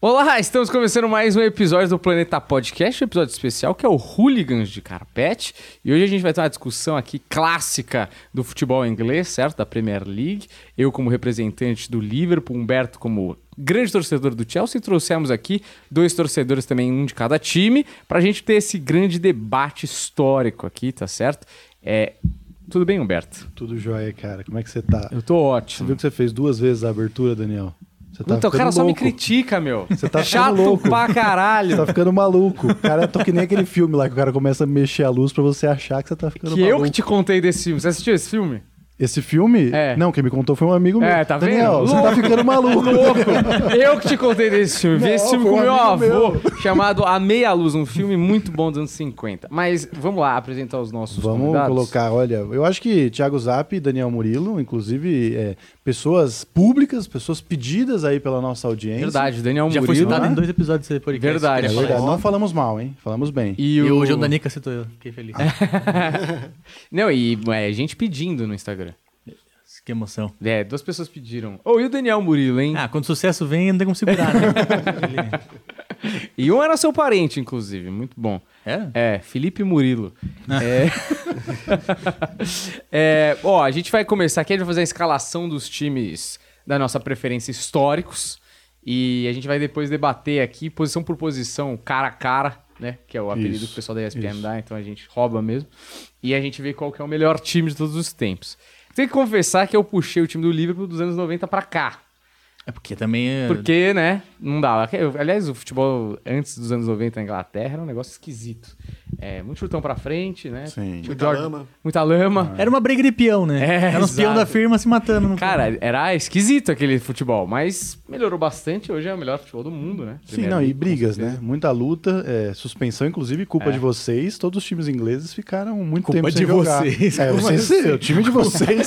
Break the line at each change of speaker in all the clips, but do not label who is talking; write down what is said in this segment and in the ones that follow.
Olá, estamos começando mais um episódio do Planeta Podcast, um episódio especial que é o Hooligans de Carpete. E hoje a gente vai ter uma discussão aqui clássica do futebol inglês, certo? Da Premier League. Eu, como representante do Liverpool, Humberto, como grande torcedor do Chelsea, e trouxemos aqui dois torcedores também, um de cada time, para a gente ter esse grande debate histórico aqui, tá certo? É... Tudo bem, Humberto?
Tudo jóia, cara. Como é que você tá?
Eu tô
Você
ótimo.
viu que você fez duas vezes a abertura, Daniel? Você tá
Puta, Então, o
ficando
cara só me
louco.
critica, meu. Você
tá ficando
Chato
louco.
pra caralho.
Você tá ficando maluco. Cara, eu tô que nem aquele filme lá que o cara começa a mexer a luz pra você achar que você tá ficando
Que eu
maluco.
que te contei desse filme. Você assistiu esse filme?
Esse filme?
É.
Não, quem me contou foi um amigo meu.
É, tá vendo?
Daniel, você
Louco.
tá ficando maluco.
Louco! Eu que te contei desse filme. Vi
Não,
esse filme
foi
com
um
meu avô,
amigo
chamado A Meia Luz, um filme muito bom dos anos 50. Mas vamos lá apresentar os nossos
Vamos
convidados.
colocar, olha, eu acho que Thiago Zap e Daniel Murilo, inclusive, é, pessoas públicas, pessoas pedidas aí pela nossa audiência.
Verdade, Daniel
Já foi
Murilo.
citado
né?
em dois episódios desse podcast.
Verdade.
É
Queria falar
verdade.
isso.
Não falamos mal, hein? Falamos bem.
E
E
o...
hoje é o Danica citou eu. Fiquei feliz.
Não, e é, gente pedindo no Instagram.
Que emoção.
É, duas pessoas pediram. Ou e o Daniel Murilo, hein?
Ah, quando o sucesso vem, não tem como segurar, né? Ele-
E um era seu parente, inclusive. Muito bom.
É?
É, Felipe Murilo. É... É, Ó, a gente vai começar aqui, a gente vai fazer a escalação dos times da nossa preferência históricos. E a gente vai depois debater aqui, posição por posição, cara a cara, né? Que é o apelido
Isso,
que o pessoal da ESPN
isso.
dá, então a gente rouba mesmo. E a gente vê qual que é o melhor time de todos os tempos. Tem que confessar que eu puxei o time do Liverpool dos anos 90 pra cá.
É porque também... é-
Porque, né? Não dá. Aliás, o futebol antes dos anos 90 na Inglaterra era um negócio esquisito. É, muito chutão pra frente, né?
Sim. É.
Tipo,
Muita
Jordan-
lama.
Muita lama.
Era uma briga de peão, né?
É,
Era uns peão
exato.
da firma se matando. No...
Cara, era esquisito aquele futebol, mas melhorou bastante. Hoje é o melhor futebol do mundo, né?
Sim,
Primeiro,
não, e
com
brigas,
certeza.
né? Muita luta, é, suspensão, inclusive, culpa de vocês. Todos os times ingleses ficaram muito
Culpa
tempo sem
de
jogar.
vocês,
É,
como
vocês, o time de vocês.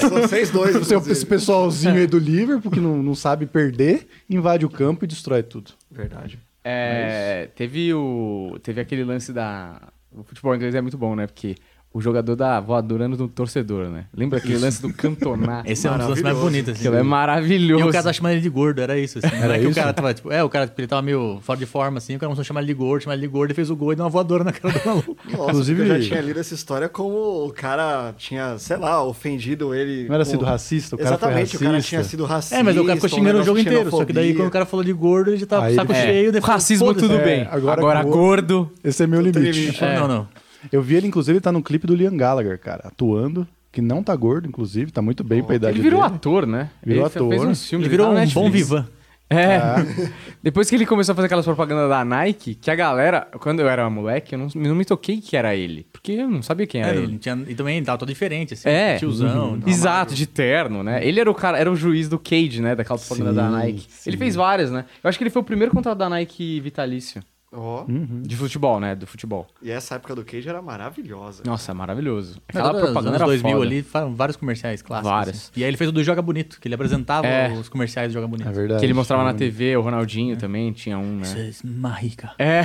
Vocês dois,
o seu-
inclusive.
esse pessoalzinho aí do Liverpool, que não, não sabe perder, invade o campo e destrói tudo.
Verdade.
É, teve, o, teve aquele lance da. O futebol inglês é muito bom, né? Porque o jogador da voadora no torcedor, né? Lembra aquele lance do Cantona?
Esse é um dos lances mais
Maravilhoso.
bonitos, assim.
Aquilo é maravilhoso.
E o cara tá chamando ele de gordo, era isso. Assim. Era que
isso?
o cara tava, tipo, é, o cara ele tava meio fora de forma, assim, o cara começou a chamar ele de gordo, chamar ele de gordo, ele fez o gol e deu uma voadora na cara do maluco.
Nossa,
Inclusive-
Inclusive, eu já tinha lido essa história como o cara tinha, sei lá, ofendido ele.
Não era
com-
sido racista? O cara foi
Exatamente, o cara
racista.
tinha sido racista.
É, mas o cara ficou
um
xingando o jogo
negócio de
inteiro. Só que daí,
xenofobia.
quando o cara falou de gordo, ele já tava
Aí
com o saco
ele-
tá cheio. daí
É,
falou,
racismo
"Foda-se".
tudo
É.
bem.
agora
agora
gordo.
gordo.
Esse é meu limite.
limite.
Ele falou, Não, não.
Eu vi ele, inclusive, ele tá no clipe do Liam Gallagher, cara, atuando, que não tá gordo, inclusive, tá muito bem pra idade
Ele virou
dele.
ator, né?
Virou
ele fe- Fez
ator.
uns filmes,
Ele virou
tá
um
na
bom
Netflix.
vivan.
É. Depois que ele começou a fazer aquelas propagandas da Nike, que a galera, quando eu era moleque, eu não, não me toquei que era ele. Porque eu não sabia quem era
É,
ele.
não tinha- e também ele tava todo diferente, assim.
É.
Tiozão. tal.
Exato, de terno, né? Ele era o cara, era o juiz do Cage, né? Daquela propaganda
Sim,
da Nike. Ele fez várias, né? Eu acho que ele foi o primeiro contrato da Nike vitalício.
Ó,
Uhum.
De futebol, né? Do futebol.
Hum. E essa época do Cage era maravilhosa.
Nossa, é maravilhoso.
Aquela
Aquela propaganda era
anos 2000
foda.
ali, foram vários comerciais clássicos.
Vários.
assim. E aí ele fez o do Joga Bonito, que ele apresentava
É.
os comerciais do Joga Bonito.
É verdade.
Que ele mostrava na
Sim.
TV, o Ronaldinho também tinha um, né?
Isso é marrica.
É.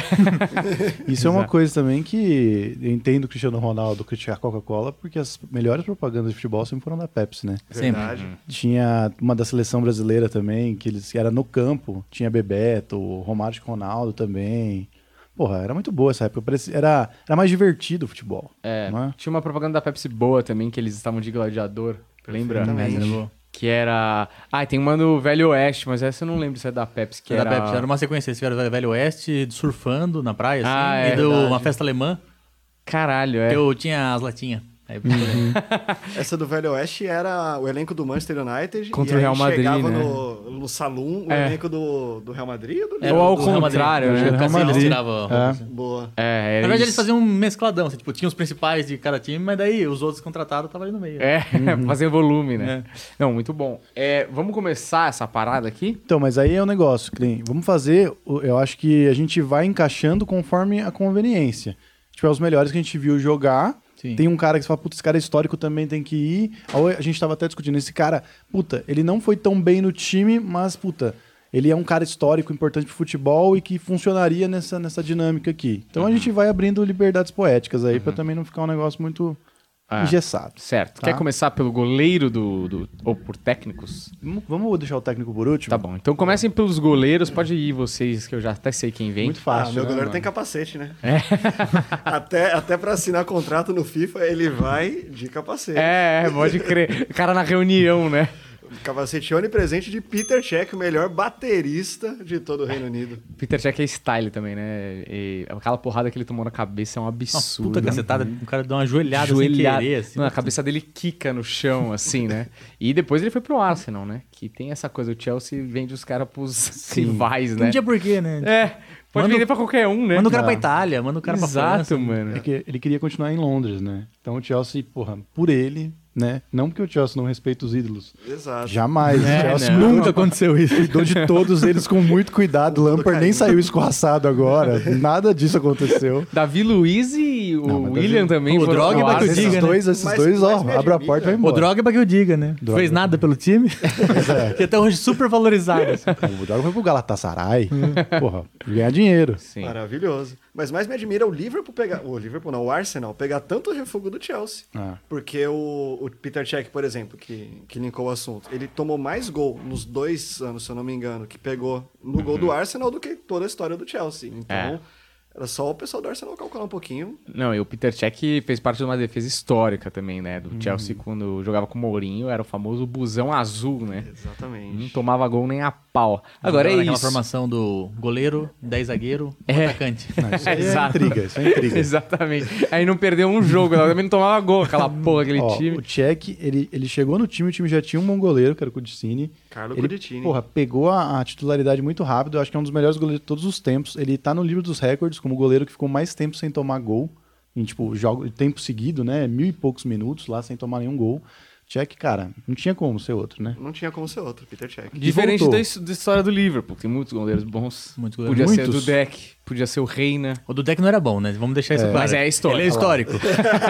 Isso é uma coisa também que eu entendo o Cristiano Ronaldo criticar a Coca-Cola, porque as melhores propagandas de futebol sempre foram da Pepsi, né?
É
Verdade.
Tinha uma da seleção brasileira também, que eles que era no campo, tinha Bebeto, Romário com Ronaldo também. Porra, era muito boa essa época. parecia- Era, era mais divertido o futebol.
É,
não é?
Tinha uma propaganda da Pepsi boa também, que eles estavam de gladiador. Lembra?
Mas É, era boa.
Que era. Ah, tem uma do Velho Oeste, mas essa eu não lembro se é da Pepsi, que
Era,
era.
da Pepsi, era uma sequência. Eles fizeram Velho Oeste, surfando na praia, assim.
Ah, é
e deu
verdade.
uma festa alemã,
Caralho, é. Uhum.
que eu tinha as latinhas. Aí,
Essa do Velho Oeste era o elenco do Manchester United.
Contra
e
o
aí
Real Madrid,
chegava
né?
no, no salão o
É.
elenco do, do Real Madrid ou do
Ou É ao
do Real Madrid. assim,
contrário, né?
O
Real
Casillas
Madrid.
tirava a roupa,
É.
assim.
Boa.
É, era
Na verdade,
isso.
eles faziam um mescladão, assim, tipo, tinha os principais de cada time, mas daí os outros contratados tava ali no meio.
É, fazer volume, né? Não, muito bom. É, vamos começar essa parada aqui?
Então, mas aí é o negócio, Clean. Vamos fazer. o- Eu acho que a gente vai encaixando conforme a conveniência. Tipo, é os melhores que a gente viu jogar.
Sim.
Tem um cara que você fala, puta, esse cara é histórico também tem que ir. Ou A gente tava até discutindo, esse cara, puta, ele não foi tão bem no time, mas, puta, ele é um cara histórico, importante pro futebol e que funcionaria nessa, Uhum. nessa dinâmica aqui. Então a gente vai abrindo liberdades poéticas aí pra também não ficar um negócio muito
Ah.
engessado.
Certo.
Tá.
Quer começar pelo goleiro do, do- ou por técnicos?
Vamos- Vamos deixar o técnico por último?
Tá bom. Então comecem pelos goleiros. Pode ir vocês, que eu já até sei quem vem.
Muito
Ah,
fácil.
meu
né,
goleiro
mano? É.
tem capacete, né? até até para assinar contrato no FIFA, ele vai de capacete.
É, é, pode crer. O cara na reunião, né?
Capacete onipresente de Peter Cech, o melhor baterista de todo o Reino Unido.
Peter Check é style também, né? E aquela porrada que ele tomou na cabeça é um
Uma
absurdo.
puta cacetada, o cara dá uma né? joelhada,
Joelhado.
sem querer, assim.
Não, a cabeça dele quica no chão, assim, né? E depois ele foi pro Arsenal, né? Que tem essa coisa, o Chelsea vende os caras pros rivais, né?
Entendia por quê, né?
É, pode
Manda o-
vender pra qualquer um, né?
Manda o cara pra
Ah.
Itália, manda o cara pra
Exato,
França. né?
mano.
É que ele queria continuar em Londres, né? Então o Chelsea, porra, por ele, né? Não porque o Chelsea não respeita os ídolos.
Exato.
Jamais. o Chelsea
não.
nunca
aconteceu isso.
É, né? cuidou de todos eles com muito cuidado. Lampard nem
carinho.
saiu escorraçado agora. Nada disso aconteceu.
Davi Luiz e o
Não, mas
William
Davi-
também
O
foram
Drogba
pro
que eu
Arsenal.
diga,
esses
né?
dois, esses
Mas-
dois, ó,
mas me
abre a
admira.
porta e vai
O
embora.
Droga que eu diga, né?
Droga.
Fez nada pelo time. E até hoje super valorizado. assim.
O Droga foi pro Galatasaray. porra, ganhar dinheiro.
Sim.
Maravilhoso. Mas mais me admira o Liverpool pegar. O Liverpool não, o Arsenal pegar tanto refugo do Chelsea.
Ah.
Porque o, o Peter Cech, por exemplo, que, que linkou o assunto, ele tomou mais gol nos dois anos, se eu não me engano, que pegou no gol
Uhum.
do Arsenal do que toda a história do Chelsea. Então,
É.
era só o pessoal do Arsenal calcular um pouquinho.
Não, e o Peter Cech fez parte de uma defesa histórica também, né? Do Chelsea
Uhum.
quando jogava com o Mourinho, era o famoso busão azul, né? Não
Exatamente.
tomava gol nem a pau. Agora é
Naquela
isso.
formação do goleiro, 10 zagueiro, um
É.
atacante.
Isso aí é
Exato.
intriga, isso é intriga.
Exatamente. Aí não perdeu um jogo, ela também não tomava gol, aquela porra, aquele
Ó,
time.
O Tchek, ele, ele chegou no time, o time já tinha um bom goleiro, que era o Kudicini.
Carlo
ele,
Cudicini.
Porra, pegou a, a titularidade muito rápido. Eu acho que é um dos melhores goleiros de todos os tempos. Ele tá no livro dos recordes como o goleiro que ficou mais tempo sem tomar gol. Em, tipo, jogo, tempo seguido, né? Mil e poucos minutos lá sem tomar nenhum gol. Tchek, cara, não tinha como ser outro, né?
Não tinha como ser outro, Peter Cech.
Diferente
voltou.
da, his- da história do Liverpool, que tem muitos goleiros bons.
Muitos
podia
goleiros.
ser
Muitos.
do Deck, podia ser o Reina.
O do Deck não era bom, né? Vamos deixar isso claro.
Mas é histórico.
Ele é histórico.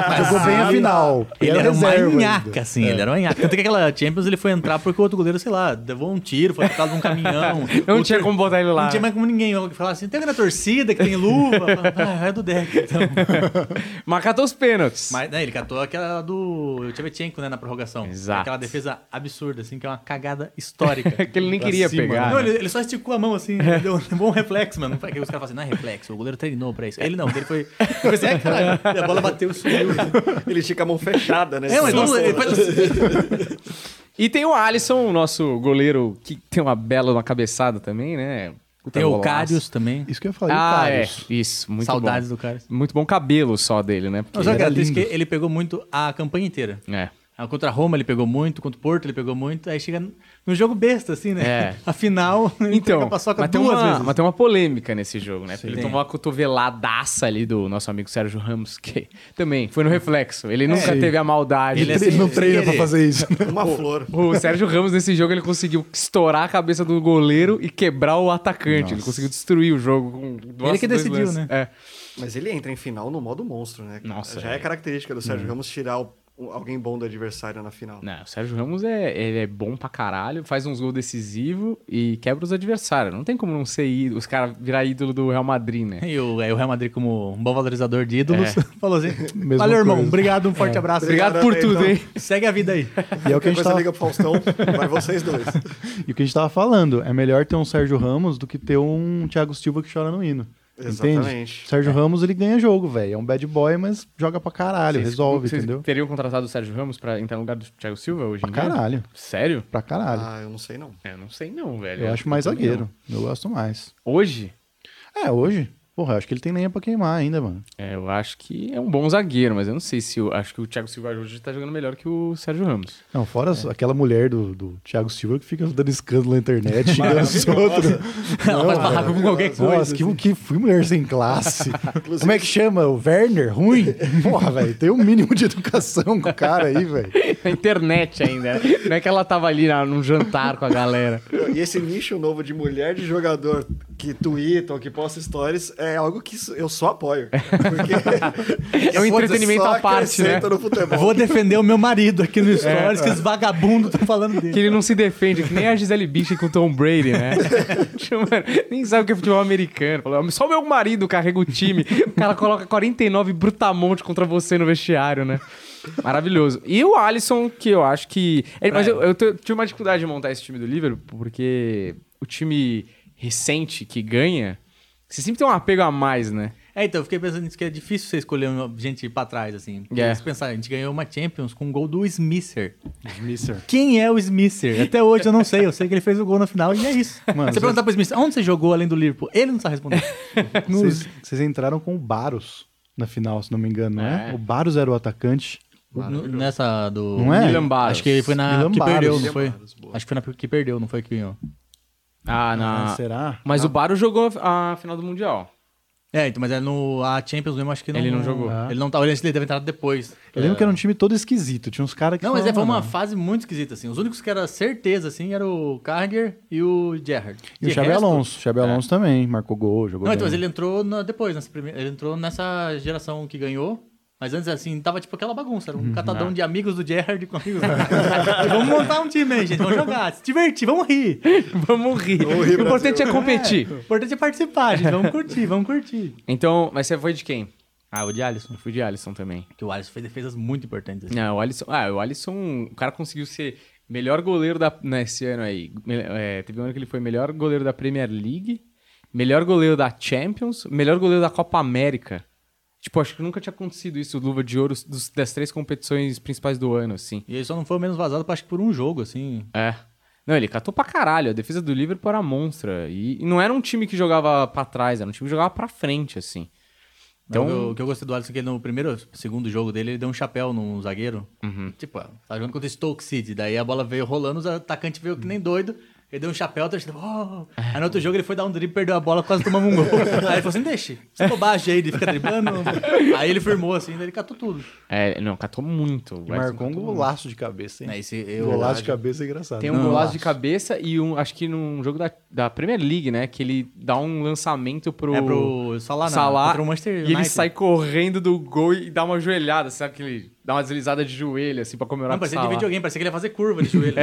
Mas
Jogou bem a final.
Ele era uma
é reserva
anhaca,
ainda.
assim, ele era uma anhaca. Tanto que aquela Champions ele foi entrar porque o outro goleiro, sei lá, levou um tiro, foi por causa de um caminhão.
Eu não
O
tinha
tiro-
como botar ele lá.
Não tinha mais como ninguém falar assim, tem alguém na torcida que tem luva. Fala, ah, é do Deck, então.
Marcatou os pênaltis.
Mas né, ele catou aquela do Tchevchenko, né, na prorrogação.
Exato.
Aquela defesa absurda, assim, que é uma cagada histórica.
que ele nem
Pra
queria
cima,
pegar.
né?
Não,
né? É.
ele, ele só esticou a mão assim, deu um bom reflexo, mano. Não foi que Os caras falam assim, não é reflexo, o goleiro treinou pra isso. Ele não, ele foi. Ele foi assim, é, caralho. E a bola bateu e sumiu.
Ele tinha a mão fechada, né?
É, mas não, ele faz assim.
E tem o Alisson, o nosso goleiro, que tem uma bela uma cabeçada também, né? Puta
Tem o
golaço.
Cádios também.
Isso que eu falei,
Ah,
cara.
é. Isso, muito
Saudades
bom.
do Cádios.
Muito bom cabelo só dele, né? Porque-
Não, sabe o que
era
é triste?
lindo.
Que ele pegou muito a campanha inteira.
É.
Ah, Contra a Roma ele pegou muito, contra o Porto ele pegou muito, aí chega no jogo besta, assim, né?
É.
A final, ele entrega
Então,
a paçoca
mas tem,
duas
uma,
vezes. né?
mas tem uma polêmica nesse jogo, né? Porque ele
Tem.
tomou uma cotoveladaça ali do nosso amigo Sérgio Ramos, que também foi no reflexo. Ele nunca
Sim.
teve a maldade.
É. Ele é
Ele
assim,
não
sem
treina pra
querer.
fazer isso.
Uma flor.
O Sérgio Ramos nesse jogo ele conseguiu estourar a cabeça do goleiro e quebrar o atacante. Ele
Nossa.
conseguiu destruir o jogo com duas
Ele que
dois
decidiu,
lances.
né?
É.
Mas ele entra em final no modo monstro, né?
Nossa,
Já é
é.
característica do
Uhum.
Sérgio Ramos tirar o- o- alguém bom do adversário na final.
Né.
Não, o Sérgio Ramos é, ele é bom pra caralho, faz uns gols decisivos e quebra os adversários. Não tem como não ser ídolo, os caras virar ídolo do Real Madrid, né?
E o, aí o Real Madrid, como um bom valorizador de ídolos,
É.
falou assim:
Mesma
Valeu, irmão,
coisa.
obrigado, um forte abraço.
Obrigado,
Obrigado,
por
né,
tudo,
então.
hein?
Segue a vida aí.
E é o que a gente
Qualquer coisa
tava
liga pro Faustão, vai vocês dois.
E o que a gente tava falando, é melhor ter um Sérgio Ramos do que ter um Thiago Silva que chora no hino.
Exatamente.
Entende? Sérgio Ramos, ele ganha jogo, velho. É um bad boy, mas joga pra caralho,
Vocês-
resolve,
vocês
entendeu?
Teriam contratado o Sérgio Ramos pra entrar no lugar do Thiago Silva hoje em
Pra
dia?
caralho,
Sério?
pra caralho.
Ah, eu não sei não.
Eu É, não sei não, velho.
eu acho mais zagueiro, eu gosto mais.
Não. Hoje,
É, hoje, porra, eu acho que ele tem lenha pra queimar ainda, mano.
é, eu acho que é um bom zagueiro, mas eu não sei se... Eu, acho que o Thiago Silva hoje tá jogando melhor que o Sérgio Ramos.
Não, fora as- aquela mulher do, do Thiago Silva que fica dando escândalo na internet, xingando os outros.
Ela faz barraco com qualquer coisa.
Nossa, que, que fui mulher sem classe. Como é que chama? O Werner? Ruim? Porra, velho, tem um mínimo de educação com o cara aí, velho.
Na internet ainda. né? Não é que ela tava ali na, num jantar com a galera.
E esse nicho novo de mulher de jogador que tweetam, que postam stories, é algo que isso- eu só apoio. Porque
É um entretenimento
só
à parte, né?
acrescenta no futebol.
Vou defender o meu marido aqui no Stories, que os vagabundos estão falando dele.
Que ele não se defende, que nem a Gisele Bündchen com o Tom Brady, né? Tipo, mano, nem sabe o que é futebol americano. Fala, Só meu marido carrega o time. O cara coloca 49 brutamonte contra você no vestiário, né? Maravilhoso. E o Alisson, que eu acho que... é, mas eu, eu te- tive uma dificuldade de montar esse time do Liverpool, porque o time recente que ganha, você sempre tem um apego a mais, né?
É, então, eu fiquei pensando nisso, que é difícil você escolher uma- gente pra trás, assim. Porque
É.
se pensar, a gente ganhou uma Champions com um gol do Smither.
Mister.
Quem é o Smither? Até hoje eu não sei, eu sei que ele fez o gol na final e é isso.
Mano,
você
você-
perguntar pro Smither, onde você jogou além do Liverpool? Ele não tá respondendo. Nos-
Vocês vocês entraram com o Baros na final, se não me engano, não é?
É.
O Baros era o atacante.
no- nessa do...
Não é?
Milan Baros.
Acho que ele foi na
Milan
que
Baros.
perdeu, não
Milan
foi?
Baros, boa.
Acho que foi na que perdeu, não foi que ganhou.
Ah,
Ah,
na...
será?
Mas o Baro jogou a a final do Mundial.
É, então, mas é no, a Champions mesmo, acho que não...
Ele não jogou.
Ele não tá, ele deve ter entrado depois.
Eu lembro
É.
que era um time todo esquisito. Tinha uns caras que.
Não, mas é, foi
falavam,
uma
"Mano,
fase muito esquisita, assim. Os únicos que era certeza, assim, eram o Carger e o Gerrard.
E o Xabi Alonso.
É.
Xabi Alonso também marcou gol, jogou.
Não,
bem.
então, mas ele entrou na- depois, nessa primeira, ele entrou nessa geração que ganhou. Mas antes, assim, tava tipo aquela bagunça. Era um catadão de amigos do Gerrard com amigos do... Vamos montar um time aí, gente. Vamos jogar, se divertir, vamos rir.
Vamos rir.
Vamos rir,
o importante é competir.
É, o importante é participar, gente. Vamos curtir, vamos curtir.
Então, mas você foi de quem?
Ah, o de Alisson.
Eu fui de Alisson também.
Porque o Alisson fez defesas muito importantes. assim.
Não, o Alisson. Ah, o Alisson. O cara conseguiu ser melhor goleiro da, nesse ano aí. Me- é, teve um ano que ele foi melhor goleiro da Premier League, melhor goleiro da Champions, melhor goleiro da Copa América. Tipo, acho que nunca tinha acontecido isso, luva de ouro dos- das três competições principais do ano, assim.
E ele só não foi o menos vazado, acho que por um jogo, assim.
É. Não, ele catou pra caralho. A defesa do Liverpool era monstra. E, e não era um time que jogava pra trás, era um time que jogava pra frente, assim. Então-
Então, o que eu gostei do Alisson é que ele no primeiro, segundo jogo dele, ele deu um chapéu num zagueiro. Tipo, ah, tá jogando contra o Stoke City. Daí a bola veio rolando, os atacantes veio que nem doido. Ele deu um chapéu, o torcedor, "Oh!" Aí no outro jogo ele foi dar um drible, perdeu a bola, quase tomamos um gol. aí ele falou assim, deixa, essa bobagem aí de ficar driblando. aí ele firmou assim, daí ele catou tudo.
É, não, catou muito. O
E
Alisson
marcou um
catou
golaço de cabeça, hein?
Aí esse, eu,
Golaço de cabeça é engraçado.
Tem um golaço
tá
de cabeça e um, acho que num jogo da, da Premier League, né? Que ele dá um lançamento pro.
É pro Salah, não,
Salah,
contra o Manchester
E ele
United.
sai correndo do gol e dá uma joelhada, sabe? Que ele dá uma deslizada de joelho, assim, pra comemorar
Não,
com o
parecia de
Salah.
videogame, parecia que ele ia fazer curva de joelho.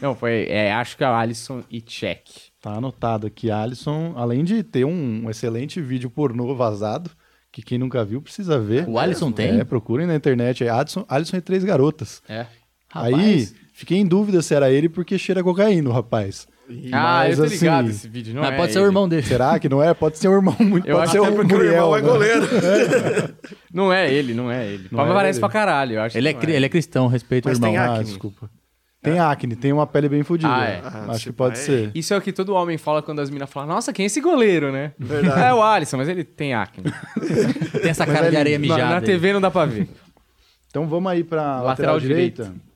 Não, foi. é, acho que é Alisson e Check.
Tá anotado aqui, Alisson, além de ter um excelente vídeo pornô vazado, que quem nunca viu precisa ver.
O Alisson tem?
É, procurem na internet. É Alisson, Alisson e três garotas.
É.
Aí, fiquei em dúvida se era ele porque cheira cocaína, o rapaz.
ah, eu
Mas,
tô
assim,
ligado esse vídeo, não
Mas
é
pode ser o
ele.
irmão dele.
Será que não é? Pode ser o irmão muito.
Eu
pode
acho
ser
que
o
é
Porque o
Muriel,
irmão é
né?
goleiro.
Não é ele, não é ele.
Não
Mas
é
parece
ele.
pra caralho, eu acho.
Ele é,
que não
cri- ele é cristão, respeito o
Mas
irmão.
tem
Ah,
acne.
desculpa. Tem acne, tem uma pele bem fodida.
É. Ah, é.
Ah,
acho
se
que pode
pá, é.
ser.
Isso é o que todo homem fala quando as minas falam, nossa, quem é esse goleiro, né?
Verdade.
É o Alisson, mas ele tem acne.
Tem essa cara de areia
Na,
mijada.
na
aí.
TV não dá pra ver.
Então vamos aí pra lateral,
direita.
direita.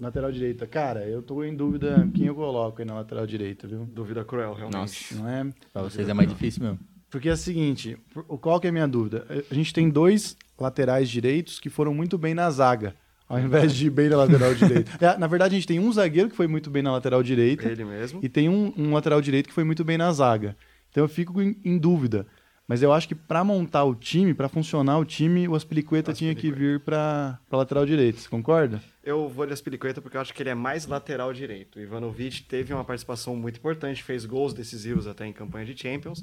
Lateral direita. Cara, eu tô em dúvida quem eu coloco aí na lateral direita, viu?
Dúvida cruel, realmente.
Não é?
Pra vocês é mais difícil mesmo.
Porque é o seguinte, por- qual que é a minha dúvida? A gente tem dois laterais direitos que foram muito bem na zaga, ao invés de ir bem na lateral direita. É, na verdade, a gente tem um zagueiro que foi muito bem na lateral direita
Ele mesmo.
e tem um, um lateral direito que foi muito bem na zaga. Então eu fico em, em dúvida. Mas eu acho que pra montar o time, pra funcionar o time, o Aspilicueta tinha que vir pra pra lateral direita. Você concorda?
Eu vou de Aspiricueta porque eu acho que ele é mais lateral direito. O Ivanovic teve uma participação muito importante, fez gols decisivos até em campanha de Champions.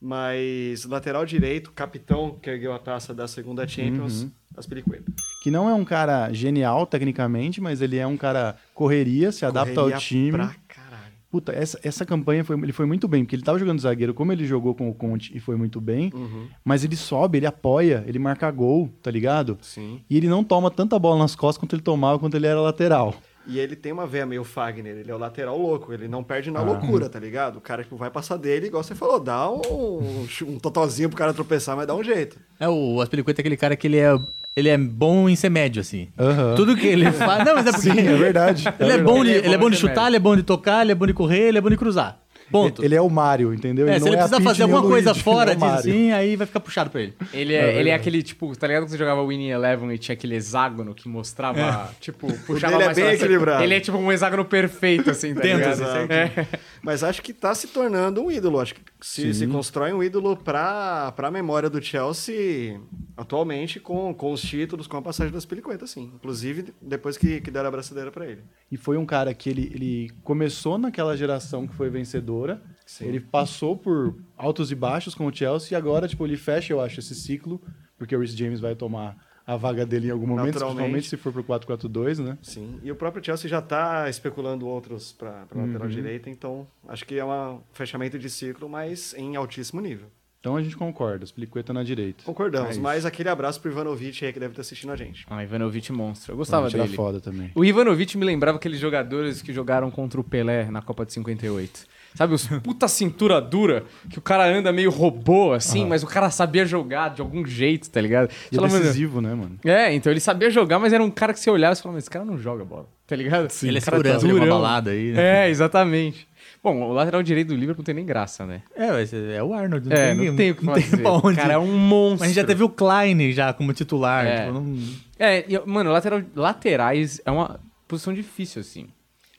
Mas lateral direito, capitão que ergueu a taça da segunda Champions,
Uhum.
Aspiricueta.
que não é um cara genial tecnicamente, mas ele é um cara correria, se adapta
Correria
ao time.
Pra caralho.
Puta, essa, essa campanha foi, ele foi muito bem, porque ele tava jogando zagueiro, como ele jogou com o Conte e foi muito bem,
Uhum.
mas ele sobe, ele apoia, ele marca gol, tá ligado?
Sim.
E ele não toma tanta bola nas costas quanto ele tomava quando ele era lateral.
E ele tem uma veia meio Fagner, ele é o lateral louco, ele não perde na loucura, tá ligado? O cara que vai passar dele, igual você falou, dá um, um totozinho pro cara tropeçar, mas dá um jeito.
É, o Aspiricueta é aquele cara que ele é, ele é bom em ser médio, assim.
Aham.
Tudo que ele faz... Não, mas é porque...
Sim, é verdade.
Ele é,
verdade.
bom de,
Ele é
ele é
bom
bom
em
de
ser médio.
chutar, ele é bom de tocar, ele é bom de correr, ele é bom de cruzar. Ponto.
Ele é o Mario, entendeu?
é, se ele
é a
precisar
Peach
fazer
nem o
alguma coisa
Luigi,
fora
ele é o
disso
Mario.
assim, aí vai ficar puxado pra ele.
Ele
Ah,
é, ele é aquele tipo, tá ligado que você jogava Winnie Eleven e tinha aquele hexágono que mostrava, tipo, puxava
dele é
mais
bem
pra cima.
equilibrado.
Ele é tipo um hexágono perfeito, assim, tá
Dentro,
ligado?
exato.
É.
Mas acho que tá se tornando um ídolo. Acho que se, se constrói um ídolo pra, pra memória do Chelsea atualmente, com, com os títulos, com a passagem das pelicuetas, sim. Inclusive, depois que, que deram a braçadeira pra ele.
E foi um cara que ele, ele começou naquela geração que foi vencedora.
Sim.
Ele passou por altos e baixos com o Chelsea e agora, tipo, ele fecha, eu acho, esse ciclo, porque o Rhys James vai tomar a vaga dele em algum momento,
Naturalmente.
principalmente se for pro 4-4-2, né?
Sim. E o próprio Chelsea já tá especulando outros pra, pra lateral
Uhum.
direita, então acho que é um fechamento de ciclo, mas em altíssimo nível.
Então a gente concorda, Splicueta na direita.
Concordamos,
É
mas aquele abraço pro Ivanovic aí que deve estar assistindo a gente.
Ah, Ivanovic monstro. Eu
Tava
gostava
tirar
dele.
foda também.
O Ivanovic me lembrava aqueles jogadores que jogaram contra o Pelé na Copa de 58. Sabe, os puta cintura dura, que o cara anda meio robô, assim, mas o cara sabia jogar de algum jeito, tá ligado? Você
E é
fala, mano,
decisivo, né, mano?
é, então ele sabia jogar, mas era um cara que você olhava e você falava, mas esse cara não joga bola, tá ligado?
ele é
O cara tá
segurança de uma
durão.
balada aí. né?
É, exatamente. Bom, o lateral direito do Liverpool não tem nem graça, né?
É, mas é o Arnold. Não
É,
tem,
não tem o que
não
fazer.
Tem pra
O
onde.
cara é um monstro.
Mas a gente já teve o Klein já como titular.
É.
tipo, não-
É, e eu- mano, lateral, laterais é uma posição difícil, assim.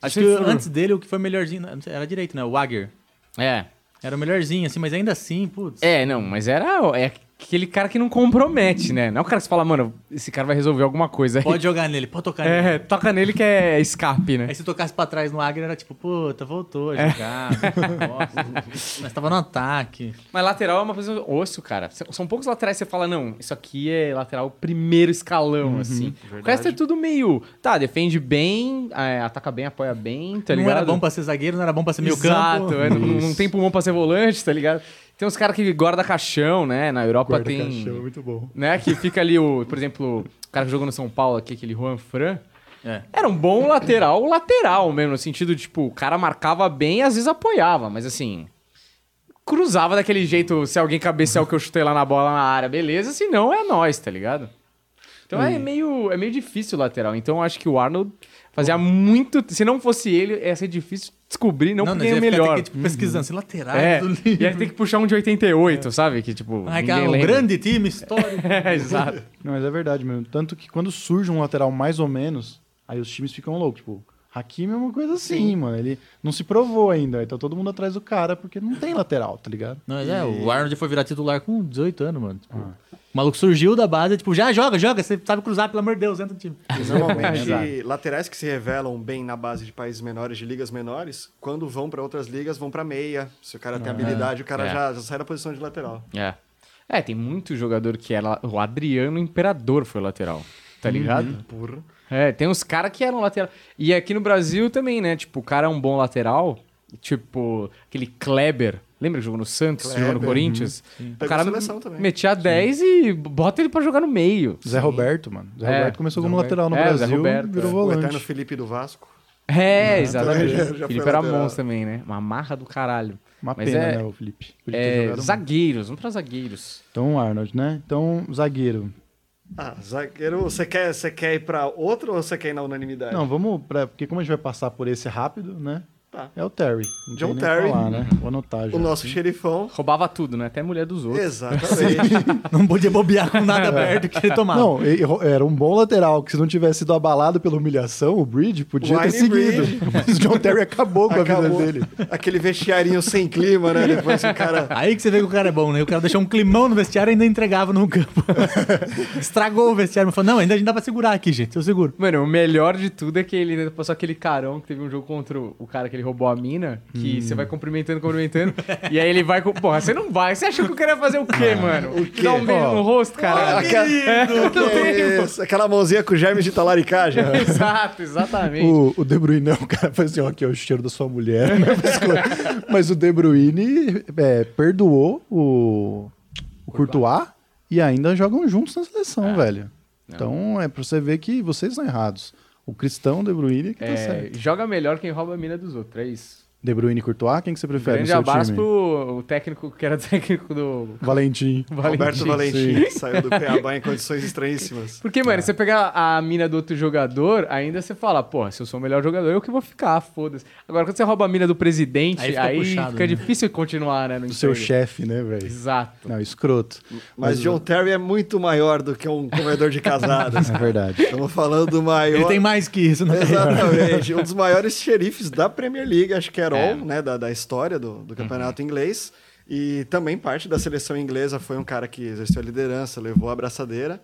Acho que
Vocês foram-
antes dele o que foi melhorzinho não sei, era direito, né? O Wagner.
É.
Era o melhorzinho, assim, mas ainda assim, putz.
É, não, mas era é aquele cara que não compromete, né? Não é o cara que você fala, mano, esse cara vai resolver alguma coisa.
Pode jogar nele, pode tocar nele.
É, toca nele que é escape, né?
Aí se tocasse pra trás no Wagner era tipo, puta, voltou a
É.
jogar. nossa. Mas tava no ataque.
Mas lateral é uma posição osso, cara. S- São poucos laterais que você fala, não, isso aqui é lateral primeiro escalão,
Uhum,
assim. O resto é tudo meio, tá, defende bem, é, ataca bem, apoia bem, tá
não
ligado?
era bom pra ser zagueiro, não era bom pra ser meio
Exato,
campo.
é, não, não tem pulmão pra ser volante, tá ligado? Tem uns caras que guarda caixão, né? Na Europa
Guarda
tem.
cachorro, muito bom.
Né? Que fica ali o, por exemplo, o cara que jogou no São Paulo aqui, aquele Juan Fran.
É.
Era um bom lateral, lateral mesmo, no sentido, tipo, o cara marcava bem e às vezes apoiava, mas assim. Cruzava daquele jeito, se alguém cabecear o que eu chutei lá na bola na área, beleza, se não é nós, tá ligado? Então
Hum.
é meio, é meio difícil o lateral. Então eu acho que o Arnold fazia muito. Se não fosse ele, ia ser difícil descobrir, não, porque
nós
é
ia ficar
melhor.
até que, tipo, pesquisando, se lateral
É,
do
ia ter que puxar um de 88, sabe? Que tipo.
Ai,
ninguém
cara, um
lembra.
grande time histórico.
É, exato.
Não, mas é verdade mesmo. Tanto que quando surge um lateral mais ou menos, aí os times ficam loucos. Tipo, Hakimi é uma coisa assim, mano. Ele não se provou ainda. Então todo mundo atrás do cara, porque não tem lateral, tá ligado?
Não, mas é, o Arnold foi virar titular com 18 anos, mano. Tipo,
Ah.
O maluco surgiu da base, tipo, já joga, joga, você sabe cruzar, pelo amor de Deus, entra no time.
E
É
normalmente, laterais que se revelam bem na base de países menores, de ligas menores, quando vão pra outras ligas, vão pra meia. Se o cara
Ah,
tem habilidade, o cara
É.
já, já sai da posição de lateral.
É. É, tem muito jogador que era. O Adriano Imperador foi lateral. Tá ligado?
Uhum. Porra.
É, tem uns caras que eram lateral. E aqui no Brasil também, né? Tipo, o cara é um bom lateral. Tipo, aquele Kleber. Lembra que jogou no Santos, jogou no
Kleber, uhum,
Corinthians? O
Pegou
cara
a seleção também.
metia 10 e bota ele pra jogar no meio.
Zé Roberto, mano. Zé
É,
Roberto começou
Zé
como
Roberto.
lateral no
É,
Brasil,
Zé Roberto,
virou
é.
O eterno
volante.
Felipe do Vasco.
É, exatamente.
Ah, já- já foi
Felipe era
lateral.
monstro também, né? Uma marra do caralho.
Uma
Mas
pena,
é-
né, o Felipe? Podia ter
É,
jogado muito.
zagueiros, vamos pra zagueiros.
Então, Arnold, né? Então, zagueiro.
Ah, zagueiro, você quer, você quer ir pra outro ou você quer ir na unanimidade?
Não, vamos pra... Porque como a gente vai passar por esse rápido, né?
Tá.
É o Terry. Não tem
John
nem o que
Terry.
Falar, né? Vou anotar já.
O nosso xerifão.
Roubava tudo, né? Até mulher dos outros.
Exatamente.
Não podia bobear com
É.
nada aberto que ele tomava.
Não, e- e- era um bom lateral, que se não tivesse sido abalado pela humilhação, o Bridge podia ter
Wine
seguido.
Bridge.
Mas o John Terry acabou com a
Acabou.
vida dele.
Aquele vestiarinho sem clima, né? Depois que o cara.
Aí que você vê que o cara é bom, né? O cara deixou um climão no vestiário e ainda entregava no campo. Estragou o vestiário, mas falou, não, ainda a gente dá pra segurar aqui, gente, eu seguro.
Mano, o melhor de tudo é que ele ainda passou aquele carão que teve um jogo contra o o cara que ele roubou a mina, que
Hum.
você vai cumprimentando, cumprimentando, e aí ele vai com. Porra, você não vai. Você achou que eu queria fazer o quê, mano?
quê?
Dar um beijo
Ah, Ó.
no rosto, cara.
Aquela,
tenho.
Isso, aquela mãozinha com germes de talaricagem.
Exato, exatamente.
O, o De Bruyne, não, o cara faz assim, ó, aqui é o cheiro da sua mulher. né? Mas co- Mas o De Bruyne é, perdoou o, o Courtois e ainda jogam juntos na seleção, velho. Então é pra você ver que vocês são errados. O Cristão De Bruyne que tá
É,
certo.
joga melhor quem rouba a mina dos outros, é isso.
De Bruyne e Courtois, quem que você prefere
Grande
no seu
abraço
time?
pro o técnico que era técnico do
Valentim.
Roberto
Valentim.
Valentim saiu do Cuiabá em condições estranhíssimas.
Porque,
É.
mano, você pegar a mina do outro jogador, ainda você fala, porra, se eu sou o melhor jogador, eu que vou ficar, foda-se. Agora, quando você rouba a mina do presidente,
Aí
aí
fica
fica,
puxado, né?
difícil continuar, né? No
Do seu
emprego.
chefe, né, velho?
Exato.
Não, escroto.
Mas John Terry é muito maior do que um comedor de casadas.
É verdade.
Estamos falando do maior.
Ele tem mais que isso, né? não tem?
Exatamente. um dos maiores xerifes da Premier League, acho que era
É.
all, né? Da, da história do, do campeonato inglês. E também parte da seleção inglesa foi um cara que exerceu a liderança, levou a abraçadeira.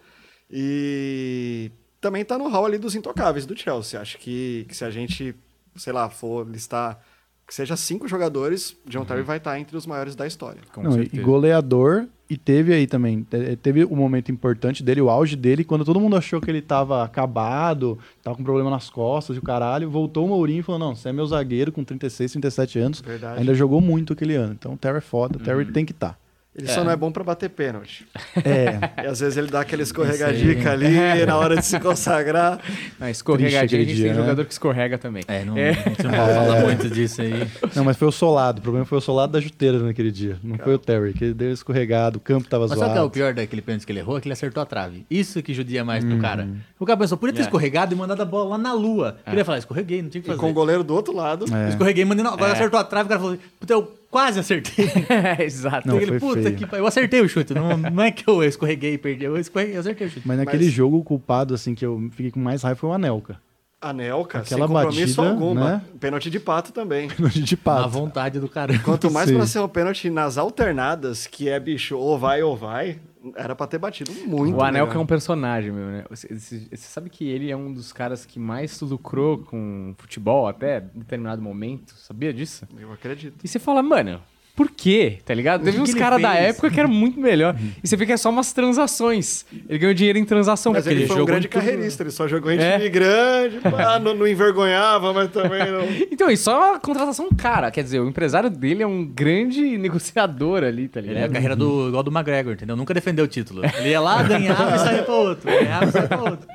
E também tá no hall ali dos intocáveis do Chelsea. Acho que, que se a gente, sei lá, for listar que seja cinco jogadores, John Terry vai estar entre os maiores da história.
Com
Não, e
certeza.
goleador, e teve aí também, te- teve um momento importante dele, o auge dele, quando todo mundo achou que ele tava acabado, tava com problema nas costas e o caralho, voltou o Mourinho e falou, não, você é meu zagueiro com 36, 37 anos,
Verdade.
ainda jogou muito aquele ano, então o Terry é foda, o
Uhum.
Terry tem que estar.
Ele só não é bom para bater pênalti.
É,
E às vezes ele dá aquela escorregadica ali na hora de se consagrar.
Não, escorregadinha, a gente
Triste aquele
tem
dia,
jogador que escorrega também.
É, não, não pode
É.
falar muito disso aí.
não, mas foi o solado, o problema foi o solado da juteira naquele dia, não foi o Terry, que ele deu escorregado, o campo tava
Mas sabe o que é o
zoado.
pior daquele pênalti que ele errou? É que ele acertou a trave. Isso que judia mais
Hum.
pro cara. O cara pensou, podia ter escorregado e mandado a bola lá na lua. Ele ia falar, escorreguei, não tinha o que
E
fazer.
com o goleiro do outro lado.
Eu Escorreguei, mandei na...
É.
Agora acertou a trave, o cara falou, puta, eu quase acertei.
É, exato.
Não,
Ele,
foi
puta
feio.
que pa- Eu acertei o chute, não, não é que eu escorreguei e perdi, eu, escorreguei, eu acertei o chute.
Mas naquele jogo, o culpado, assim, que eu fiquei com mais raiva foi o Anelka,
Anelka,
Aquela
sem compromisso
batida,
alguma.
né?
Pênalti de pato também.
de
A
pato.
vontade do caramba.
Quanto mais
Sim.
pra ser um pênalti nas alternadas, que é bicho, ou vai ou vai, era pra ter batido muito. né,
O Anelka é
melhor.
um personagem, meu, né? Você você- você sabe que ele é um dos caras que mais lucrou com futebol até determinado momento. Sabia disso?
Eu acredito.
E você fala, mano, por quê? Tá ligado? Teve
que
uns
ele
caras da
fez?
época que era muito melhor. E você vê que é só umas transações. Ele ganhou dinheiro em transação.
Mas
porque
ele foi um
jogou
grande
em tudo.
carreirista, ele só jogou em
É.
time grande, pá, não, não envergonhava, mas também não.
Então, e só a contratação cara. Quer dizer, o empresário dele é um grande negociador ali, tá
Ele é a
ligado?
carreira do, igual do McGregor, entendeu? Nunca defendeu o título. Ele ia lá, ganhava e saía pra outro. Ganhava e saía pra outro.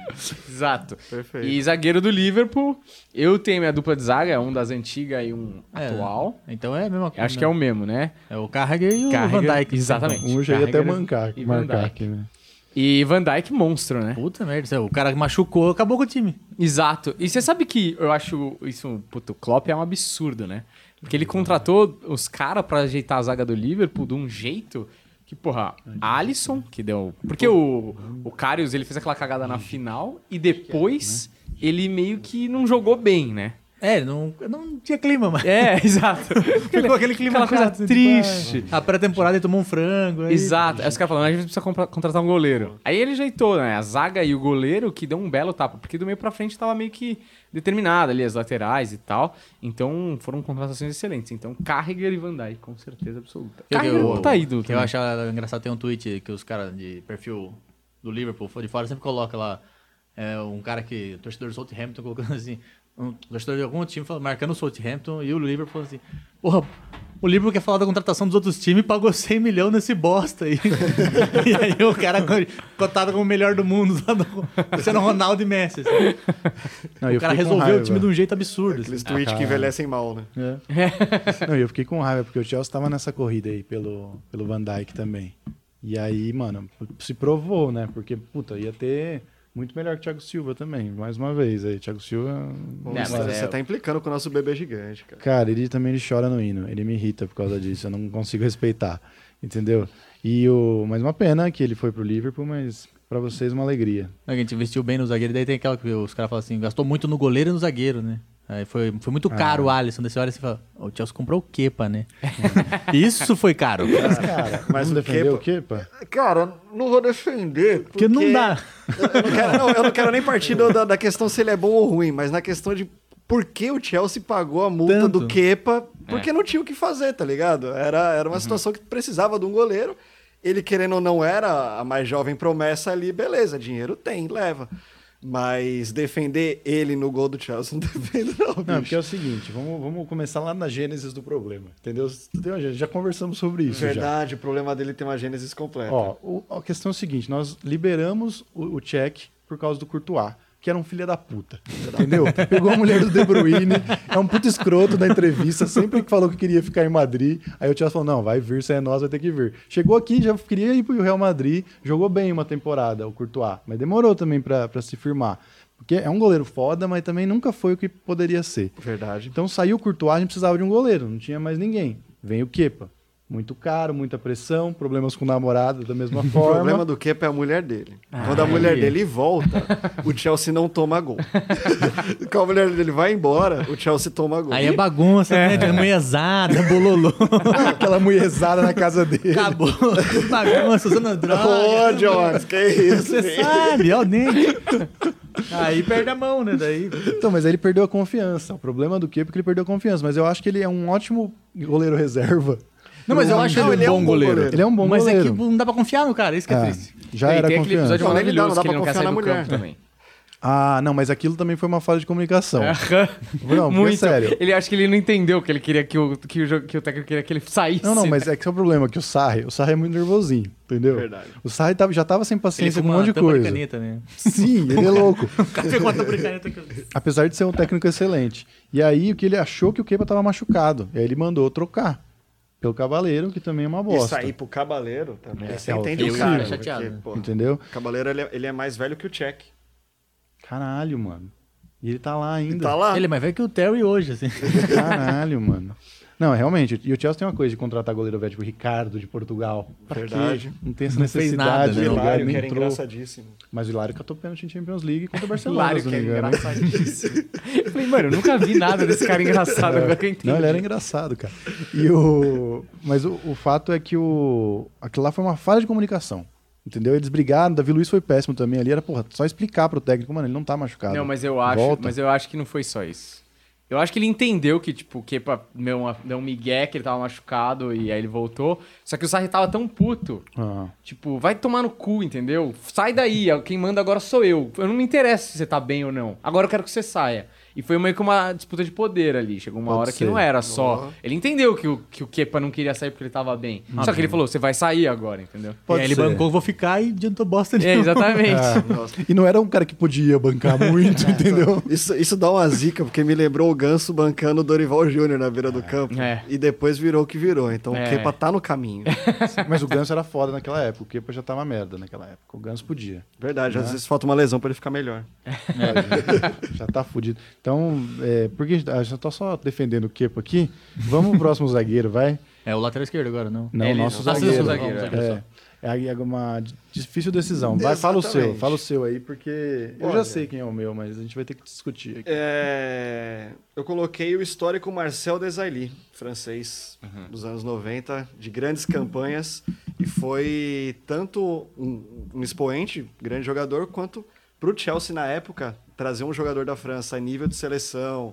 Exato.
Perfeito.
E zagueiro do Liverpool. Eu tenho minha dupla de zaga, um das antigas e um
É,
atual.
Então é a mesma coisa.
Acho que é o mesmo, né?
É o Carragher e o
Carragher-
Van Dijk. né?
Exatamente.
Um hoje ia até
Carragher
mancar,
e Van
marcar
Dijk.
aqui, né?
E Van Dijk, monstro, né?
Puta merda, isso é- o cara machucou, acabou com o time.
Exato. E você sabe que eu acho isso, puto, o Klopp é um absurdo, né? Porque ele contratou os caras pra ajeitar a zaga do Liverpool de um jeito que, porra, Alisson, que deu. Porque o, o Karius, ele fez aquela cagada
Uhum.
na final e depois
Né?
ele meio que não jogou bem, né?
É, não, não tinha clima, mas.
É, exato.
Ficou aquele clima
Aquela coisa
chato, tipo,
triste.
ah, A pré-temporada ele tomou um frango. aí-
Exato. Aí os caras falaram, a gente precisa compra- contratar um goleiro. Aí ele ajeitou, né? A zaga e o goleiro que deu um belo tapa, porque do meio pra frente tava meio que determinado ali, as laterais e tal. Então foram contratações excelentes. Então Carragher e Van Dijk, com certeza absoluta.
Que
Carragher
eu-
não tá ido.
que eu achava engraçado tem um tweet que os caras de perfil do Liverpool de fora sempre coloca lá é, um cara que o torcedor do Southampton colocando assim um torcedor de algum time fala- marcando o Southampton e o Liverpool falando assim porra o Liverpool quer falar da contratação dos outros times e pagou 100 milhões nesse bosta aí. e aí o cara co- cotado como o melhor do mundo, lá no- sendo Ronaldo e Messi. assim.
Não,
O
eu fiquei
cara
com
resolveu o
raiva.
time de um jeito absurdo. assim.
Aqueles
Ah,
tweets que envelhecem mal, né?
É. Não, e eu fiquei com raiva, porque o Chelsea tava nessa corrida aí pelo, pelo Van Dyke também. E aí, mano, se provou, né? Porque, puta, ia ter muito melhor que o Thiago Silva também, mais uma vez. Aí, Thiago Silva.
Bom,
mas
você,
é-
você tá implicando com o nosso bebê gigante, cara.
Cara, ele também ele chora no hino. Ele me irrita por causa disso. Eu não consigo respeitar. Entendeu? E o. Mas uma pena que ele foi pro Liverpool, mas pra vocês uma alegria.
Não, Né, que a gente investiu bem no zagueiro, daí tem aquela que os caras falam assim, gastou muito no goleiro e no zagueiro, né? Aí foi, foi muito caro o Alisson, daí você olha e você fala, o Chelsea comprou o Kepa, né? Isso foi caro.
Cara,
mas
não
o
defendeu o Kepa?
Cara, não vou defender.
Porque não dá.
Eu não quero, não, eu não quero nem partir do- da, da questão se ele é bom ou ruim, mas na questão de por que o Chelsea pagou a multa
Tanto.
do Kepa, porque não tinha o que fazer, tá ligado? Era, era uma situação que precisava de um goleiro. Ele, querendo ou não, era a mais jovem promessa ali, beleza, dinheiro tem, leva. Mas defender ele no gol do Chelsea não defendo, não.
Não, porque
bicho.
é o seguinte, vamos, vamos começar lá na gênesis do problema, entendeu? Tem uma gênese, Já conversamos sobre isso. já.
Verdade, o problema dele tem uma gênesis completa.
Ó, o- a questão é o seguinte: nós liberamos o, o check por causa do Courtois. que era um filho da puta. Entendeu? Pegou a mulher do De Bruyne, é um puto escroto na entrevista, sempre que falou que queria ficar em Madrid. Aí o Thiago falou: não, vai vir, você é nós, vai ter que vir. Chegou aqui, já queria ir pro Real Madrid, jogou bem uma temporada, o Courtois, mas demorou também pra pra se firmar. Porque é um goleiro foda, mas também nunca foi o que poderia ser.
Verdade.
Então saiu o Courtois, a gente precisava de um goleiro, não tinha mais ninguém. Vem o Kepa. Muito caro, muita pressão, problemas com o namorado da mesma
O
forma.
problema é do Kepa é a mulher dele. Quando a mulher dele volta, o Chelsea não toma gol. Quando a mulher dele vai embora, o Chelsea toma gol.
Aí é bagunça, né? De manhãzada, bololô.
Aquela mulherzada na casa dele.
Acabou. bagunça, usando droga.
Ô, Jones, que Ah, isso?
Você
hein?
sabe, ó, o dente. Aí perde a mão, né? Daí.
Então, mas ele perdeu a confiança. O problema do Kepa é que ele perdeu a confiança. Mas eu acho que ele é um ótimo goleiro reserva.
Não, mas eu acho ele, um bom goleiro.
Ele é um bom
mas
goleiro.
é que não dá pra confiar no cara, isso que é, triste.
Ah, Já era
tem aquele
confiança.
episódio
Não, nem dá,
maravilhoso
não dá
que ele
pra
não quer
confiar
sair
na
do
mulher.
campo também.
Ah, não, mas aquilo também foi uma falha de comunicação. não, porque é sério.
Ele acho que ele não entendeu que ele queria que o, que o, jo- que o técnico queria que ele saísse.
Não, não, mas
né?
é que esse é o problema, que o Sarri, o Sarri é muito nervosinho, entendeu?
Verdade.
O Sarri tava- já tava sem
Ele
paciência com
fuma
um monte de
tampa
coisa.
caneta, né?
Sim, ele é louco.
Pegou a tampa de caneta que eu-
Apesar de ser um técnico excelente. E aí, o que ele achou que o Kepa tava machucado. E aí ele mandou trocar. Pelo Cavaleiro, que também é uma
E
bosta.
sair pro Cabaleiro também.
Esse
Você
é
entende o
ofensivo.
cara.
Eu fico chateado,
porque,
né?
pô,
Entendeu?
o Cabaleiro ele é, ele é mais velho que o Check.
Caralho, mano. E ele tá lá ainda.
Tá lá.
Ele é mais velho que o Terry hoje, assim.
Caralho, mano. Não, realmente. E o Chelsea tem uma coisa de contratar goleiro velho, tipo Ricardo de Portugal. Pra
Verdade.
quê? Não tem essa
Não fez
necessidade.
nada, né?
o cara
Hilário,
nem
é que era
entrou.
engraçadíssimo.
Mas o Hilário catou pênalti em Champions League contra o Barcelona.
Hilário,
se
que
não
era
me engano.
engraçadíssimo. Eu Falei, mano, eu nunca vi nada desse cara engraçado, agora que eu entendi.
É. Não, ele era engraçado, cara. E o... Mas o, o fato é que o... aquilo lá foi uma falha de comunicação. Entendeu? Eles brigaram, Davi Luiz foi péssimo também ali. Era, porra, só explicar pro técnico, mano, ele não tá machucado.
Não, mas eu acho,
Volta.
mas eu acho que não foi só isso. Eu acho que ele entendeu que, tipo, o Kepa deu, uma, deu um migué, que ele tava machucado e aí ele voltou. Só que o Sarri tava tão puto.
Ah.
Tipo, vai tomar no cu, entendeu? Sai daí, quem manda agora sou eu. Eu não me interesso se você tá bem ou não. Agora eu quero que você saia. E foi meio que uma disputa de poder ali. Chegou uma
Pode
hora que
ser.
não era só. Ele entendeu que o, que o Kepa não queria sair porque ele tava bem. Só que ele falou, você vai sair agora, entendeu?
Ah, Pode
e aí ele
ser.
bancou, vou ficar e adiantou bosta
É,
nenhuma.
exatamente.
E não era um cara que podia bancar
É,
muito, entendeu?
Isso, isso dá uma zica, porque me lembrou o Ganso bancando o Dorival Júnior na beira do campo.
É.
E depois virou o que virou. Então
É.
o Kepa tá no caminho.
Mas o Ganso era foda naquela época. O Kepa já tava merda naquela época. O Ganso podia.
Verdade, às vezes falta uma lesão pra ele ficar melhor.
É.
Já tá fudido. Então, é, porque a gente- ah, já tô só defendendo o Kepa aqui. Vamos pro próximo zagueiro, vai?
É o lateral esquerdo agora, não.
Não,
É,
Ele-
nosso
nosso
zagueiro.
zagueiro,
zagueiro
é. É aí é uma di- difícil decisão. Vai, fala o seu.
Exatamente.
Fala o seu aí, porque eu já
Olha.
sei quem é o meu, mas a gente vai ter que discutir aqui.
É, Eu coloquei o histórico Marcel Desailly, francês, dos anos 90, de grandes campanhas, e foi tanto um, um expoente, grande jogador, quanto para o Chelsea na época, trazer um jogador da França a nível de seleção,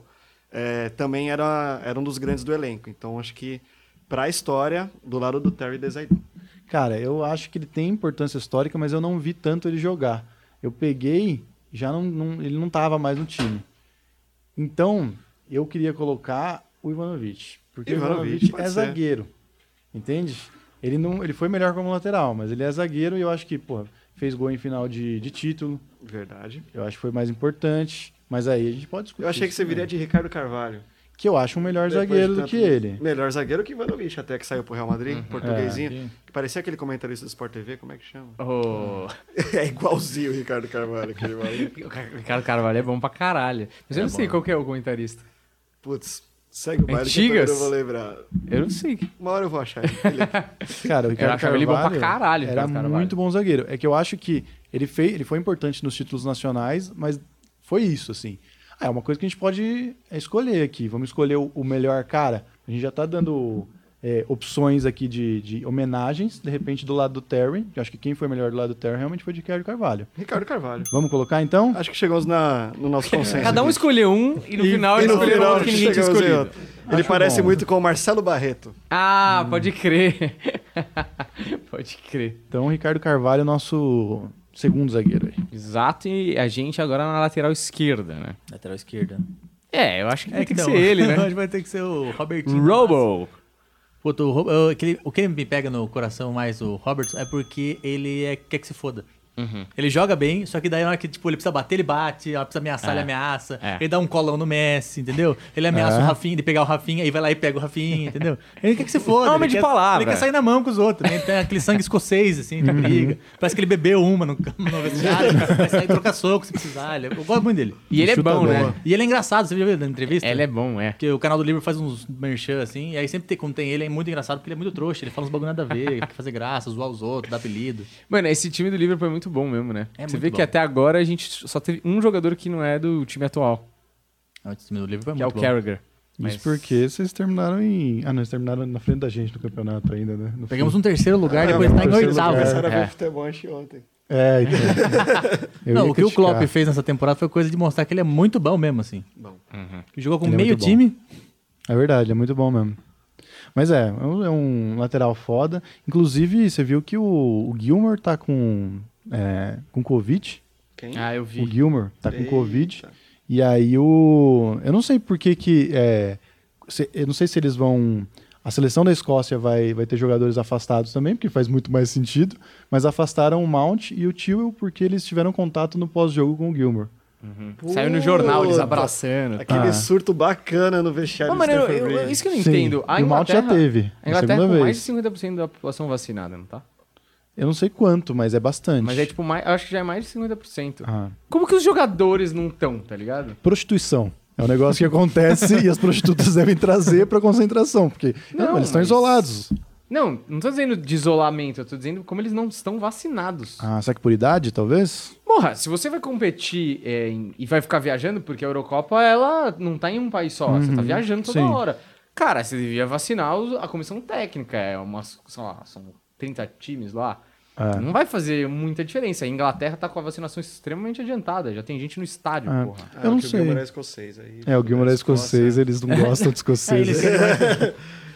é, também era, era um dos grandes do elenco. Então acho que para a história, do lado do Terry Desailly.
Cara, eu acho que ele tem importância histórica, mas eu não vi tanto ele jogar. Eu peguei, já não, não- ele não tava mais no time. Então, eu queria colocar o Ivanovic, porque o
Ivanovic,
Ivanovic
pode
é
ser.
zagueiro. Entende? Ele não, ele foi melhor como lateral, mas ele é zagueiro e eu acho que, pô, fez gol em final de, de título.
Verdade.
Eu acho que foi mais importante, mas aí a gente pode discutir.
Eu achei que
isso
você
também.
viria de Ricardo Carvalho.
que eu acho um melhor
Depois
zagueiro
de
do
tanto-
que ele.
Melhor zagueiro que Ivanovic, até que saiu pro Real Madrid,
Uhum.
portuguesinho.
sim.
que parecia aquele comentarista do Sport TV, como é que chama?
Ô,
é igualzinho o Ricardo Carvalho, aquele maluco.
O Car- Ricardo Carvalho é bom pra caralho. Mas eu não sei qual que é o comentarista.
Putz, segue o baile
Antigas?
que eu também não vou lembrar.
Eu não sei.
Uma hora eu vou achar. é Felipe.
Cara, o Ricardo
achava ele bom pra
Carvalho
caralho,
Era
Ricardo Carvalho.
muito bom zagueiro. É que eu acho que ele, fez, ele foi importante nos títulos nacionais, mas foi isso, assim. Ah, é uma coisa que a gente pode é, escolher aqui. Vamos escolher o, o melhor cara. A gente já tá dando é, opções aqui de, de homenagens, de repente, do lado do Terry. Eu acho que quem foi melhor do lado do Terry realmente foi o Ricardo Carvalho.
Ricardo Carvalho.
Vamos colocar então?
Acho que chegamos na, no nosso consenso.
Cada um
aqui.
escolheu um e no final
e
eles
no
escolheram
final
outro que ninguém tinha
chegamos em
escolhido.
outro. Ele
Acho
parece
bom.
muito com o Marcelo Barreto.
Ah, pode crer. pode crer.
Então, o Ricardo Carvalho, nosso segundo zagueiro aí.
Exato, e a gente agora na lateral esquerda, né?
Lateral esquerda.
É, eu acho que vai ter que
não.
ser ele, né?
Acho que vai ter que ser o Robertinho.
Robo.
Puta, o, Ro- eu- aquele- o que me pega no coração mais, o Robertson, é porque ele é quer que se foda.
Uhum.
Ele joga bem, só que daí na hora que tipo, ele precisa bater, ele bate, ela precisa ameaçar, ele ameaça.
É.
Ele dá um colão no Messi, entendeu? Ele ameaça
É.
o Rafinha, de pegar o Rafinha, aí vai lá e pega o Rafinha, entendeu? Ele quer que se foda.
É um homem
ele
de
quer-
palavra.
Ele quer sair na mão com os outros. Né? Tem aquele sangue escocês, assim,
Uhum.
na briga. Parece que ele bebeu uma no, no vestiário, vai sair trocar soco se precisar. Ele- Eu gosto muito dele.
E ele é
Chuta
bom,
bola.
né?
E ele é engraçado, você já viu na entrevista?
Ele é bom, é.
Porque o canal do Livro faz uns merchan assim, e aí sempre tem, quando tem ele é muito engraçado porque ele é muito trouxa, ele fala uns bagulho nada a ver, ele quer fazer graça, zoar os outros, dar apelido.
Mano, esse time do Liverpool é muito bom mesmo, né?
É
Você
muito
vê que
bom.
até agora a gente só teve um jogador que não é do time atual,
Ah, Esse time do Livro foi
que
muito
é o
bom.
Carragher. Mas-
Isso porque vocês terminaram em. Ah, não, vocês terminaram na frente da gente no campeonato ainda, né? No
Pegamos
fim.
um terceiro lugar, depois
é,
tá em
terceiro
oitavo.
lugar.
Começaram a
É.
ver futebol anteontem.
É, então. Eu
Não,
ia
o que o
criticar.
Klopp fez nessa temporada foi coisa de mostrar que ele é muito bom mesmo, assim.
Bom,
Que jogou com
Ele é
meio
muito bom.
time.
É verdade, é muito bom mesmo. Mas é, é um- é um lateral foda. Inclusive, você viu que o, o Gilmore tá com. É, com Covid.
quem?
Ah, eu
O
vi.
Gilmore tá com
Eita.
Covid. E aí o. Eu não sei por que que. é, se- eu não sei se eles vão. A seleção da Escócia vai, vai ter jogadores afastados também, porque faz muito mais sentido. Mas afastaram o Mount e o Tewell porque eles tiveram contato no pós-jogo com o Gilmore.
Saiu no jornal eles
Puta.
abraçando.
Aquele
Ah.
surto bacana no vestiário
Não,
do
Ah. mano, eu-
Stamford
eu-
Bridge.
isso que eu não
Sim,
entendo. A
e o Mount já
Inglaterra,
teve. é
a Inglaterra
segunda
É com
vez.
mais de 50% da população vacinada, não tá?
Eu não sei quanto, mas é bastante.
Mas é tipo, mais, eu acho que já é mais de 50%.
Ah,
Como que os jogadores não estão, tá ligado?
prostituição. É um negócio que acontece e as prostitutas devem trazer pra concentração, porque
Não,
não, eles estão
mas-
isolados.
Não, não tô dizendo de isolamento, eu tô dizendo como eles não estão vacinados.
Ah, será que por idade, talvez?
Porra, se você vai competir é, em- e vai ficar viajando, porque a Eurocopa ela não tá em um país só, você tá viajando toda
Uhum. sim.
hora. Cara, você devia vacinar os- a comissão técnica, é umas, sei lá, são 30 times lá.
É.
Não vai fazer muita diferença. A Inglaterra tá com a vacinação extremamente adiantada, já tem gente no estádio,
É.
porra.
Ah,
eu não
que O
sei.
Guimarães é escocês aí.
É, o Gilmore é escocês, eles não gostam de
Aí ele
escoceses.
quer mais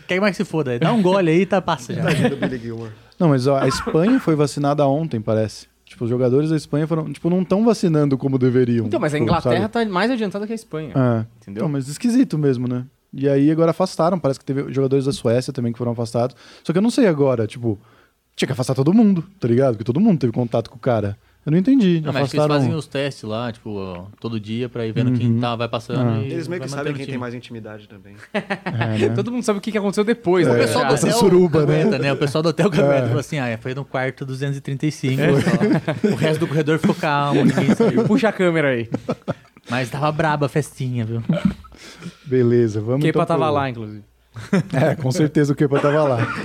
quer mais que se foda. Dá um gole aí e tá, passa já.
Tadinho do Billy Gilmore.
Não, mas ó, a Espanha foi vacinada ontem, parece. Tipo, os jogadores da Espanha foram, tipo, não estão vacinando como deveriam.
Então, mas a
tipo,
Inglaterra
sabe?
tá mais adiantada que a Espanha.
É.
Entendeu?
Então, mas esquisito mesmo, né? E aí agora afastaram, parece que teve jogadores da Suécia também que foram afastados. Só que eu não sei agora, tipo, tinha que afastar todo mundo, tá ligado? Porque todo mundo teve contato com o cara. Eu não entendi.
Não, mas acho que eles
afastaram. um.
fazem os testes lá, tipo, ó, todo dia pra ir vendo quem tá, vai passando.
Ah.
e
Eles meio que
vai mantendo
sabem
o
quem
time.
tem mais intimidade também.
É, né? É.
Todo mundo sabe o que que aconteceu depois, né?
O pessoal do
cara?
Essa
hotel
suruba, né?
aguenta, O pessoal do hotel que aguenta. Falou assim, ah, é, foi no quarto 235. só. O resto do corredor ficou calmo, ninguém saiu.
Puxa a câmera aí.
Mas tava braba a festinha, viu?
Beleza, vamos
Kepa
então
tava
pro-
lá, então. inclusive.
É, com certeza o Kepa tava lá.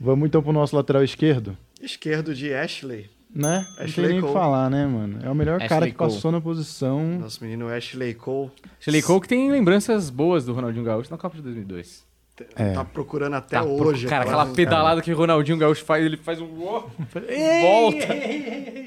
vamos então pro nosso lateral esquerdo,
Esquerdo de Ashley.
né? Não tem
Ashley
nem o que
Cole.
falar, né, mano? É o melhor
Ashley
cara que
Cole.
passou na posição.
Nosso menino Ashley Cole.
Shelley Cole que tem lembranças boas do Ronaldinho Gaúcho na Copa de 2002.
É.
Tá procurando até
Tá, por-
hoje. né?
Cara,
quase.
aquela pedalada que o Ronaldinho Gaúcho faz, ele faz um. uó,
Ei!
Volta!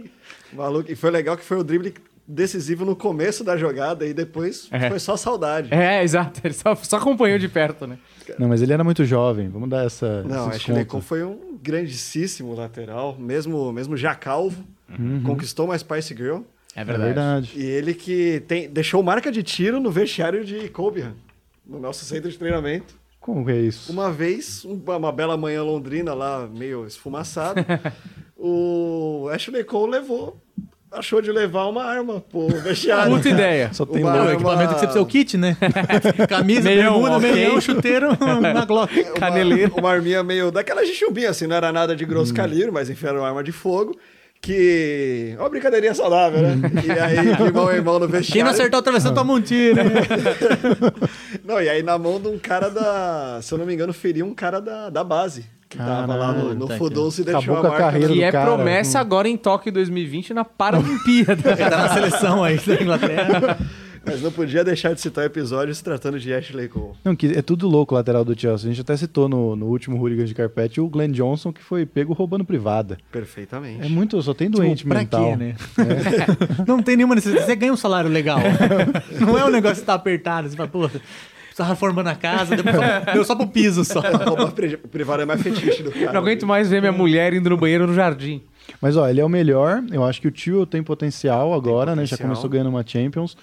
Maluco. E foi legal que foi o drible decisivo no começo da jogada e depois
É.
foi só saudade.
É, exato. Ele só, só acompanhou de perto, né?
Não, mas ele era muito jovem. Vamos dar essa.
Não,
esse
Ashley
desconto.
Cole foi um grandíssimo lateral, mesmo, mesmo já calvo,
Uhum.
conquistou uma Spice Girl.
É
É verdade.
E ele que tem, deixou marca de tiro no vestiário de Colbert, no nosso centro de treinamento.
Como que é isso?
Uma vez, uma, uma bela manhã londrina lá, meio esfumaçada, o Ashley Cole levou, achou de levar uma arma pro vestiário.
Puta ideia.
Só
o
tem
Bar-
Não,
louco.
o equipamento que você precisa é o kit, né? Camisa,
Meião,
bermuda,
ok.
meião, chuteiro, uma Glock.
Uma-
Caneleira.
Uma, arminha meio daquela de chumbinho, assim, não era nada de
Hum.
grosso calibre, mas enfiaram uma arma de fogo. Que. Ó, brincadeirinha saudável, né?
Hum.
E aí, de mão em mão no vestiário.
Quem não acertar o travessão toma um tiro.
Não, e aí na mão de um cara da. Se eu não me engano, feriu um cara da, da base. Que tava lá no, no
Caralho, tá
Fudouce e
aqui, ó.
deixou
Acabou com a
a marca.
carreira
no-
Que é
cara.
promessa agora em Tóquio 2020 na Paralimpíada.
Tá na seleção aí da Inglaterra.
Mas não podia deixar de citar o episódio se tratando de Ashley Cole.
Não, que é tudo louco o lateral do Chelsea. A gente até citou no, no último Hooligans de Carpete o Glenn Johnson, que foi pego roubando privada. É
Perfeitamente.
muito, só tem doente
pra
mental.
quê, né? Não tem nenhuma necessidade. Você ganha um salário legal. Não é um negócio que tá apertado. Você fala, pô, tava reformando a casa, depois só, deu só pro piso só.
Roubar pri- privado é mais fetiche do cara. né?
Não aguento mais ver minha mulher indo no banheiro no jardim.
Mas ó, ele é o melhor. Eu acho que o Tio tem potencial agora, né? Já
potencial.
começou ganhando uma Champions.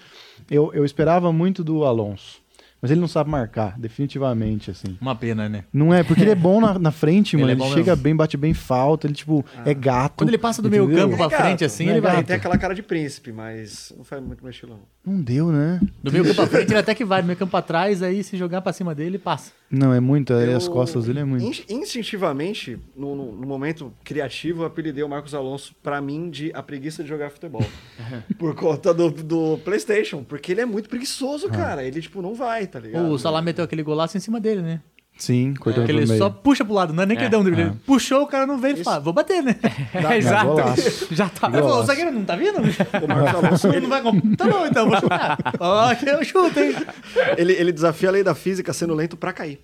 Eu, eu esperava muito do Alonso. Mas Mas ele não sabe marcar, definitivamente, assim.
Uma pena, né?
Não é, porque ele é bom na, na frente,
Ele
mano.
é
Ele,
bom
chega
mesmo. Ah.
bem, bate bem falta, ele, tipo, é gato.
Quando ele passa do meio
entendeu?
campo pra
É gato,
frente, assim,
né,
ele vai.
Ele tem aquela cara de príncipe, mas não faz muito meu estilo, não.
Não deu, né?
Do meio campo pra frente, ele até que vai. Do meio campo pra trás, aí se jogar pra cima dele, passa.
Não, é muito, é,
Eu-
as costas dele é muito.
in- Instintivamente, no, no- no momento criativo, eu apelidei o Marcos Alonso, pra mim, de a preguiça de jogar futebol. por conta do, do PlayStation. Porque ele é muito preguiçoso, cara. Ele, tipo, não vai, tá ligado?
O Salah meteu aquele golaço em cima dele, né?
Sim, cortou
Porque
pelo
ele
né? meio.
só puxa pro lado, não é nem que ele deu um drible. Ele puxou, o cara não veio e fala, vou bater, né?
É, exato.
golaço.
Já tá.
Ele falou, o zagueiro não tá vindo?
O Marcos Alonso,
Ele não vai comprar. Tá bom, então, vou chutar. Ó, que eu chuto, hein?
ele, ele desafia a lei da física sendo lento pra cair.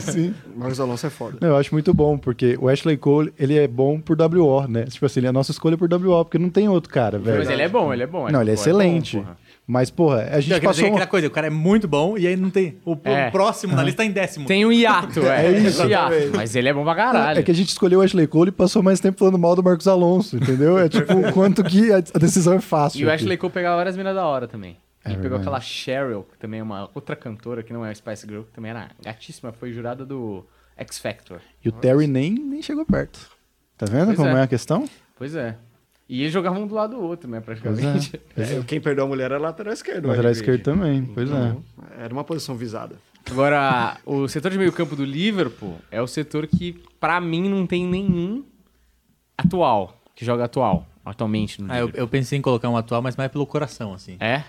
Sim.
O Marcos Alonso é foda.
Não, Eu acho muito bom, porque o Ashley Cole, ele é bom por WO, né? Tipo assim, ele é a nossa escolha por WO, porque não tem outro cara, velho.
Mas ele é bom, ele é bom.
Não, ele é
bom,
excelente.
bom, porra.
mas, porra, a
Não,
gente
quer dizer,
passou...
é
um-
aquela coisa, o cara é muito bom e aí não tem. O, o
É.
próximo na lista tá em décimo.
Tem um hiato, é.
É isso,
Tem um hiato, mas ele é bom pra caralho.
É que a gente escolheu o Ashley Cole e passou mais tempo falando mal do Marcos Alonso, entendeu? É tipo, o quanto que a a decisão é fácil.
E o
aqui.
Ashley Cole pegava várias minas da hora também. Ele pegou
É verdade.
aquela Cheryl, que também é uma outra cantora, que não é Spice Girl, que também era gatíssima, foi jurada do X Factor.
E o Terry nem, nem chegou perto. Tá vendo
Pois
como
é.
é. a questão?
Pois é. E eles jogavam um do lado do outro, né, praticamente.
É, quem perdeu a mulher era lateral esquerdo.
Lateral
Eric Reid.
esquerdo também, pois é.
Então, Era uma posição visada.
Agora, o setor de meio campo do Liverpool é o setor que, pra mim, não tem nenhum atual, que joga atual, atualmente no
Ah, eu,
Liverpool.
eu pensei em colocar um atual, mas mais pelo coração, assim.
É?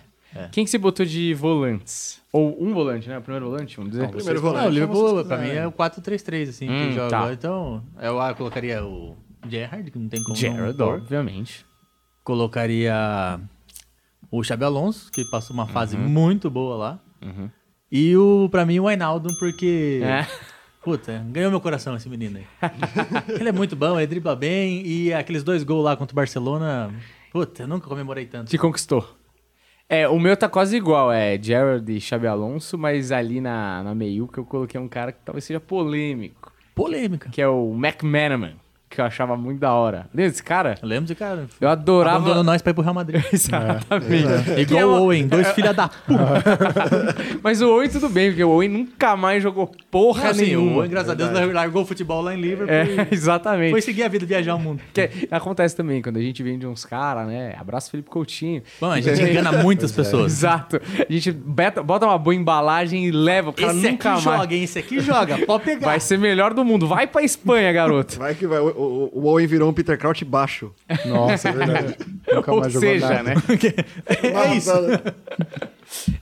Quem que você botou de volantes? Ou um volante, né? O primeiro volante, vamos dizer.
Primeiro
Não, Ah, o
volante.
Liverpool, pra mim, é o 4-3-3, assim,
Hum,
que joga.
tá.
Então, eu, ah, eu colocaria o Gerrard, que não tem como.
Gerard,
não pôr.
obviamente.
Colocaria o Xabi Alonso, que passou uma fase
Uhum.
muito boa lá. E o, pra mim, o Ainaldo, porque.
É.
Puta, ganhou meu coração esse menino aí. ele é muito bom, ele dribla bem. E aqueles dois gols lá contra o Barcelona. Puta, eu nunca comemorei tanto.
Te conquistou. É, o meu tá quase igual, é Gerard e Xabi Alonso, mas ali na, na meiuca eu coloquei um cara que talvez seja polêmico,
Polêmica.
que é o McManaman, que eu achava muito da hora. Lembra desse cara?
Eu lembro de cara.
Eu
Abandonou
adorava...
nós pra ir pro Real Madrid.
Exatamente. Que
Igual
é
o
uma-
Owen, dois filha da puta.
Mas o Owen tudo bem, porque o Owen nunca mais jogou porra
Assim, o
nenhuma.
Owen, graças a Deus, largou o futebol lá em Liverpool
É,
e
exatamente.
foi seguir a vida, viajar o mundo.
Que
é.
acontece também, quando a gente vem de uns caras, né? Abraço Felipe Coutinho.
Bom, a
é.
gente engana muitas pessoas.
Exato. A gente beta- bota uma boa embalagem e leva. O cara
Esse aqui
nunca mais.
joga, hein? Esse aqui joga, pode pegar.
Vai ser melhor do mundo. Vai pra Espanha, garoto.
Vai que vai. O, o- o Owen virou um Peter Crouch baixo.
Nossa, é verdade. Nunca
Ou
mais jogou
seja,
nada.
né?
é isso.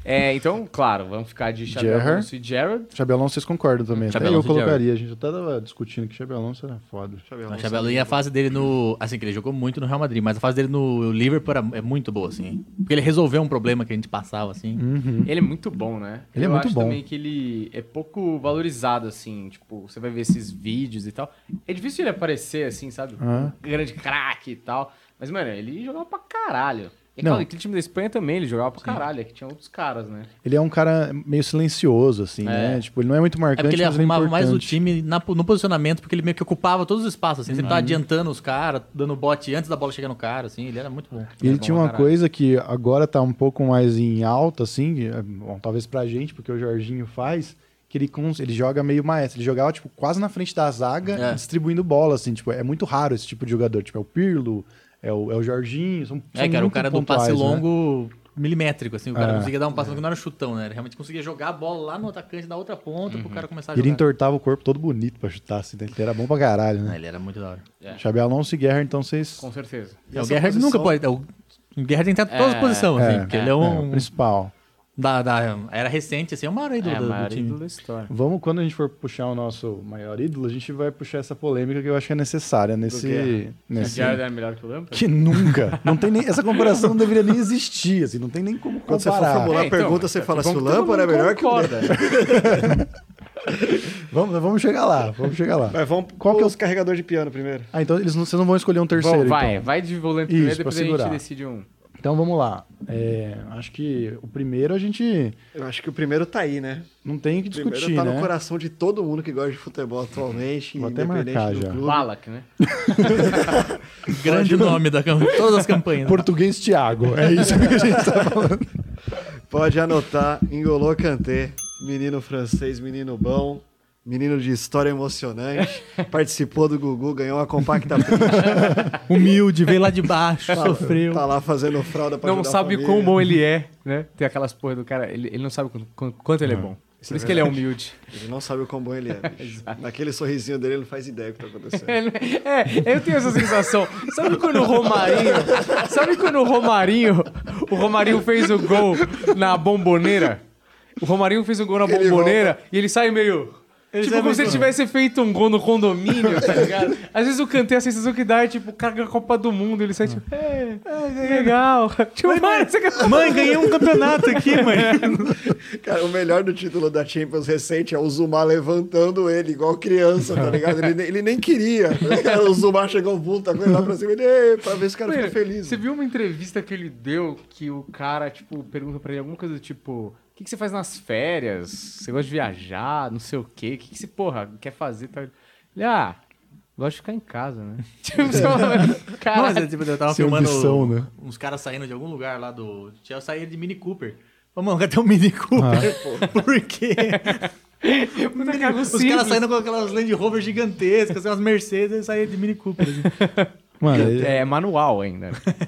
É, então, claro, vamos ficar de Xabi
Gerrard.
Alonso e Gerard.
Xabi Alonso, vocês concordam também. Até
Xabi
eu
Alonso e
colocaria. A gente até tava discutindo que Xabi Alonso era foda.
Xabi
O
Alonso.
Xabi Alonso, e a fase dele no... Assim, que ele jogou muito no Real Madrid, mas a fase dele no Liverpool era- é muito boa, assim. Porque ele resolveu um problema que a gente passava, assim.
Hum, Uhum.
Ele é muito bom, né?
Ele é
eu
muito
acho
bom.
também que ele é pouco valorizado, assim. Tipo, você vai ver esses vídeos e tal. É difícil ele aparecer, assim, sabe?
Ah.
Grande craque e tal. Mas, mano, ele jogava pra caralho. E
Não.
aquele, aquele time da Espanha também, ele jogava pra caralho. É que tinha outros caras, né?
Ele é um cara meio silencioso, assim, né? Tipo, ele não é muito
É
marcante,
porque ele
mas ele é
arrumava mais o
importante.
time na- no posicionamento, porque ele meio que ocupava todos os espaços, assim. Sempre
Uhum.
tava adiantando os caras, dando bote antes da bola chegar no cara, assim. Ele era muito bom.
E ele
bom
tinha
pra
uma
caralho.
coisa que agora tá um pouco mais em alta, assim, que, é, bom, talvez pra gente, porque o Jorginho faz, que ele, cons- ele joga meio maestro. Ele jogava, tipo, quase na frente da zaga,
É.
distribuindo bola, assim, tipo, é muito raro esse tipo de jogador. Tipo, é o Pirlo, é o, é o Jorginho, são,
É,
são
cara, o
muito
cara do
pontuais,
passe
né?
longo milimétrico, assim. O cara
É.
conseguia dar um passe longo que não era chutão, né? Ele realmente conseguia jogar a bola lá no atacante, na outra ponta, pro cara começar a
E ele
jogar.
entortava o corpo todo bonito pra chutar, assim, né? ele era bom pra caralho,
Ah,
né?
ele era muito da hora.
É.
Xabi Alonso e Guerra, então vocês...
Com certeza.
E
É, o
essa
Gerrard
posição-
nunca pode... é, O o Gerrard tem que estar em todas
É,
as posições, assim.
é,
Porque ele é
é,
um...
o principal.
da, da- era recente, assim, é o maior ídolo
é,
do, do
maior
time.
ídolo da história.
Vamos, quando a gente for puxar o nosso maior ídolo, a gente vai puxar essa polêmica que eu acho que é necessária nesse...
Guerra.
O
nesse...
Gerard era melhor que o Lampard?
Que nunca. Não tem nem, essa comparação não deveria nem existir, assim, não tem nem como
Quando você for
comparar.
formular
É,
a
então,
pergunta,
mas
você
é
fala
bom
se o
que todo
Lampard é
mundo
melhor que o
concorda.
Vamos, vamos chegar lá, vamos chegar lá.
Mas vamos
Qual
Qual
que é o-
os carregadores de piano primeiro.
Ah, então eles não, vocês não vão escolher um terceiro,
Bom, vai,
então.
vai de volante
Isso,
primeiro,
pra
depois a gente
segurar.
decide um.
Então vamos lá. É, acho que o primeiro a gente
Eu acho que o primeiro tá aí, né?
não tem o que
O primeiro
discutir,
tá
né?
no coração de todo mundo que gosta de futebol atualmente,
Vou até
independente
marcar
do
já.
clube.
Balak, né?
Grande nome da campanha. Todas as campanhas. né?
Português Thiago, é isso que a gente tá falando.
Pode anotar, Engolô Kanté, menino francês, menino bom, menino de história emocionante, participou do Gugu, ganhou uma compacta print,
Humilde, veio lá de baixo,
tá,
sofreu.
tá lá fazendo fralda pra
não
ajudar a
sabe
família.
quão bom ele é, né? Tem aquelas porra do cara, ele, ele não sabe qu- qu- quanto ele é bom. Por isso que ele é humilde.
Ele não sabe o quão bom ele é, bicho. Naquele sorrisinho dele, ele não faz ideia do que tá acontecendo.
Ele- é, eu tenho essa sensação. Sabe quando o Romarinho. Sabe quando o Romarinho. O Romarinho fez o gol na bomboneira? O Romarinho fez o gol na
Ele
bomboneira e ele sai meio. tipo,
sai
como
meio
se ele
como?
tivesse feito um gol no condomínio, tá ligado? Às vezes o Kanté, a sensação que dá é tipo, o cara ganha a Copa do Mundo, ele sai tipo, é, legal. Tipo, mano, você ganhou.
Mãe, ganhei um campeonato aqui, mãe.
Cara, o melhor do título da Champions recente é o Zuma levantando ele, igual criança, tá ligado? Ele, nem- ele nem queria. tá ligado? O Zuma chegou puta, foi lá pra cima ele, "Ê", pra ver se o cara
Mano,
fica feliz.
Você viu uma entrevista que ele deu que o cara, tipo, pergunta pra ele alguma coisa do tipo: o que, que você faz nas férias? Você gosta de viajar? Não sei o quê. O que, que você, porra, quer fazer? tal?" Ele, ah, gosto de ficar em casa, né? tipo, você fala, "Caralho."
Nossa, tipo, eu tava
Sem
filmando
ambição, né?
uns caras saindo de algum lugar lá do. Eu saí de Mini Cooper. Ô, mano, cadê o
Ah.
Mini Cooper? Por quê?
Puta, que algo
Os
simples.
caras saindo com aquelas Land Rover gigantescas, umas Mercedes, eu saí de Mini Cooper. assim.
Mano, é,
É manual ainda.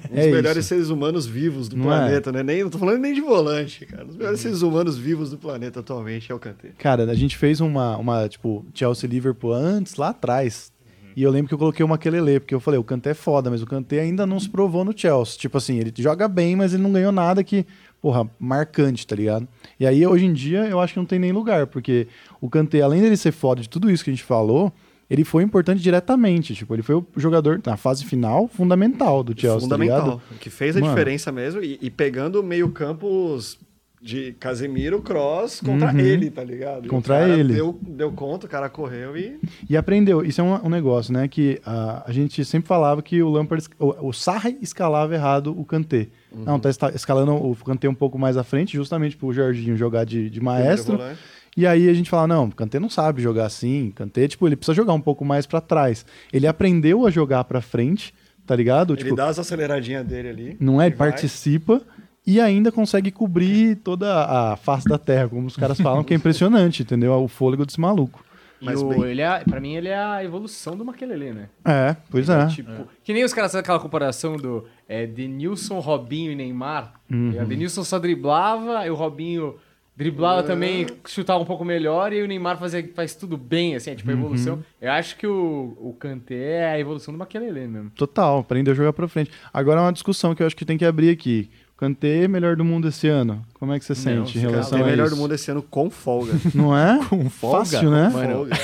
Um
é
dos melhores
isso.
seres humanos vivos do
Não é?
planeta, né? Nem, não tô falando nem de volante, cara. Um dos melhores seres humanos vivos do planeta atualmente é o Kanté.
Cara, a gente fez uma, uma tipo, Chelsea e Liverpool antes, lá atrás. E eu lembro que eu coloquei uma quelele, porque eu falei, o Kanté é foda, mas o Kanté ainda não se provou no Chelsea. Tipo assim, ele joga bem, mas ele não ganhou nada que, porra, marcante, tá ligado? E aí, hoje em dia, eu acho que não tem nem lugar, porque o Kanté, além dele ser foda de tudo isso que a gente falou, ele foi importante diretamente. Tipo, ele foi o jogador, na fase final, fundamental do Chelsea, tá ligado?
Fundamental. que fez a
Mano.
diferença mesmo. E, e pegando meio campos de Casemiro, Cross contra ele, tá ligado? E o
Uhum. Contra
cara
ele.
Deu, deu conta, o cara correu e
E aprendeu. Isso é um, um negócio, né? Que ah, a gente sempre falava que o Lampard, es- o, o Sarri escalava errado o Kanté.
Uhum.
Não, tá esta- escalando o Kanté um pouco mais à frente, justamente pro Jorginho jogar de, de maestro.
volante.
E aí a gente fala, não, o Kanté não sabe jogar assim. Kanté, tipo, ele precisa jogar um pouco mais pra trás. Ele aprendeu a jogar pra frente, tá ligado?
ele
tipo,
dá as aceleradinhas dele ali.
não é?
e
Ele
vai.
participa e ainda consegue cobrir toda a face da terra, como os caras falam, que é impressionante, entendeu? O fôlego desse maluco.
E
Mas
o-
bem-
ele é, pra mim, ele é a evolução do Maquelele, né?
É, pois
um
é.
Tipo, que nem os caras fazem aquela comparação do é, Denilson, Robinho e Neymar.
Uhum.
É, O Denilson só driblava, e o Robinho driblava também, chutava um pouco melhor, e o Neymar fazia, faz tudo bem, assim, é
Uhum.
tipo a evolução. Eu acho que o, o Kanté é a evolução do Maquelele mesmo.
Total, aprendeu a jogar pra frente. Agora é uma discussão que eu acho que tem que abrir aqui. Kantê melhor do mundo esse ano. Como é que você sente em
Cara,
relação
tem
a
melhor
isso?
do mundo esse ano com folga.
Não é? Com folga? Fácil, né?
folga.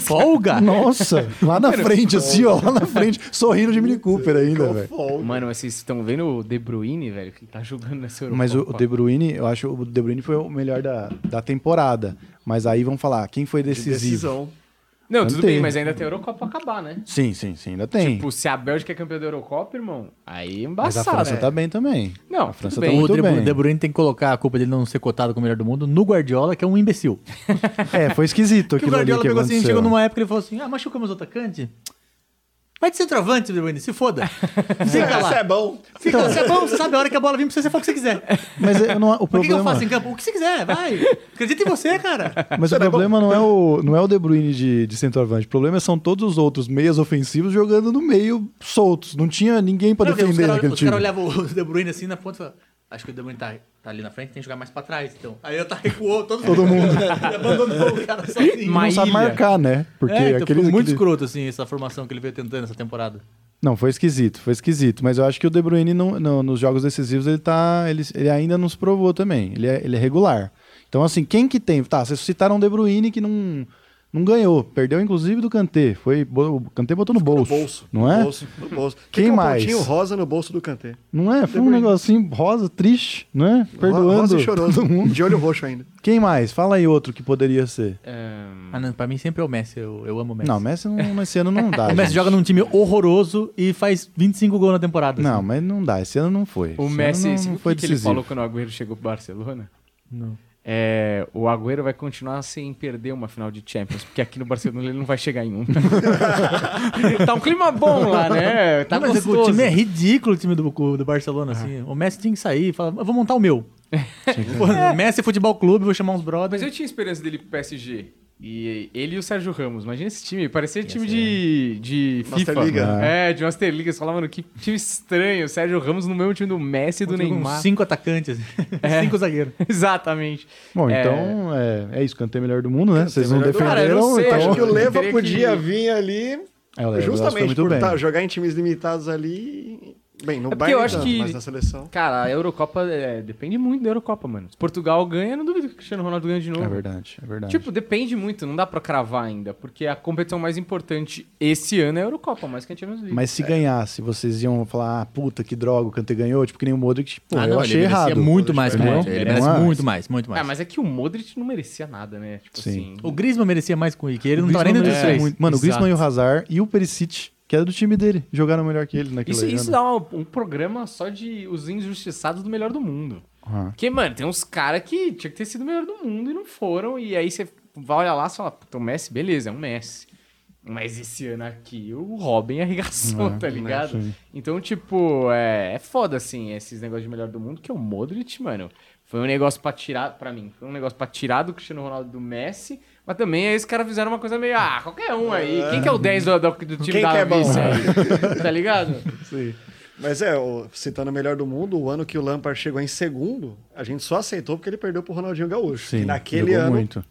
Folga?
Nossa, lá na frente, assim, ó, lá na frente, sorrindo de Mini Cooper ainda,
com
velho.
folga.
Mano, mas vocês estão vendo o De Bruyne, velho, que tá jogando nessa Europa.
Mas o, o De Bruyne, eu acho que o De Bruyne foi o melhor da, da temporada. Mas aí vamos falar, quem foi
De
decisivo?
decisão.
Não, tudo
Kanté.
bem, mas ainda tem a Eurocopa pra acabar, né?
Sim, sim, sim, ainda tem.
Tipo, se a Bélgica é campeã da Eurocopa, irmão, aí é
mas a
embaçado.
França
né?
tá bem também.
Não,
a França
tudo
tá
bem.
muito
o De,
bem.
De Bruyne tem que colocar a culpa dele não ser cotado como o melhor do mundo no Guardiola, que é um imbecil.
É, foi esquisito
Porque o
aquilo ali que
Guardiola pegou
aconteceu.
assim, chegou numa época e ele falou assim: ah, machucamos o atacante? Vai de centroavante, De Bruyne, se foda. Fica
Isso é
lá.
bom.
Fica lá. Você é bom, você sabe a hora que a bola vem pra você, você fala o que você quiser.
Mas eu não, o
Mas o que, que eu
problema...
faço em campo? O que você quiser, vai. Acredita em você, cara.
Mas o problema não é o, não é o De Bruyne de, de centroavante. O problema é são todos os outros meias ofensivos jogando no meio soltos. Não tinha ninguém pra
Não, porque os
defender
caras
naquele
os cara
time.
olhavam o De Bruyne assim na ponta e falavam, acho que o De Bruyne tá, tá ali na frente, tem que jogar mais pra trás, então. Aí eu tá recuou, todo,
Todo mundo.
Ele abandonou o cara sozinho.
Não
Mas-
sabe
ilha.
marcar, né? Porque
é, então
aquele,
foi muito
aquele-
escroto, assim, essa formação que ele veio tentando essa temporada.
Não, foi esquisito, foi esquisito. Mas eu acho que o De Bruyne não- não- nos jogos decisivos ele tá. Ele, ele ainda não se provou também. Ele é, ele é regular. Então, assim, quem que tem? Tá, vocês citaram o De Bruyne que não, não ganhou. Perdeu, inclusive, do Kanté. Foi, bo- o Kanté botou no bolso,
Bolso.
Não é?
Bolso, no bolso. Que
Quem
que é um
mais?
pontinho rosa no bolso do Kanté.
Não é? Foi um
Bruyne.
negocinho rosa, triste, não é? Perdoando
Rosa e choroso.
todo mundo.
De olho roxo ainda.
Quem mais? Fala aí outro que poderia ser.
É Ahn,
Ah, não, pra mim sempre é o Messi, eu, eu amo o Messi.
Não, Messi não, esse ano não dá.
o Messi
gente.
joga num time horroroso e faz 25 gols na temporada. assim.
Não, mas não dá. Esse ano não foi.
O
Esse
Messi,
ano
você viu o
não, não
que
foi
que ele falou
decisivo.
quando o Agüero chegou pro Barcelona?
Não.
É, o Agüero vai continuar sem perder uma final de Champions, porque aqui no Barcelona ele não vai chegar em um. tá um clima bom lá, né? Tá
Não, mas é que
gostoso.
o time é ridículo, o time do, do Barcelona, assim. O Messi tinha que sair e falar, eu vou montar o meu. Pô, Messi Futebol Clube, vou chamar uns
Mas
brothers.
eu tinha esperança dele pro PSG. E ele e o Sérgio Ramos. Imagina esse time. Parecia time
um
de, de
Master
FIFA.
Liga.
É, de Master League. Você falava, mano, que time estranho. O Sérgio Ramos no mesmo time do Messi e do
Um time com
Neymar. É.
Cinco atacantes, cinco zagueiros.
Exatamente.
Bom,
É.
então é, é isso. Cantei melhor do mundo, né? Vocês não
É melhor do-
Cara,
defenderam.
eu não sei,
Eu acho
então...
que o Leva
teria que-
podia vir ali
É, o Leva foi
justamente
muito
por
bem.
tá- jogar em times limitados ali. Bem, no
É porque
Bayern
eu acho
tanto,
que-
mas na seleção.
Cara, a Eurocopa é, depende muito da Eurocopa, mano. Se Portugal ganha, eu não duvido que o Cristiano Ronaldo ganhe de novo.
É verdade, é verdade.
Tipo, depende muito, não dá pra cravar ainda, porque a competição mais importante esse ano é a Eurocopa, mais que a Champions League.
Mas se ganhasse, vocês iam falar, ah, puta, que droga, o Kanté ganhou, tipo, que nem o Modric, pô,
Ah,
eu
não,
achei
ele merecia
errado.
muito mais que o
Não,
Modric. Ele
não
merece
é.
muito mais, muito mais.
Ah, mas é que o Modric não merecia nada, né? Tipo
Sim.
assim.
O Griezmann merecia mais com o Ike, ele
O
não tá nem
Griezmann
dentro dos
merecia
três.
muito. Mano,
Exato.
o Griezmann e o Hazard e o Perisic, que era do time dele, jogaram melhor que ele naquele
Isso, isso
ano.
dá um, um programa só de os injustiçados do melhor do mundo.
Aham.
Porque, mano, tem uns caras que tinha que ter sido o melhor do mundo e não foram. E aí você vai olhar lá e fala, puta, o Messi, beleza, é um Messi. Mas esse ano aqui o Robin
É,
arregaçou, tá ligado? Então, tipo, é, é foda, assim, esses negócios de melhor do mundo, que é o Modric, mano, foi um negócio pra tirar, pra mim, foi um negócio pra tirar do Cristiano Ronaldo e do Messi, mas também aí os caras fizeram uma coisa meio, ah, qualquer um aí, quem que é o 10 do, do, do time
Quem
da
que é bom?
vice aí? tá ligado?
Mas é, o- citando o melhor do mundo, o ano que o Lampard chegou em segundo, a gente só aceitou porque ele perdeu pro Ronaldinho Gaúcho.
Sim,
que naquele
jogou
ano
muito.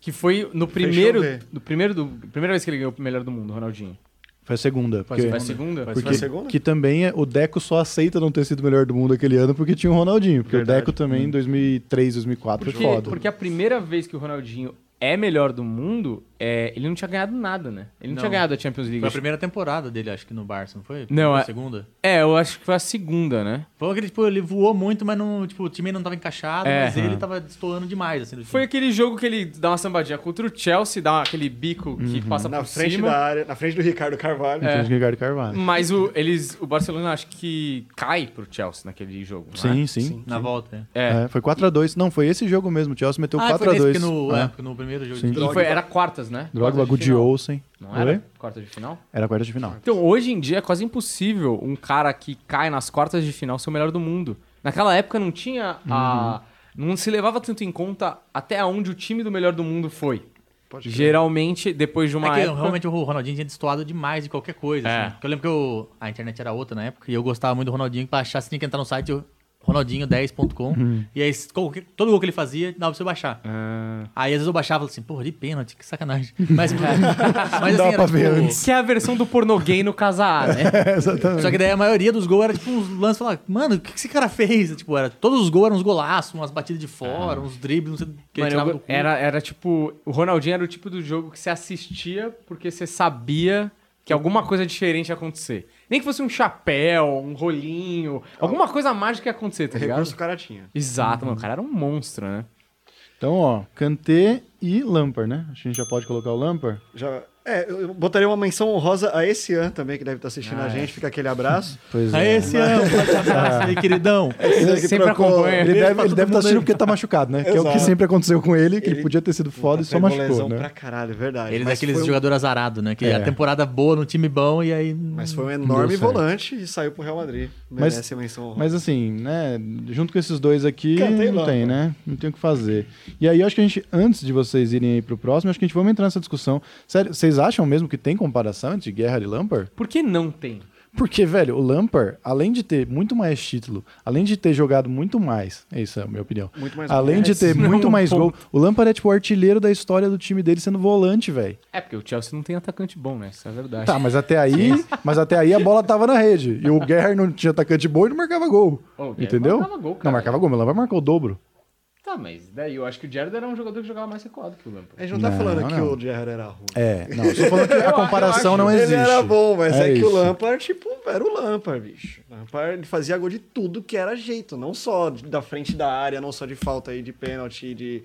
Que foi no primeiro,
ver.
no primeiro do, primeira vez que ele ganhou o melhor do mundo, Ronaldinho.
Foi a segunda.
Foi,
porque-
foi a segunda?
Foi a
Porque,
segunda?
que também é- o Deco só aceita não ter sido o melhor do mundo aquele ano porque tinha o Ronaldinho. Porque
Verdade.
o Deco também, em 2003, 2004, foi
Porque,
foda.
porque a primeira vez que o Ronaldinho é melhor do mundo, é, ele não tinha ganhado nada, né? Ele não,
Não.
tinha ganhado a Champions League.
Foi a
acho-
primeira temporada dele, acho que no Barça, não foi?
Não,
Foi
é-
a segunda.
É, eu acho que foi a segunda, né?
Foi aquele, tipo, ele voou muito, mas não, tipo, o time não tava encaixado,
É.
mas ele tava destoando demais, assim, do time.
Foi aquele jogo que ele dá uma sambadinha contra o Chelsea, dá aquele bico que
Uhum.
passa
na
Tá por
frente
cima. É.
da área, na frente do Ricardo Carvalho.
Tinha o Ricardo Carvalho.
Mas o, eles, o Barcelona acho que cai pro Chelsea naquele jogo. não é?
Sim, sim.
na volta, né?
É.
É, foi 4x2. Não, foi esse jogo mesmo. O Chelsea meteu
Ah, foi
4x2.
nesse que no, é,
É.
porque no primeiro jogo.
Sim.
de-
E foi, era quartas, né?
Drogba,
Quartas de
Good
final.
Olsen.
Não era?
Oi?
Quartas de final?
Era a quarta de final.
Então, hoje em dia é quase impossível um cara que cai nas quartas de final ser o melhor do mundo. Naquela época não tinha a.
Uhum.
Não se levava tanto em conta até onde o time do melhor do mundo foi.
Pode crer.
Geralmente, depois de
É
uma
que
época.
realmente o Ronaldinho tinha destoado demais de qualquer coisa.
É.
assim. Porque eu lembro que eu- a internet era outra na época e eu gostava muito do Ronaldinho. Pra achar, você tinha que entrar no site ronaldinho10.com. E aí, qualquer- todo gol que ele fazia, dava pra você baixar.
Ah.
Aí, às vezes, eu baixava e falava assim, porra, de pênalti, que sacanagem. Mas, assim, tipo, mas
dava pra ver
né?
antes.
Que é a versão do pornô gay no casa A, né?
Exatamente.
Só que daí a maioria dos gols era tipo uns lances falava, mano, o que, que esse cara fez? Tipo, era, todos os gols eram uns golaços, umas batidas de fora, uns dribles, não sei o que
Mano,
ele tirava
eu-
do cu.
era, era tipo. O Ronaldinho era o tipo do jogo que você assistia porque você sabia que alguma coisa diferente ia acontecer. Nem que fosse um chapéu, um rolinho, alguma coisa mágica ia acontecer, tá ligado?
Recurso o cara tinha.
Exato, mano. O cara era um monstro, né?
Então, ó, Kanté e Lampard, né? Acho que a gente já pode colocar o Lampard.
Já... É, eu botaria uma menção honrosa a esse ano também, que deve estar assistindo a gente. Fica aquele abraço.
Pois é.
Aí É esse ano, forte abraço aí, queridão.
Esse que
sempre
trocou-
acompanha.
Ele
Beijo
deve,
pra
ele
todo
deve estar
mundo aí.
assistindo porque tá machucado, né? Que é o que
Exato.
sempre aconteceu com ele, que ele,
Ele-
podia ter sido foda e só
Pegou
machucou,
lesão
né?
pra caralho, é verdade.
Ele é
Mas
daqueles
foi um-
jogador azarado, né? Que
É.
a temporada boa no time bom e aí...
Mas foi um enorme
deu certo.
volante e saiu pro Real Madrid.
Mas-
Merece a menção honrosa.
Mas assim, né, junto com esses dois aqui,
Cantei
não
lá,
tem,
pô.
né? Não tem o que fazer. E aí, eu acho que a gente, antes de vocês irem aí pro próximo, acho que a gente vamos entrar nessa discussão. Sério, vocês acham mesmo que tem comparação entre Guerra e Lampard?
Por que não tem?
Porque, velho, o Lampard, além de ter muito mais título, além de ter jogado muito mais, é isso é a minha opinião.
Muito mais
além
gol.
de ter
Esse não é
muito
um
mais gol, o Lampard é tipo o artilheiro da história do time dele sendo volante, velho.
É, porque o Chelsea não tem atacante bom, né? Isso é verdade.
Tá, mas até aí, mas até aí a bola tava na rede. E o Guerra não tinha atacante bom e não marcava gol.
Ô, o Guerra
entendeu?
marcava gol, cara.
Não marcava gol, mas lá marcou o dobro.
Tá, mas daí eu acho que o Jared era um jogador que jogava mais recuado que o
A
Lampard.
gente não tá
Não,
falando que
não.
o Gerrard era ruim.
É, não, eu tô falando que a comparação não existe.
Ele era bom, mas é, que o
isso.
Lampard, tipo, era o Lampard, bicho. O Lampard ele fazia gol de tudo que era jeito, não só de- da frente da área, não só de falta aí de pênalti, de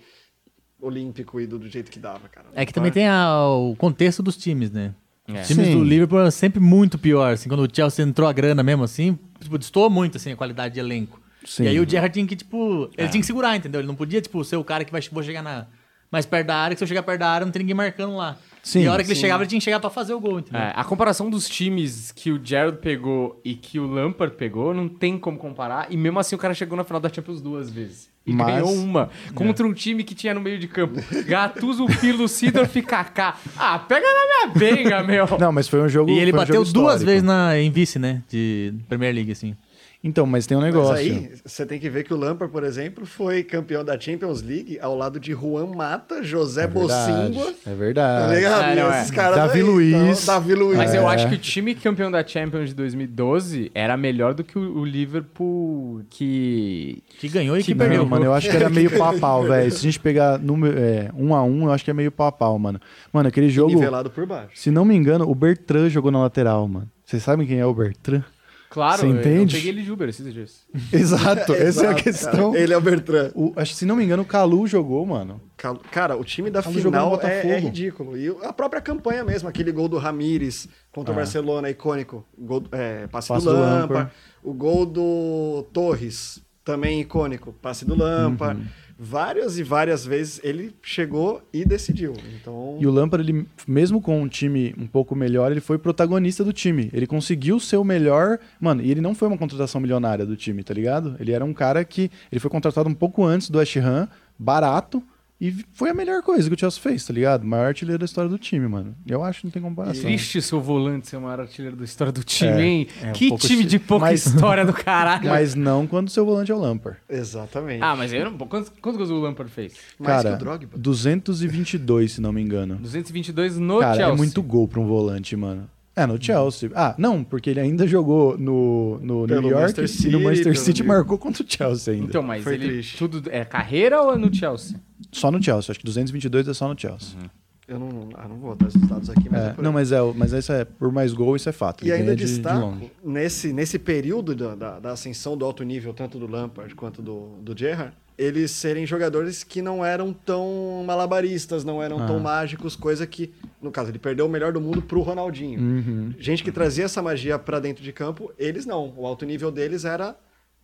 olímpico e do, do jeito que dava, cara.
É que também tem a- o contexto dos times, né? Os times
Sim.
do Liverpool eram sempre muito pior, assim, quando o Chelsea entrou a grana mesmo, assim, tipo, destoou muito, assim, a qualidade de elenco.
Sim.
E aí o Gerrard tinha que, tipo, ele tinha que segurar, entendeu? Ele não podia, tipo, ser o cara que vai, vou chegar na, mais perto da área, que se eu chegar perto da área não tem ninguém marcando lá.
Sim,
e a hora que ele
sim.
chegava, ele tinha que chegar pra fazer o gol, entendeu?
É, a comparação dos times que o Jared pegou e que o Lampard pegou não tem como comparar. E mesmo assim o cara chegou na final da Champions duas vezes. E
Mas- é.
ganhou uma. Contra um time que tinha no meio de campo. Gattuso, Pirlo, Sidorf e Kaká. Ah, pega na minha benga, meu.
Não, mas foi um jogo.
E ele
foi um
bateu
jogo
duas
histórico.
vezes na, em vice, né? De Premier League, assim.
Então, mas tem um
Mas
negócio.
aí, você tem que ver que o Lampard, por exemplo, foi campeão da Champions League ao lado de Juan Mata, José
É Verdade,
Bocingua.
É
Tá
verdade.
ligado?
É, não é.
Esses caras
Davi
daí,
Luiz.
então, Davi Luiz.
Mas eu
É.
acho que o time campeão da Champions de 2012 era melhor do que o o Liverpool que...
Que ganhou e que,
Que
perdeu.
Não, mano, eu acho que era meio papau, velho. Se a gente pegar número, é, um a um, eu acho que é meio papau, mano. Mano, aquele jogo.
Nivelado por baixo.
Se não me engano, o Bertrand jogou na lateral, mano. Vocês sabem quem é o Bertrand?
Claro,
Você
eu- eu
entende?
peguei ele de Uber esses dias.
Exato, essa é a
Exato,
questão.
cara. Ele é o Bertrand.
O- acho que, se não me engano, o Calu jogou, mano.
Cal- Cara, o time da
Ela jogou no
final é,
Botafogo.
é ridículo. E a própria campanha mesmo, aquele gol do Ramires contra o Barcelona, icônico. Gol, do- é, passe,
É. Passe
do
do
Lampa.
Lampard.
O gol do Torres, também icônico. Passe do Lampa.
Uhum.
Várias e várias vezes ele chegou e decidiu. Então,
E o Lampard, ele, mesmo com um time um pouco melhor, ele foi protagonista do time. Ele conseguiu ser o melhor. Mano, e ele não foi uma contratação milionária do time, tá ligado? Ele era um cara que. Ele foi contratado um pouco antes do West Ham, barato. E vi- foi a melhor coisa que o Chelsea fez, tá ligado? Maior artilheiro da história do time, mano. Eu acho que não tem comparação.
Triste seu volante ser o maior artilheiro da história do time, hein?
Ah, é, um
que
pouco
time de
chi-
pouca
mas-
história do caralho.
Mas não quando o seu volante é o Lampard.
exatamente.
Ah, mas eu não. Quantos, quantos gols o Lampard fez?
Mais
cara,
que o Drogba.
222, se não me engano.
222 no
cara,
Chelsea.
é muito gol pra um volante, mano. É, no Chelsea. Ah, não, porque ele ainda jogou no, no
Pelo
New York
Manchester City,
e no Manchester
pelo
City
New-
marcou contra o Chelsea ainda.
Então, mas
Foi
ele.
triste.
Tudo é carreira ou é no Chelsea?
Só no Chelsea, acho que 222 é só no Chelsea.
Uhum.
Eu não, ah, não vou dar os dados aqui, mas
É,
é por aí.
não, mas é, o- mas isso é por mais gol, isso é fato.
E
Ele
ainda
ganha de, de
destaco,
longe.
nesse, nesse período da, da, da ascensão do alto nível, tanto do Lampard quanto do, do Gerrard, eles serem jogadores que não eram tão malabaristas, não eram
Ah.
tão mágicos, coisa que, no caso, ele perdeu o melhor do mundo pro Ronaldinho.
Uhum.
Gente que trazia essa magia pra dentro de campo, eles não. O alto nível deles era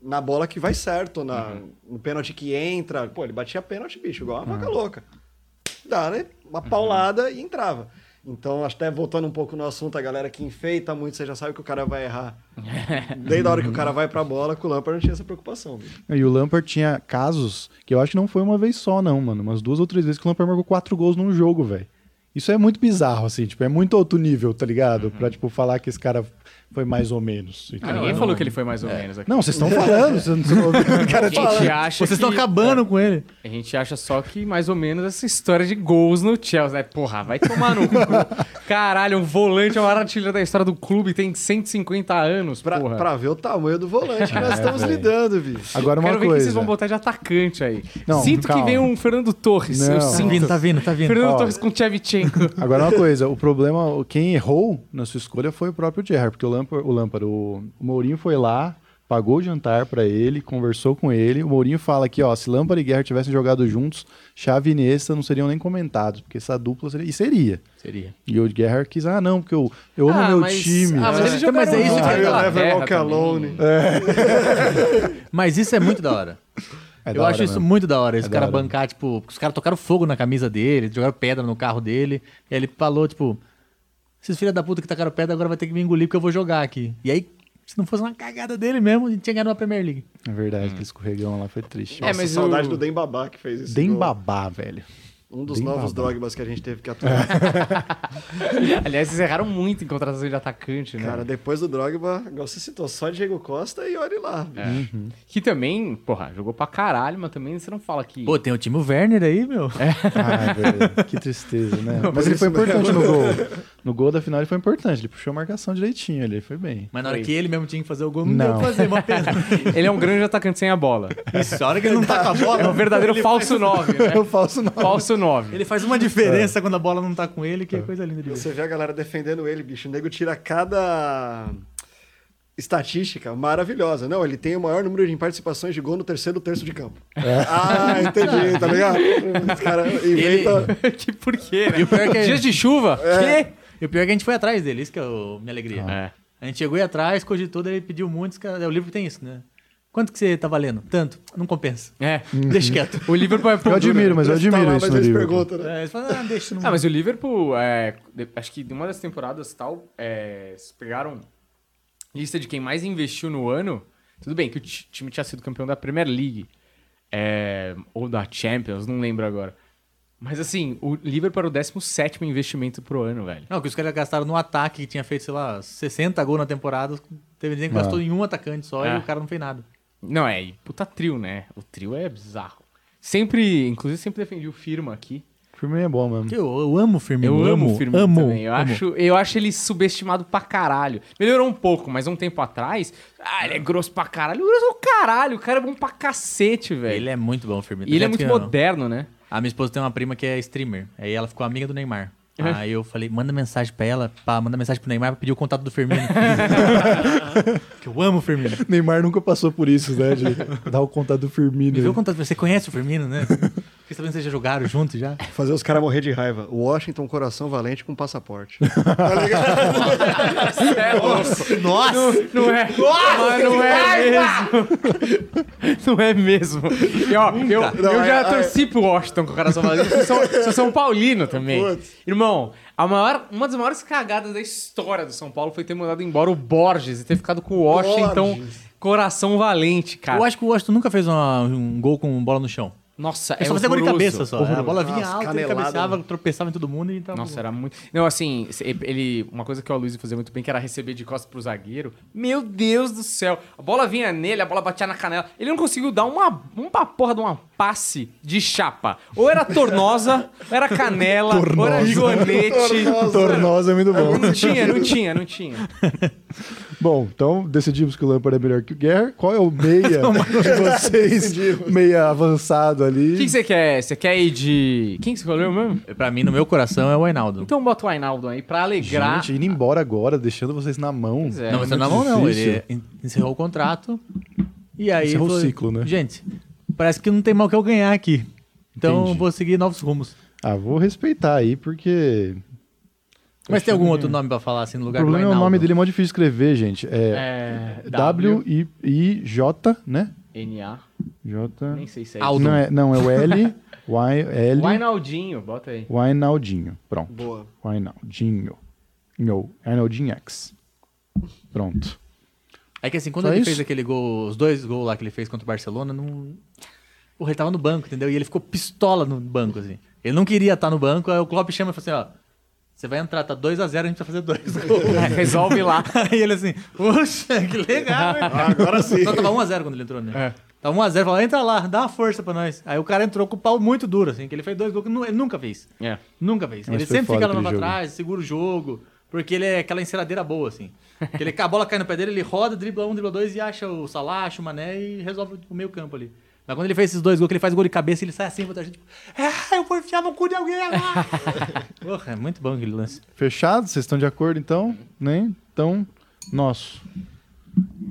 na bola que vai certo, na, no pênalti que entra. Pô, ele batia pênalti, bicho, igual uma vaca louca dá, né? Uma paulada e entrava. Então, acho até voltando um pouco no assunto, a galera que enfeita muito, você já sabe que o cara vai errar. Desde a hora que o cara vai pra bola, com o Lampard não tinha essa preocupação. bicho.
E o Lampard tinha casos que eu acho que não foi uma vez só, não, mano. Umas duas ou três vezes que o Lampard marcou quatro gols num jogo, velho. Isso é muito bizarro, assim, tipo, é muito outro nível, tá ligado? Pra, tipo, falar que esse cara foi mais ou menos.
Uhum. Ah,
entendeu?
ninguém falou que ele foi mais ou
É.
menos aqui.
Não, vocês estão falando, vocês não estão ouvindo o
a
cara
gente
falar.
acha
Vocês estão
que-
acabando com ele. Tá
A gente acha só que mais ou menos essa história de gols no Chelsea. né? Porra, vai tomar no cu. Caralho, um volante é uma artilheiro da história do clube, tem 150 anos,
Pra,
porra.
pra ver o tamanho do volante que nós estamos
velho.
lidando, bicho.
Agora uma
Quero ver o que
coisa.
vocês vão botar de atacante aí.
Não,
sinto
calma.
que vem um Fernando Torres. Eu
Não.
Tá
sinto.
vindo, tá vindo, tá vindo.
Fernando
Ó.
Torres com Tchevchenko.
Agora uma coisa, o problema, o- quem errou na sua escolha foi o próprio Gerrard, porque o Lampard, o, Lampard, o o Mourinho foi lá, pagou o jantar pra ele, conversou com ele. O Mourinho fala que, ó, se Lampard e Gerrard tivessem jogado juntos, Xavi e Iniesta não seriam nem comentados, porque essa dupla seria, e seria.
Seria.
E o Gerrard quis, ah, não, porque eu, eu amo meu time.
Ah, mas
É.
eles jogaram
Mas é isso que
junto na
é
I will
Inglaterra
never walk
também.
alone.
Mas isso é muito da hora.
É da
eu
hora
acho isso
mesmo. É
muito da hora. Esse
da
cara
hora.
bancar, tipo, os caras tocaram fogo na camisa dele, jogaram pedra no carro dele. E aí ele falou, tipo, esses filhos da puta que tacaram pedra agora vai ter que me engolir porque eu vou jogar aqui. E aí, se não fosse uma cagada dele mesmo, ele tinha ganhado uma Premier League.
É verdade, aquele escorregão lá foi triste.
É,
Nossa,
mas
saudade
o-
do Dembabá que fez isso.
Dem babá, velho.
Um dos
Dembaba.
novos Drogbas que a gente teve que atuar.
Aliás, eles erraram muito em contratação de atacante, né?
Cara, depois do Drogba, igual você citou, só Diego Costa e olhe lá.
É.
bicho.
É.
uhum.
Que também, porra, jogou pra caralho, mas também você não fala que.
Pô, tem o time Werner aí, meu.
Ai, velho, Ah, que tristeza, né? É. mas ele foi importante no gol. No gol da final ele foi importante, ele puxou a marcação direitinho ali, foi bem.
Mas na hora
Foi.
que ele mesmo tinha que fazer o gol,
Não.
não, deu pra fazer, uma pena.
Ele é um grande atacante sem a bola.
Isso, a hora que ele não tá com a bola,
É um verdadeiro falso 9, né?
Eu falso não.
Falso 9.
ele faz uma
É.
diferença quando a bola não tá com ele, que é coisa linda de ver.
Você vê a galera defendendo ele, bicho. O nego tira cada estatística maravilhosa. Não, ele tem o maior número de participações de gol no terceiro terço de campo.
É.
Ah, entendi, tá ligado? Os caras inventam.
que por quê?
E o pior é que-
Dias de chuva? Quê?
E o pior é que a gente foi atrás
Ah.
dele, isso que é o... minha alegria.
É.
é, A gente chegou aí atrás, cogitou, daí ele pediu muito, esse cara- o livro tem isso, né? Quanto que você tá valendo? Tanto. Não compensa.
É.
Deixa quieto.
O Liverpool é pro
Eu admiro, mas eu
Você tá
admiro
lá,
isso
mas
no
eles
Liverpool.
perguntam, né?
É, eles falam, ah, deixa. Não...
Ah, mas o Liverpool, é, de- acho que numa das temporadas tal, é, se pegaram lista de quem mais investiu no ano. Tudo bem que o ti- time tinha sido campeão da Premier League é, ou da Champions, não lembro agora. Mas assim, o Liverpool era o 17 investimento pro ano, velho.
Não, que os caras gastaram no ataque que tinha feito, sei lá, 60 gols na temporada. Teve gente que
Ah.
gastou em um atacante só
É.
e o cara não fez nada.
Não, é, e puta trio, né? O trio é bizarro. Sempre, inclusive, sempre defendi o Firma aqui.
O filme é bom mesmo.
Eu, eu amo o Firmino.
Eu amo o Firmino
amo,
também. Eu,
amo.
Acho, eu acho ele subestimado pra caralho. Melhorou um pouco, mas um tempo atrás. Ah, ele é grosso pra caralho. Grosso é o caralho. O cara é bom pra cacete, velho.
Ele é muito bom, o Firmino.
E ele é
Tanto
muito
que eu-
moderno, né?
A minha esposa tem uma prima que é streamer. Aí ela ficou amiga do Neymar.
Uhum.
Aí eu falei, manda mensagem pra ela, pá, manda mensagem pro Neymar pra pedir o contato do Firmino. que eu amo o Firmino.
Neymar nunca passou por isso, né? De dar o contato do
Me vê o
Firmino.
contato, você conhece o Firmino, né? Vocês também vocês já jogaram junto já?
É.
Fazer os caras morrer de raiva. Washington, coração valente com passaporte. Tá
É,
Nossa!
não, não é. mas não é mesmo. não é mesmo. E, ó, eu, eu
Não,
já
é-
torci pro Washington com o coração vazio. Sou, São- sou São Paulino também. Irmão, a maior, uma das maiores cagadas da história do São Paulo foi ter mandado embora o Borges e ter ficado com o Washington. Coração valente, cara.
Eu acho que o Washington nunca fez uma- um gol com bola no chão.
Nossa,
É
é
só fazer gol de
horroroso.
cabeça só. né? A bola vinha
Nossa,
alta, ele
canelada.
cabeceava, tropeçava em todo mundo e então tava
Nossa, era muito. Não, assim, se- ele. Uma coisa que o Luiz fazia muito bem, que era receber de costas pro zagueiro. Meu Deus do céu! A bola vinha nele, a bola batia na canela. Ele não conseguiu dar uma, uma porra de uma passe de chapa. Ou era tornosa, ou era canela, ou era
Tornosa.
joanete.
Tornosa é muito bom.
Não tinha, não tinha, não tinha.
Bom, então decidimos que o Lampard é melhor que o Guerra. Qual é o meia de vocês? meia avançado ali.
O que que você quer? Você quer ir de. Quem que você falou mesmo?
Pra mim, no meu coração, é o Ainaldo.
Então bota o Ainaldo aí pra alegrar.
Gente, indo embora agora, deixando vocês na mão.
Pois é.
não, mas
muito
na mão não.
difícil.
Ele en- encerrou o contrato. E aí.
Encerrou o
falou,
ciclo, né?
Gente, parece que não tem mal que eu ganhar aqui. Então
Entendi.
vou seguir novos rumos.
Ah, vou respeitar aí, porque.
Mas tem algum outro nome pra falar assim no
O
lugar do
problema é o
Ainaldo?
nome dele, é mó difícil de escrever, gente. É,
É, W,
W-I-J, né?
N-A.
J.
Nem sei se é
Aldo.
Não é, não, é o L. Y, L.
isso. O Ainaldinho, bota aí.
Wainaldinho. Pronto.
Boa.
Wainaldinho. No. Ainaldinho X. Pronto.
É que assim, quando
Só
ele
isso?
fez aquele gol, os dois gols lá que ele fez contra o Barcelona, não. Porra, ele tava no banco, entendeu? E ele ficou pistola no banco, assim. Ele não queria estar no banco, aí o Klopp chama e fala assim, ó. Você vai entrar, tá 2x0, a, 0, a gente vai fazer dois gols.
Resolve lá.
Aí ele assim, poxa, que legal, hein?
Ah, Agora sim.
Só tava 1x0 quando ele entrou, né?
É.
Tava 1x0, falou, entra lá, dá uma força pra nós. Aí o cara entrou com o pau muito duro, assim, que ele fez dois gols que nu- ele nunca fez.
É.
Nunca fez.
Mas
ele
foi
sempre
foda
fica lá pra
aquele jogo.
trás, segura o jogo, porque ele é aquela enceradeira boa, assim. Que ele, a bola cai no pé dele, ele roda, dribla um, dribla dois e acha o Salah, acha o Mané e resolve o meio campo ali. Mas quando ele fez esses dois gols, que ele faz gol de cabeça, ele sai assim, pra gente, tipo, ah, eu vou enfiar no cu de alguém agora. Porra, é muito bom aquele lance.
Fechado? Vocês estão de acordo, então? Né? Então, nosso.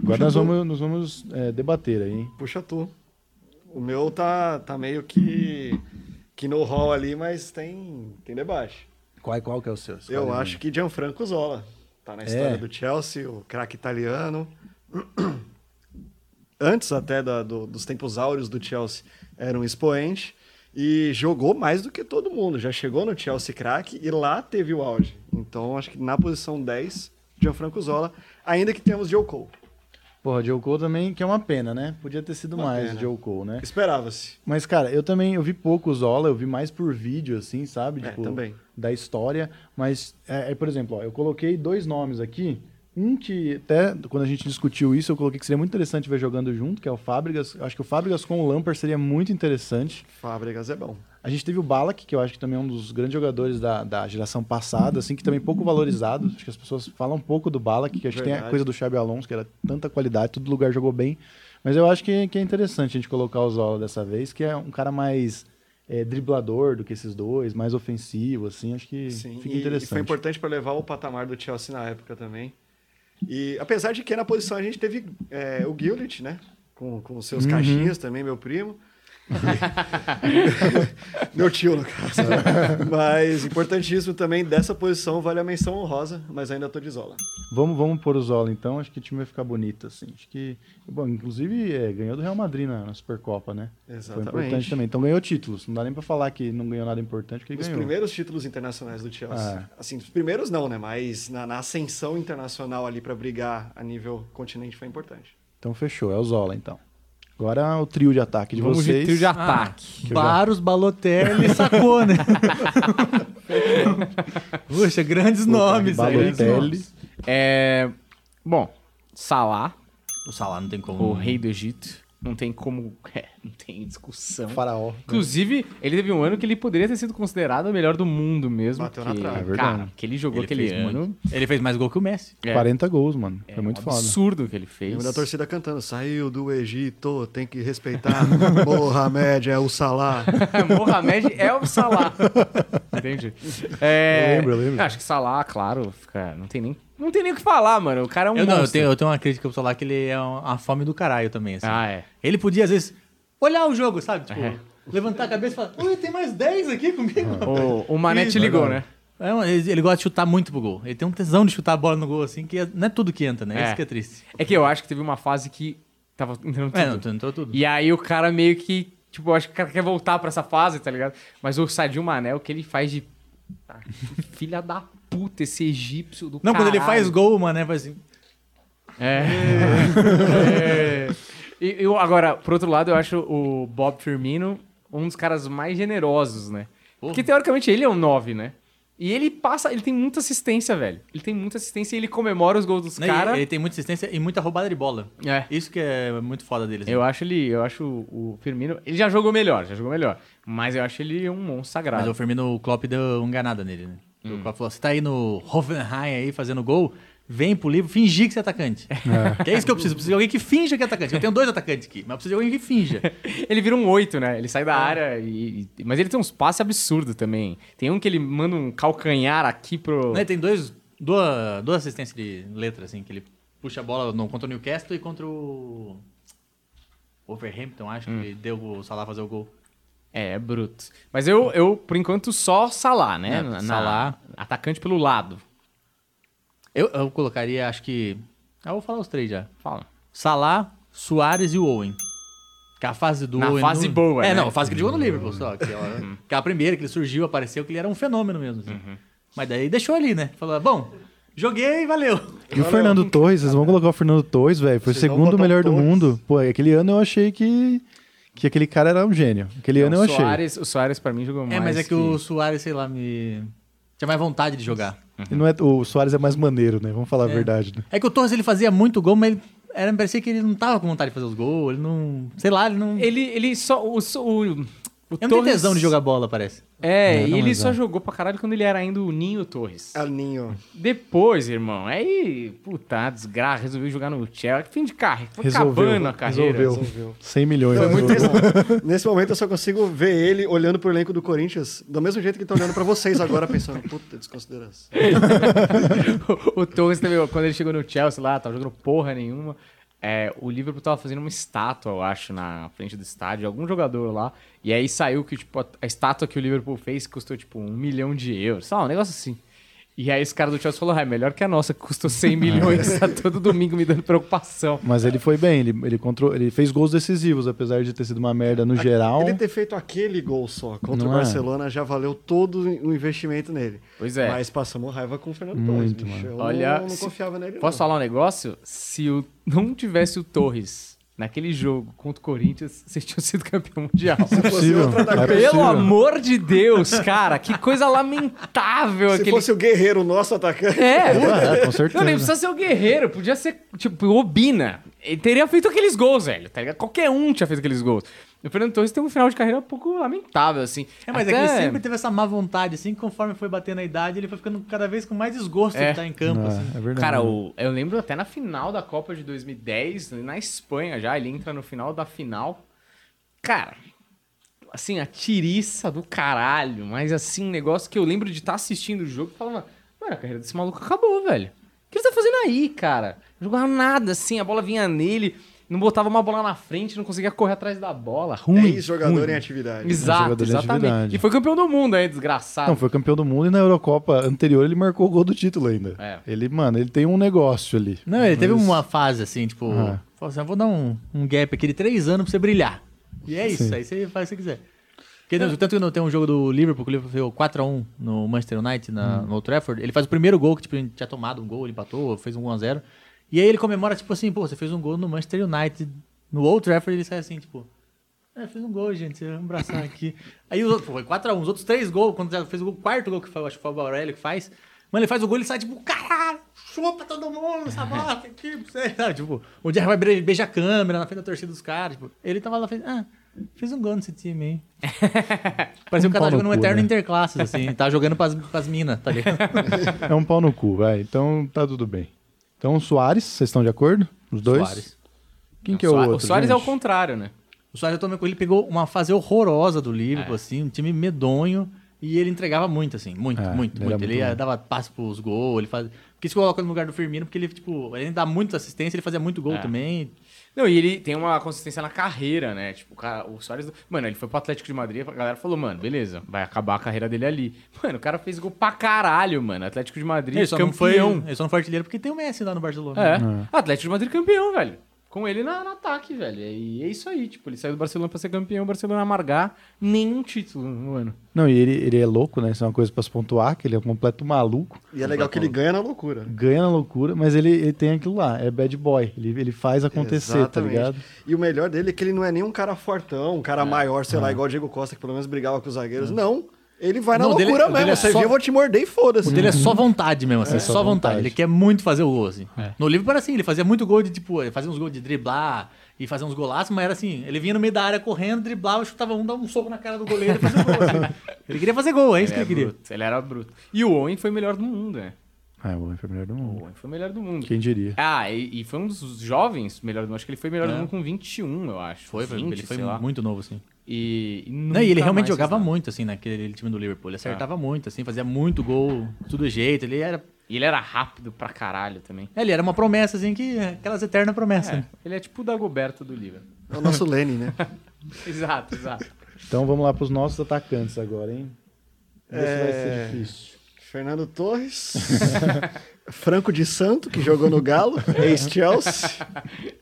Agora nós vamos, nós vamos é, debater aí, hein?
Puxa tu. O meu tá, tá meio que, que no hall ali, mas tem, tem debate.
Qual, qual que é o seu? É.
Eu acho que Gianfranco Zola. Tá na história do Chelsea, o craque italiano. Antes até da- do- dos tempos áureos do Chelsea, era um expoente. E jogou mais do que todo mundo. Já chegou no Chelsea craque e lá teve o auge. Então, acho que na posição 10, Gianfranco Zola. Ainda que temos Joe Cole.
Porra, Joe Cole também, que é uma pena, né? Podia ter sido
Uma
mais
pena.
Joe Cole, né?
Esperava-se.
Mas, cara, eu também, eu vi pouco o Zola, eu vi mais por vídeo, assim, sabe?
É, também.
Da história. Mas, é, é, por exemplo, ó, eu coloquei dois nomes aqui. Um que, até quando a gente discutiu isso, eu coloquei que seria muito interessante ver jogando junto, que é o Fábricas. Eu Acho que o Fábricas com o Lampard seria muito interessante.
Fábricas é bom.
A gente teve o Balak, que eu acho que também é um dos grandes jogadores da, da geração passada, assim, que também é pouco valorizado. Acho que as pessoas falam um pouco do Balak, que acho que tem a
Verdade.
coisa do Xabi Alonso, que era tanta qualidade, todo lugar jogou bem. Mas eu acho que, que é interessante a gente colocar o Zola dessa vez, que é um cara mais é, driblador do que esses dois, mais ofensivo, assim, acho que
Sim,
fica
e, e
interessante.
foi importante para levar o patamar do Chelsea na época também. E apesar de que
Uhum.
na posição a gente teve é, o Gillit, né? Com, com os seus caixinhas também, meu primo. Meu tio, no caso. né? mas importantíssimo também, dessa posição vale a menção honrosa, mas ainda tô de Zola.
Vamos, vamos pôr o Zola, então. Acho que o time vai ficar bonito, assim. Acho que. Bom, inclusive, é, ganhou do Real Madrid na, na Supercopa, né? Foi importante
Exatamente.
também. Então ganhou títulos. Não dá nem pra falar que não ganhou nada importante, porque
Os
ganhou.
primeiros títulos internacionais do Chelsea.
Ah.
Assim, os primeiros não, né? Mas na, na ascensão internacional ali pra brigar a nível continente foi importante.
Então fechou, é o Zola, então. Agora o trio de ataque de
Vamos
vocês. Ah,
de trio de ataque.
Que eu já-
Baros,
É,
Balotelli sacou, né? Puxa, grandes nomes aí. né? grandes
Balotelli.
nomes.
É, bom, Salah,
O Salah não tem como.
o rei do Egito, não tem como... é, não tem
um
discussão.
Faraó.
Inclusive, ele teve um ano que ele poderia ter sido considerado o melhor do mundo mesmo.
Bateu na
porque,
trave.
É verdade.
Cara, que ele jogou
Ele
aquele
fez
ano.
muito. Ele fez mais gol que o Messi.
É,
40 gols, mano.
é
Foi muito
um
foda.
absurdo o que ele
E
fez.
da torcida cantando, saiu do Egito, tem que respeitar. Mohamed é o Salah.
Mohamed é o Salah. Entende? É,
Eu lembro, eu lembro.
Acho que Salah, claro, fica, não, tem nem, não tem nem o que falar, mano. O cara é um
Eu, não, eu,
monstro.
tenho, eu tenho uma crítica pro Salah que ele é um- uma fome do caralho também, assim.
Ah, é.
Ele podia, às vezes, olhar o jogo, sabe? Tipo,
É. Ah,
levantar a cabeça e falar, ui, tem mais 10 aqui comigo.
O, o Mané te ligou, né?
É, mano, ele, ele gosta de chutar muito pro gol. Ele tem um tesão de chutar a bola no gol, assim, que é- não é tudo que entra, né?
É.
Isso que é triste.
É que eu acho que teve uma fase que tava entrando tudo.
É, não, tu entrou tudo.
E aí o cara meio que, tipo, eu acho que o cara quer voltar pra essa fase, tá ligado? Mas o Sadio Mané, o que ele faz de... Ah, Filha da puta, esse egípcio do
Não, quando ele
caralho.
faz gol, mano, né? Faz assim.
É. É. E eu, agora, por outro lado, eu acho o Bob Firmino um dos caras mais generosos, né? Porque teoricamente ele é um 9, né? E ele passa, ele tem muita assistência, velho. Ele tem muita assistência e ele comemora os gols dos
né, e
caras.
Ele tem muita assistência e muita roubada de bola.
É.
Isso que é muito foda deles. né?
Eu acho ele, eu acho o o Firmino, ele já jogou melhor, já jogou melhor, mas eu acho ele um monstro
Mas
sagrado.
o Firmino, o Klopp deu uma enganada nele, né? O Klopp falou, você tá aí no Hoffenheim aí fazendo gol, vem pro livro fingir que você é atacante. Que é isso que eu preciso. Eu preciso de alguém que finja que é atacante. Eu tenho dois atacantes aqui, mas eu preciso de alguém que finja.
Ele vira um 8, né? Ele sai da área e, e- mas ele tem uns passes absurdos também. Tem um que ele manda um calcanhar aqui pro
Né, Tem dois, duas, duas assistências de letra, assim, que ele puxa a bola no, contra o Newcastle e contra o Overhampton, acho, que ele deu o Salah fazer o gol.
É, é bruto. Mas eu, eu por enquanto, só Salah, né?
É,
Na- na-
Salah.
Atacante pelo lado.
Eu, eu colocaria, acho que... Ah, eu vou falar os três já.
Fala.
Salah, Soares e o Owen. Que é a fase do
Na
Owen.
fase
no- Uhum.
boa,
É,
né?
não, a fase que ele jogou no Liverpool só. Que ela- que é a primeira que ele surgiu, apareceu, que ele era um fenômeno mesmo. assim. Mas daí deixou ali, né? Falou, bom, joguei, valeu.
E o Fernando Torres, vocês vão colocar o Fernando Torres, velho. Foi o
Vocês vão
segundo
botar o
melhor do
Torres.
mundo. Pô, aquele ano eu achei que, que aquele cara era um gênio. Aquele ano eu
Então, o,
achei.
Soares, o Soares, pra mim, jogou mais.
é, mas é que, o Soares, sei lá, me. Tinha mais vontade de jogar.
E não é, o Soares é mais maneiro, né? Vamos falar a verdade. Né?
É que o Torres ele fazia muito gol, mas ele. Era, parecia que ele não tava com vontade de fazer os gols, ele não. Sei lá, ele não. Ele
Ele, ele só. O, so- o, o
não tem tesão de jogar bola, parece.
É,
É,
e
não,
ele
mas
só
é.
jogou pra caralho quando ele era ainda o Ninho Torres.
É Aninho.
Depois, irmão, aí, puta, desgraça, resolveu jogar no Chelsea. Fim de carreira. Foi
Resolveu.
acabando a carreira. assim.
resolveu.
resolveu.
100 milhões.
Foi muito
resolveu.
bom. Nesse momento eu só consigo ver ele olhando pro elenco do Corinthians, do mesmo jeito que ele tá olhando pra vocês agora, pensando, puta, desconsideração.
o Torres também, quando ele chegou no Chelsea lá, tava jogando porra nenhuma. É, o Liverpool tava fazendo uma estátua, eu acho, na frente do estádio, algum jogador lá. E aí saiu que, tipo, a, a estátua que o Liverpool fez custou, tipo, um milhão de euros. Sabe, um negócio assim. E aí os caras do Chelsea falaram, ah, é melhor que a nossa, que custou 100 milhões, tá todo domingo me dando preocupação.
Mas ele foi bem, ele, ele, contro- ele fez gols decisivos, apesar de ter sido uma merda no geral.
Ele ter feito aquele gol só contra
Não
o
é?
Barcelona já valeu todo o investimento nele.
Pois é.
Mas passamos raiva com o Fernando
Muito,
Torres, bicho.
mano.
Eu
Olha,
não, não
se-
confiava nele.
Posso
não.
falar um negócio? Se o, não tivesse o Torres naquele jogo contra o Corinthians, vocês tinham sido campeão mundial.
Se fosse
Possível.
outra da
É
Crespo,
Pelo
possível.
amor de Deus, cara, que coisa lamentável
Se
aquele.
fosse o guerreiro nosso atacante.
É,
É, com
não,
certeza.
nem precisa ser o guerreiro, podia ser, tipo, o Obina. Ele teria feito aqueles gols, velho, tá ligado? Qualquer um tinha feito aqueles gols. O Fernando Torres tem um final de carreira um pouco lamentável, assim.
É, mas é que
Até-
ele sempre teve essa má vontade, assim, que conforme foi batendo a idade, ele foi ficando cada vez com mais desgosto
É.
de estar em campo, assim.
É, é verdade.
Cara, o- eu lembro até na final da Copa de 2010, na Espanha já, ele entra no final da final. Cara, assim, a tiriça do caralho, mas assim, um negócio que eu lembro de estar assistindo o jogo e falava, mano, a carreira desse maluco acabou, velho. O que ele tá fazendo aí, cara? Não Jogava nada, assim, a bola vinha nele. não botava uma bola na frente, não conseguia correr atrás da bola. Ruim.
é Ex-jogador
ruim.
em atividade.
Exato,
né? Jogador de
exatamente.
atividade.
E foi campeão do mundo aí, desgraçado.
Não, foi campeão do mundo e na Eurocopa anterior ele marcou o gol do título ainda.
É.
Ele, mano, ele tem um negócio ali.
Não, ele teve uma fase assim, tipo,
Ah.
falou assim, "Eu vou dar um, um gap aqui de três anos pra você brilhar. E é isso, aí você faz o que você quiser. Porque, não, tanto que não tem um jogo do Liverpool, que o Liverpool fez 4x1 no Manchester United, na, no Old Trafford. Ele faz o primeiro gol, que tipo, ele tinha tomado um gol, ele empatou, fez um 1x0. E aí ele comemora, tipo assim, pô, você fez um gol no Manchester United, no Old Trafford, ele sai assim, tipo... É, fez um gol, gente. Vamos abraçar aqui. Aí os outros, pô, foi 4x1. Os outros três gols, quando já fez o gol, o quarto gol que foi, eu acho que foi o Aurélio que faz. Mano, ele faz o gol, ele sai tipo, caralho, chupa todo mundo essa bosta aqui, pra você. Sabe, tipo, o Jerry vai bre- beija a câmera na frente da torcida dos caras. Tipo, ele tava lá, fez, ah, fez um gol nesse time aí. Parecia
Um
um cara
pau no
jogando um
cu,
eterno
né?
interclasses, assim. Tá jogando pras, pras minas, tá ligado?
É um pau no cu, vai. Então tá tudo bem. Então, Soares, vocês estão de acordo? Os dois?
Suárez.
Quem que é
o
o
Soa-
outro?
o Soares é o
gente?
contrário, né?
O Soares eu tomei com ele, pegou uma fase horrorosa do Liverpool, assim, um time medonho. E ele entregava muito, assim, muito,
É,
muito,
ele
muito.
era
Ele
muito
ia-
bom.
dava passe pros gols, ele fazia. Porque se coloca no lugar do Firmino, porque ele, tipo, ele dá muita assistência, ele fazia muito gol
É.
também.
Não, e ele tem uma consistência na carreira, né? Tipo, o, cara, o Soares. Mano, ele foi pro Atlético de Madrid, a galera falou, mano, beleza, vai acabar a carreira dele ali. Mano, o cara fez gol pra caralho, mano. Atlético de Madrid,
Ele só, não foi, um,
campeão.
ele só não foi artilheiro porque tem o Messi lá no Barcelona.
É. Atlético de Madrid campeão, velho. Com ele na, no ataque, velho. E é isso aí. Tipo, ele saiu do Barcelona pra ser campeão, o Barcelona amargar nenhum título no ano.
Não, e ele, ele é louco, né? Isso é uma coisa pra se pontuar, que ele é um completo maluco.
E é legal que ele ganha na loucura.
Ganha na loucura, mas ele, ele tem aquilo lá, é bad boy. Ele, ele faz acontecer, tá
Exatamente.
ligado?
E o melhor dele é que ele não é nem um cara fortão, um cara maior, sei lá, igual o Diego Costa, que pelo menos brigava com os zagueiros. Não. Ele vai
Não,
na
o dele-
loucura
o dele
mesmo.
é
Você
só-
viu, eu vou te morder e foda-se.
O dele é só vontade mesmo, assim,
só
só vontade.
vontade.
Ele quer muito fazer o gol, assim. No Liverpool era assim, ele fazia muito gol de, tipo, ele fazia uns gols de driblar e fazia uns golaços, mas era assim, ele vinha no meio da área correndo, driblava, chutava um, dava um soco na cara do goleiro e fazia um gol. assim. Ele queria fazer gol, é isso que
é
ele queria.
bruto, ele era bruto. E o Owen foi o melhor do mundo, né?
Ah, o enfermeiro do
O
mundo.
Owen foi o melhor do mundo.
Quem diria?
Ah, e, e foi um dos jovens melhor do mundo. Acho que ele foi melhor do mundo com 21, eu acho.
Foi, foi,
20,
ele foi
sei lá.
muito novo, assim.
E, e
Não, e ele
nunca
realmente
mais
jogava
fez nada.
muito, assim, naquele time do Liverpool. Ele
Tá.
acertava muito, assim, fazia muito gol, de todo jeito. Ele era,
E ele era rápido pra caralho também.
ele era uma promessa, assim, que aquelas né? eternas promessas.
É, ele é tipo o Dagoberto do livro.
É o nosso Lenny, né?
Exato, exato.
Então vamos lá pros nossos atacantes agora, hein? Esse vai ser difícil.
Fernando Torres. Franco de Santo, que jogou no Galo, ex-Chelsea.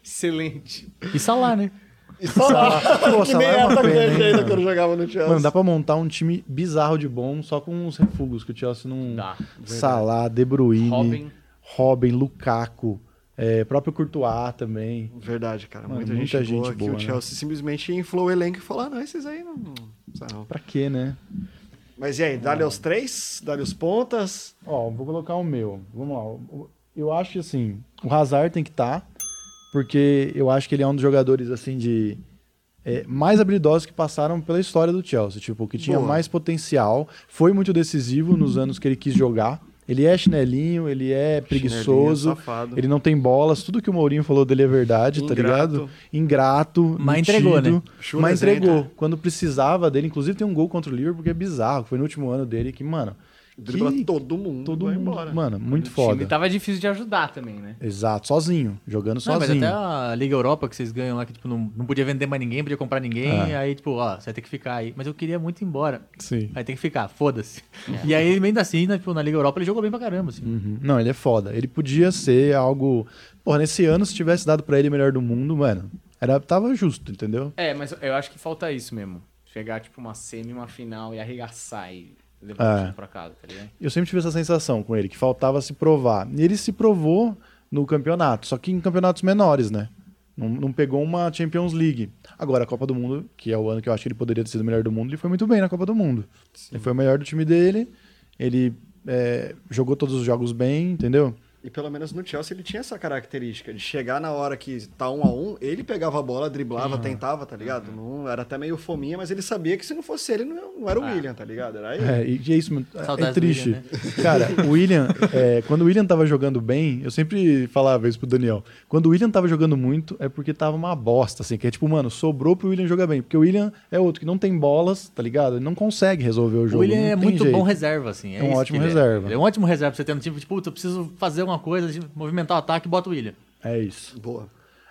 Excelente.
E Salah, né?
E só
Pô,
que
Salah
nem
é
era
uma
atacante
pena, hein,
ainda
mano?
quando jogava no Chelsea.
Mano, dá pra montar um time bizarro de bom só com os refugos que o Chelsea não.
Dá,
Salah, De Bruyne,
Tá. Robin.
Robin, Lukaku, é, próprio Courtois também.
Verdade, cara.
Mano,
Muita,
muita
gente,
gente
boa, que
boa,
o
né?
Chelsea simplesmente inflou o elenco e falou: ah, não, esses aí não. não sei não.
Pra quê, né?
Mas e aí, dá-lhe os três? Dá-lhe os pontas?
Ó, vou colocar o meu. Vamos lá. O- Eu acho que assim, o Hazard tem que estar, porque eu acho que ele é um dos jogadores assim de é, mais habilidosos que passaram pela história do Chelsea, tipo, que tinha
Boa.
mais potencial, foi muito decisivo nos anos que ele quis jogar. Ele é chinelinho, ele é preguiçoso,
safado.
ele não tem bolas, tudo que o Mourinho falou dele é verdade,
Ingrato.
tá ligado? Ingrato,
Mas entregou, né?
Chulas
mas entregou.
entra.
Quando precisava dele, inclusive tem um gol contra o Liverpool que é bizarro, que foi no último ano dele que, mano,
Dribla
que-
todo mundo.
todo
vai
mundo,
embora.
mano, muito
O
foda.
time tá- tava difícil de ajudar também, né?
Exato, sozinho, jogando
Não, mas
sozinho.
até a Liga Europa que vocês ganham lá, que tipo, não, não podia vender mais ninguém, podia comprar ninguém.
É.
Aí, tipo, ó, você vai ter que ficar aí. Mas eu queria muito ir embora.
Sim.
Aí tem que ficar, foda-se.
É.
E aí, ainda assim, né, tipo, na Liga Europa ele jogou bem pra caramba, assim.
Uhum. Não, ele é foda. Ele podia ser algo. Porra, nesse ano, se tivesse dado pra ele o melhor do mundo, mano, era... tava justo, entendeu?
É, mas eu acho que falta isso mesmo. Chegar, tipo, uma semi, uma final e arregaçar e levar o
É.
time pra casa, tá ligado?
Eu sempre tive essa sensação com ele, que faltava se provar. E ele se provou no campeonato, só que em campeonatos menores, né? Não, não pegou uma Champions League. Agora, a Copa do Mundo, que é o ano que eu acho que ele poderia ter sido o melhor do mundo, ele foi muito bem na Copa do Mundo. Ele foi o melhor do time dele, ele é, jogou todos os jogos bem, entendeu?
E pelo menos no Chelsea ele tinha essa característica de chegar na hora que tá um a um, ele pegava a bola, driblava,
Uhum.
tentava, tá ligado? Não, era até meio fominha, mas ele sabia que se não fosse ele, não, não era o
Ah.
William, tá ligado? Era ele.
É, e e é isso, mano. é
Saudades do né?
triste.
Willian,
Cara, o William, é, quando o William tava jogando bem, eu sempre falava isso pro Daniel. Quando o William tava jogando muito, é porque tava uma bosta, assim, que é tipo, mano, sobrou pro William jogar bem. Porque o William é outro que não tem bolas, tá ligado? Ele não consegue resolver o
O
jogo.
William
não
é
tem
muito
jeito.
bom reserva, assim. É,
É um
isso que
ótimo
ele
reserva.
Ele é um ótimo tipo, reserva pra você ter um time, tipo, puta, eu preciso fazer uma coisa, de movimentar o ataque, bota o William.
É isso.
Boa.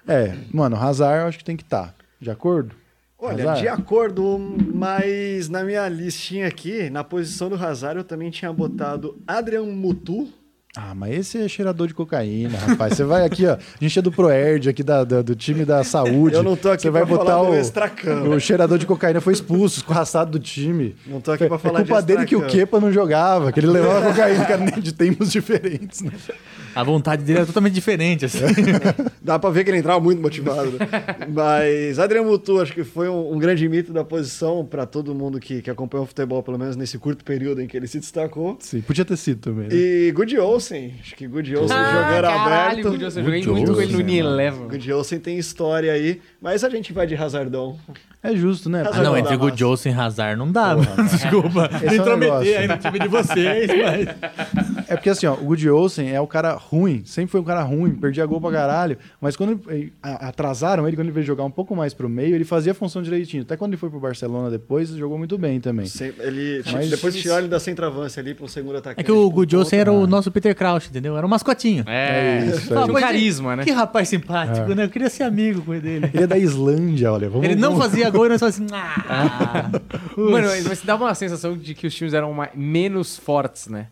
É, mano, Hazard eu acho que tem que estar. De acordo?
Olha,
Hazard?
de acordo, mas na minha listinha aqui, na posição do Hazard, eu também tinha botado Adrian Mutu.
Ah, mas esse é cheirador de cocaína, rapaz. Você vai aqui, ó. A gente é do Proerd, aqui da, da- do time da saúde.
Eu não tô aqui
Você vai
pra
botar
falar do
o,
Extracampo.
o cheirador de cocaína foi expulso, escorraçado do time.
Não tô aqui pra falar
É
de
culpa dele que o
Extracampo.
Kepa não jogava, que ele levava cocaína, cara, nem de tempos diferentes, né?
A vontade dele é totalmente diferente, assim.
Dá pra ver que ele entrava muito motivado. né? Mas Adrian Mutu, acho que foi um, um grande mito da posição pra todo mundo que, que acompanha o futebol, pelo menos nesse curto período em que ele se destacou.
Sim, podia ter sido também, né?
E Good Olsen, acho que Good Olsen jogando
Ah, caralho,
aberto.
Good Johnson, eu joguei
Good
muito com ele no
Johnson,
Unilever.
Good Olsen tem história aí, mas a gente vai de Hazardão.
É justo, né?
Ah, não,
Hazard
entre
dá massa.
Good Olsen e Hazard não dá, mano. Desculpa.
é o negócio.
Intrometer aí no time de vocês, mas...
É porque assim, ó, o Good Olsen é o cara ruim, sempre foi um cara ruim, perdia gol pra caralho, mas quando ele- a- atrasaram ele, quando ele veio jogar um pouco mais pro meio, ele fazia a função direitinho. Até quando ele foi pro Barcelona depois, ele jogou muito bem também.
Sem- Ele, tipo,
Mas-
Depois tiraram ele da centroavância ali pro segundo atacante.
É que o Good Olsen era o nosso Peter Crouch, entendeu? Era um mascotinho.
É,
isso aí.
tinha um
mas
carisma,
que-
né?
Que rapaz simpático,
É.
né? Eu queria ser amigo com ele.
Ele é da Islândia, olha. Vamos,
Ele não
vamos-
fazia gol e nós falamos assim... Ah,
Mano, mas mas dava uma sensação de que os times eram ma- menos fortes, né?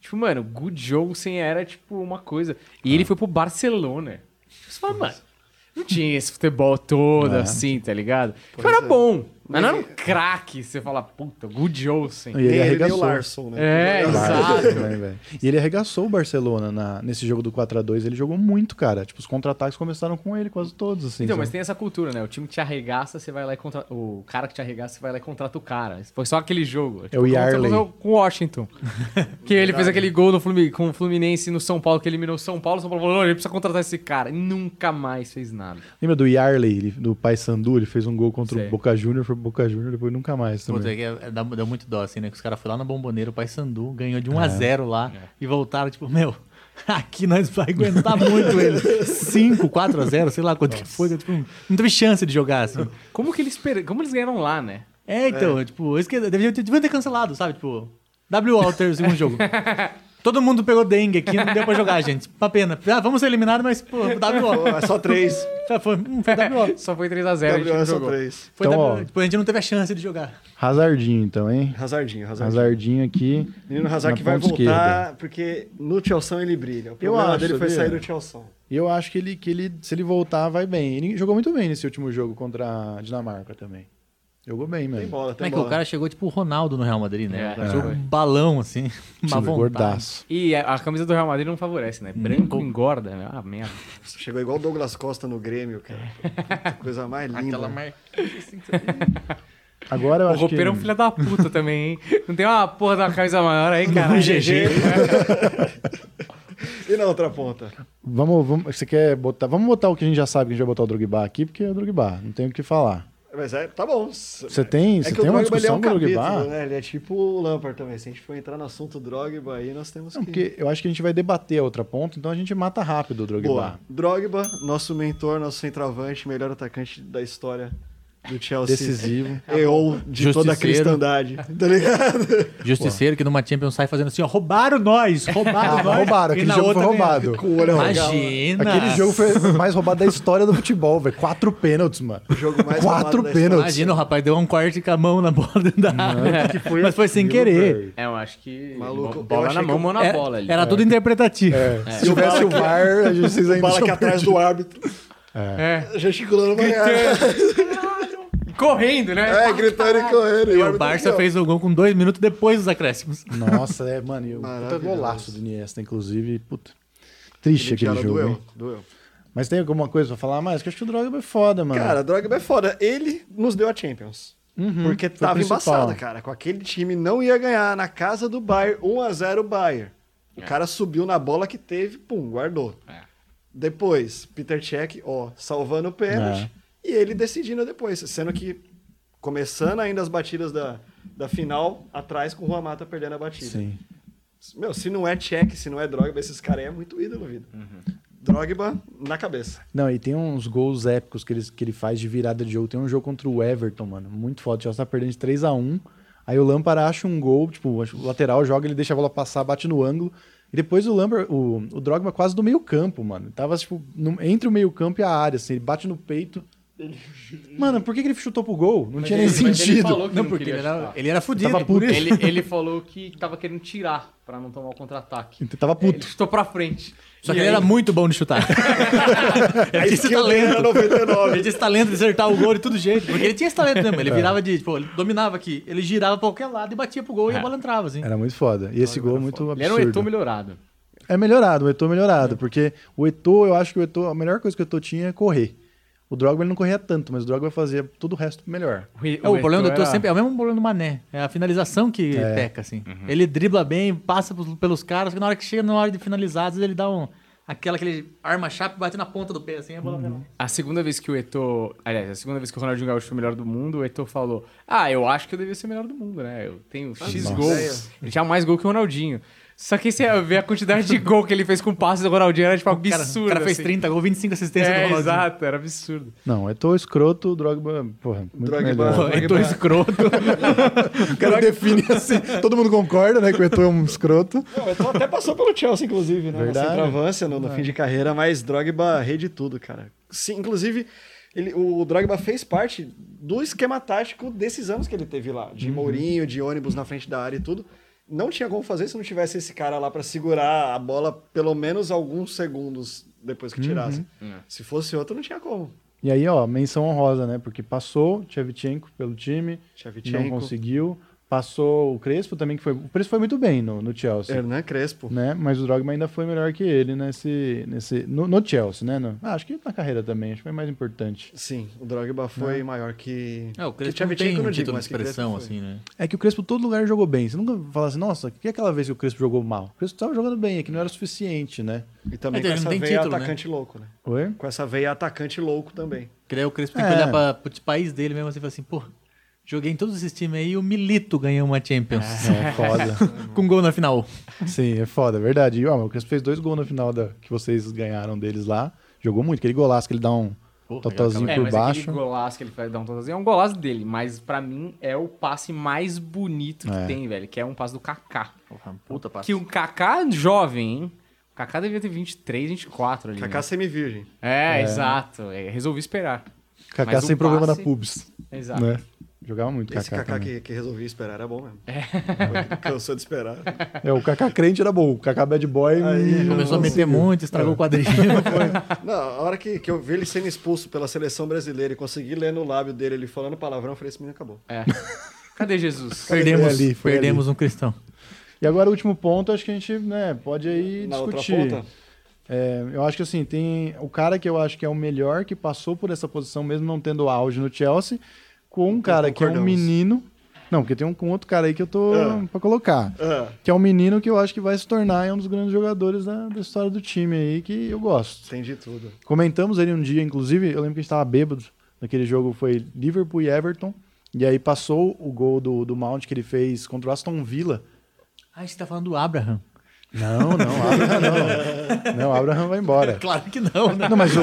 Tipo, mano, Good Johnson era, tipo, uma coisa. E ele foi pro Barcelona. Você fala, mano, não tinha esse futebol todo assim, tá ligado? Tipo, era bom, mas não era um craque. Você fala, puta, Good Johnson.
E ele
Nem ele é nem o
arregaçou.
Larson, né?
É,
Larson
exato.
também, velho. e ele arregaçou o Barcelona na- nesse jogo do 4x2. Ele jogou muito, cara. Tipo, os contra-ataques começaram com ele, quase todos, assim.
Então,
sabe?
mas tem essa cultura, né? O time que te arregaça, você vai lá e contrata. O cara que te arregaça, você vai lá e contrata o cara. Foi só aquele jogo. Tipo,
É o
aconteceu
Yarley.
Com o Washington. que ele fez aquele gol no Flumi- com o Fluminense no São Paulo, que eliminou o São Paulo. São Paulo falou: não, a gente precisa contratar esse cara. E nunca mais fez nada.
Lembra do Yarley, ele- do Paysandu? Ele fez um gol contra
Sei.
o Boca Júnior, foi pro Boca Júnior, depois nunca mais também.
Puta, é que é- dá, deu muito dó, assim, né? Que os caras foram lá no Bomboneiro, o Paysandu, ganhou de
É.
1x0 lá e voltaram, tipo, meu, aqui nós vai aguentar muito eles. 5, 4x0, sei lá quanto que foi. Tipo, não teve chance de jogar, assim.
Como que eles, per- Como eles ganharam lá, né?
É, então, tipo, isso que devia, ter- devia ter cancelado, sabe? Tipo, W Walter, o segundo jogo. Todo mundo pegou dengue aqui, não deu pra jogar, gente. Uma pena. Ah, vamos ser eliminados, mas, pô,
Pô,
WO.
é só três.
Foi, foi, hum, foi WO.
Só foi 3x0.
Gabriel
a
é
gente
só
jogou.
três.
Foi
Então,
W O.
ó.
Tipo, a gente não teve a chance de jogar.
Hazardinho, então, hein?
Hazardinho, Hazardinho.
Hazardinho aqui.
Menino
na
Hazard que vai
ponta
voltar,
esquerda.
porque no Tchelson ele brilha. O problema
acho,
dele foi
sabia?
sair do Tchelson.
E eu acho que ele, que ele, se ele voltar, vai bem. Ele jogou muito bem nesse último jogo contra a Dinamarca também. Jogou bem,
Tem
mesmo.
bola,
Como
tem
é que
bola.
o cara chegou tipo o Ronaldo no Real Madrid, né?
É,
O cara
é.
chegou com um balão, assim, uma
Time
vontade.
Gordaço.
E a a camisa do Real Madrid não favorece,
Uhum.
né? Branco engorda, né? Ah, merda.
tipo,
Chegou igual o Douglas Costa no Grêmio, cara. Puta, coisa mais linda.
Agora eu
O
acho que...
roupeiro é um filho da puta também, hein? Não tem uma porra da camisa maior aí, cara.
E na outra ponta?
Vamos, vamos, você quer botar... Vamos botar o que a gente já sabe que a gente vai botar o Drogba aqui, porque é o Drogba. Não tem o que falar.
Mas é, tá bom. É Você
Você tem, você tem uma discussão com o Drogba?
né? Ele é tipo o Lampard também. Se a gente for entrar no assunto Drogba aí, nós temos
Não,
que...
porque eu acho que a gente vai debater a outra ponta, então a gente mata rápido o Drogba.
Boa. Drogba, nosso mentor, nosso centroavante, melhor atacante da história do Chelsea.
Decisivo.
Eou de toda a
Justiceiro.
cristandade, tá ligado?
Justiceiro que numa Champions sai fazendo assim, ó, roubaram nós, roubaram
Ah,
nós.
roubaram,
E
aquele
na
jogo foi
outra, né?
roubado.
Com o olho arrogado.
Imagina.
Aquele jogo foi o mais roubado da história do futebol, velho. Quatro pênaltis, mano.
jogo mais
Quatro
roubado da história.
pênaltis.
Imagina, o rapaz deu um corte com a mão na bola dentro da
é
área. Mas foi sem querer.
É, eu acho que.
Maluco, eu
bola
achei
na
que
mão,
eu-
mão na Tá
É,
bola ali.
Era tudo interpretativo.
É. Se tivesse o VAR, a gente vocês ainda
Bala aqui
tinham
atrás do árbitro,
É.
gesticulando uma
Correndo, né?
É, gritando e correndo.
E o
árbitro
Barça
aqui, ó.
fez o gol com dois minutos depois dos acréscimos.
perdido. Nossa, é, mano. E o puta
Maravilhoso.
golaço do Iniesta, inclusive. Puta. Triste aquele
Cara,
jogo.
doeu,
hein?
doeu.
Mas tem alguma coisa pra falar mais? Que eu acho que o Droga é foda, mano.
Cara, Drogba é foda. Ele nos deu a Champions. porque
o
tava
principal.
embaçado, cara. Com aquele time não ia ganhar na casa do Bayern, 1x0 o Bayern. O cara subiu na bola que teve, pum, guardou. Depois, Peter Cech, ó, salvando o pênalti.
É.
E ele decidindo depois. Sendo que, começando ainda as batidas da, da final, atrás com o Juan Mata perdendo a batida.
Sim.
Meu, se não é Cech, se não é Drogba, esses caras aí é muito ídolo, vida. Drogba na cabeça.
Não, e tem uns gols épicos que ele, que ele faz de virada de jogo. Tem um jogo contra o Everton, mano. Muito foda. O Chelsea tá perdendo de 3x1. Aí o Lampard acha um gol, tipo, acho que o lateral joga, ele deixa a bola passar, bate no ângulo. E depois o Lambert, o, o Drogba é quase do meio campo, mano. Tava, tipo, no- entre o meio campo e a área, assim. Ele bate no peito. Mano, por que, que ele chutou pro gol? Não tinha nem sentido.
Não, porque ele era, ele era fudido.
Tava
por
puto.
isso.
Ele, ele falou que tava querendo tirar pra não tomar o contra-ataque.
Ele tava
Ele
puto.
chutou pra frente.
Só
E
que ele
aí-
era muito bom de chutar. ele tinha esse talento.
99.
Ele tinha esse talento de acertar o gol de todo jeito. Porque ele tinha esse talento mesmo. Ele virava de. Tipo, ele dominava aqui. Ele girava pra qualquer lado e batia pro gol e a bola entrava, assim.
Era muito foda. E esse gol é muito
Ele era um Eto'o
absurdo.
melhorado.
É melhorado, o Eto'o melhorado, porque o Eto'o, eu acho que o Eto'o, a melhor coisa que o Eto'o tinha é correr. O Drogba ele não corria tanto, mas o Drogba fazia todo o resto melhor.
É, o, problema do
Eto'o
Eto'o
era-
sempre é o mesmo problema do Mané. É a finalização que
É.
peca, assim. Ele dribla bem, passa pos- pelos caras, que na hora que chega na hora de finalizar, às vezes ele dá um... Aquela que ele arma a chapa e bate na ponta do pé, assim, a bola vai lá.
A segunda vez que o Eto'o... Aliás, a segunda vez que o Ronaldinho Gaúcho foi o melhor do mundo, o Eto'o falou, ah, eu acho que eu devia ser o melhor do mundo, né? Eu tenho X
nossa.
gols. Ele tinha mais gol que o Ronaldinho. Só que aí você vê a quantidade de gol que ele fez com passes do Ronaldinho, era tipo
O cara-
absurdo.
O cara fez
assim.
30 gols, 25 assistências do
É,
Ronaldinho.
exato, era absurdo.
Não, o Eto'o é escroto, o Drogba, porra, muito
Drogba.
melhor.
Pô, Eto'o escroto.
O cara define assim, todo mundo concorda, né, que o Eto'o é um escroto.
Não, então até passou pelo Chelsea, inclusive, né?
Verdade.
Na centroavância, no, no fim de carreira, mas Drogba rei de tudo, cara. Sim, inclusive, ele, o Drogba fez parte do esquema tático desses anos que ele teve lá. De Mourinho, de ônibus na frente da área e tudo. Não tinha como fazer se não tivesse esse cara lá pra segurar a bola pelo menos alguns segundos depois que tirasse. Se fosse outro, não tinha como.
E aí, ó, menção honrosa, né, porque passou Tchevchenko pelo time, não
Shevchenko,
conseguiu, passou o Crespo também, que foi, o Crespo foi muito bem no, no Chelsea.
Hernan Crespo.
né? Mas o Drogba ainda foi melhor que ele nesse, nesse no, no Chelsea, né? No- ah, acho que na carreira também, acho que foi mais importante.
Sim, o Drogba foi maior que.
É, o
que
Crespo não
Shevchenko,
tem
eu
um
não digo,
título de
mas que Crespo
expressão,
foi.
assim, né?
É que o Crespo todo lugar jogou bem. Você nunca fala assim, nossa, que aquela vez que o Crespo jogou mal? O Crespo tava jogando bem, é que não era o suficiente, né?
E também
É,
com
ele não
essa
tem
veia
título, né?
atacante louco, né?
Oi?
Com essa veia atacante louco também.
Que daí o Crespo tem que
É.
olhar pra, pro país dele mesmo, assim, e falar assim, pô... Joguei em todos esses times aí e o Milito ganhou uma Champions.
É foda.
Com gol na final.
Sim, é foda, é verdade. E, ó, mas o Crespo fez dois gols no final da, que vocês ganharam deles lá. Jogou muito, aquele golaço que ele dá um
Porra,
totozinho
É,
por
mas
baixo.
aquele golaço que ele faz, dá um totozinho, é um golaço dele, mas pra mim é o passe mais bonito que
É.
tem, velho, que é um passe do Kaká.
Porra, puta passa.
Que o Kaká é jovem, hein? O Kaká devia ter 23, 24 ali.
Kaká
né?
semi-virgem.
É, exato. É, resolvi esperar.
Kaká
mas o
sem problema
passe-
na pubs,
Exato.
né? Jogava muito
Esse Kaká
também.
que, que resolvi esperar era bom mesmo. É. Cansou de esperar.
É, o Kaká crente era bom, o Kaká bad boy...
Aí,
hum,
Começou a
não
meter
conseguiu.
muito, estragou o quadrinho.
Não, a hora que, que eu vi ele sendo expulso pela seleção brasileira e consegui ler no lábio dele ele falando palavrão, eu falei, esse menino acabou.
É. Cadê Jesus?
perdemos
Foi ali, foi
perdemos um cristão.
E agora o último ponto, acho que a gente né, pode aí
Na
discutir.
outra ponta,
É, eu acho que assim, tem o cara que eu acho que é o melhor, que passou por essa posição, mesmo não tendo auge no Chelsea, com um cara que é um
concordamos.
menino. Não, porque tem um com outro cara aí que eu tô
Ah.
pra colocar.
ah,
Que é um menino que eu acho que vai se tornar um dos grandes jogadores da, da história do time aí, que eu gosto.
tem de tudo.
Comentamos ele um dia, inclusive, eu lembro que a gente tava bêbado. Naquele jogo foi Liverpool e Everton. E aí passou o gol do, do Mount que ele fez contra o Aston Villa.
Ah, a gente tá falando do Abraham.
Não, não, Abraham não. Não, Abraham vai embora.
Claro que não, né?
Não, mas o,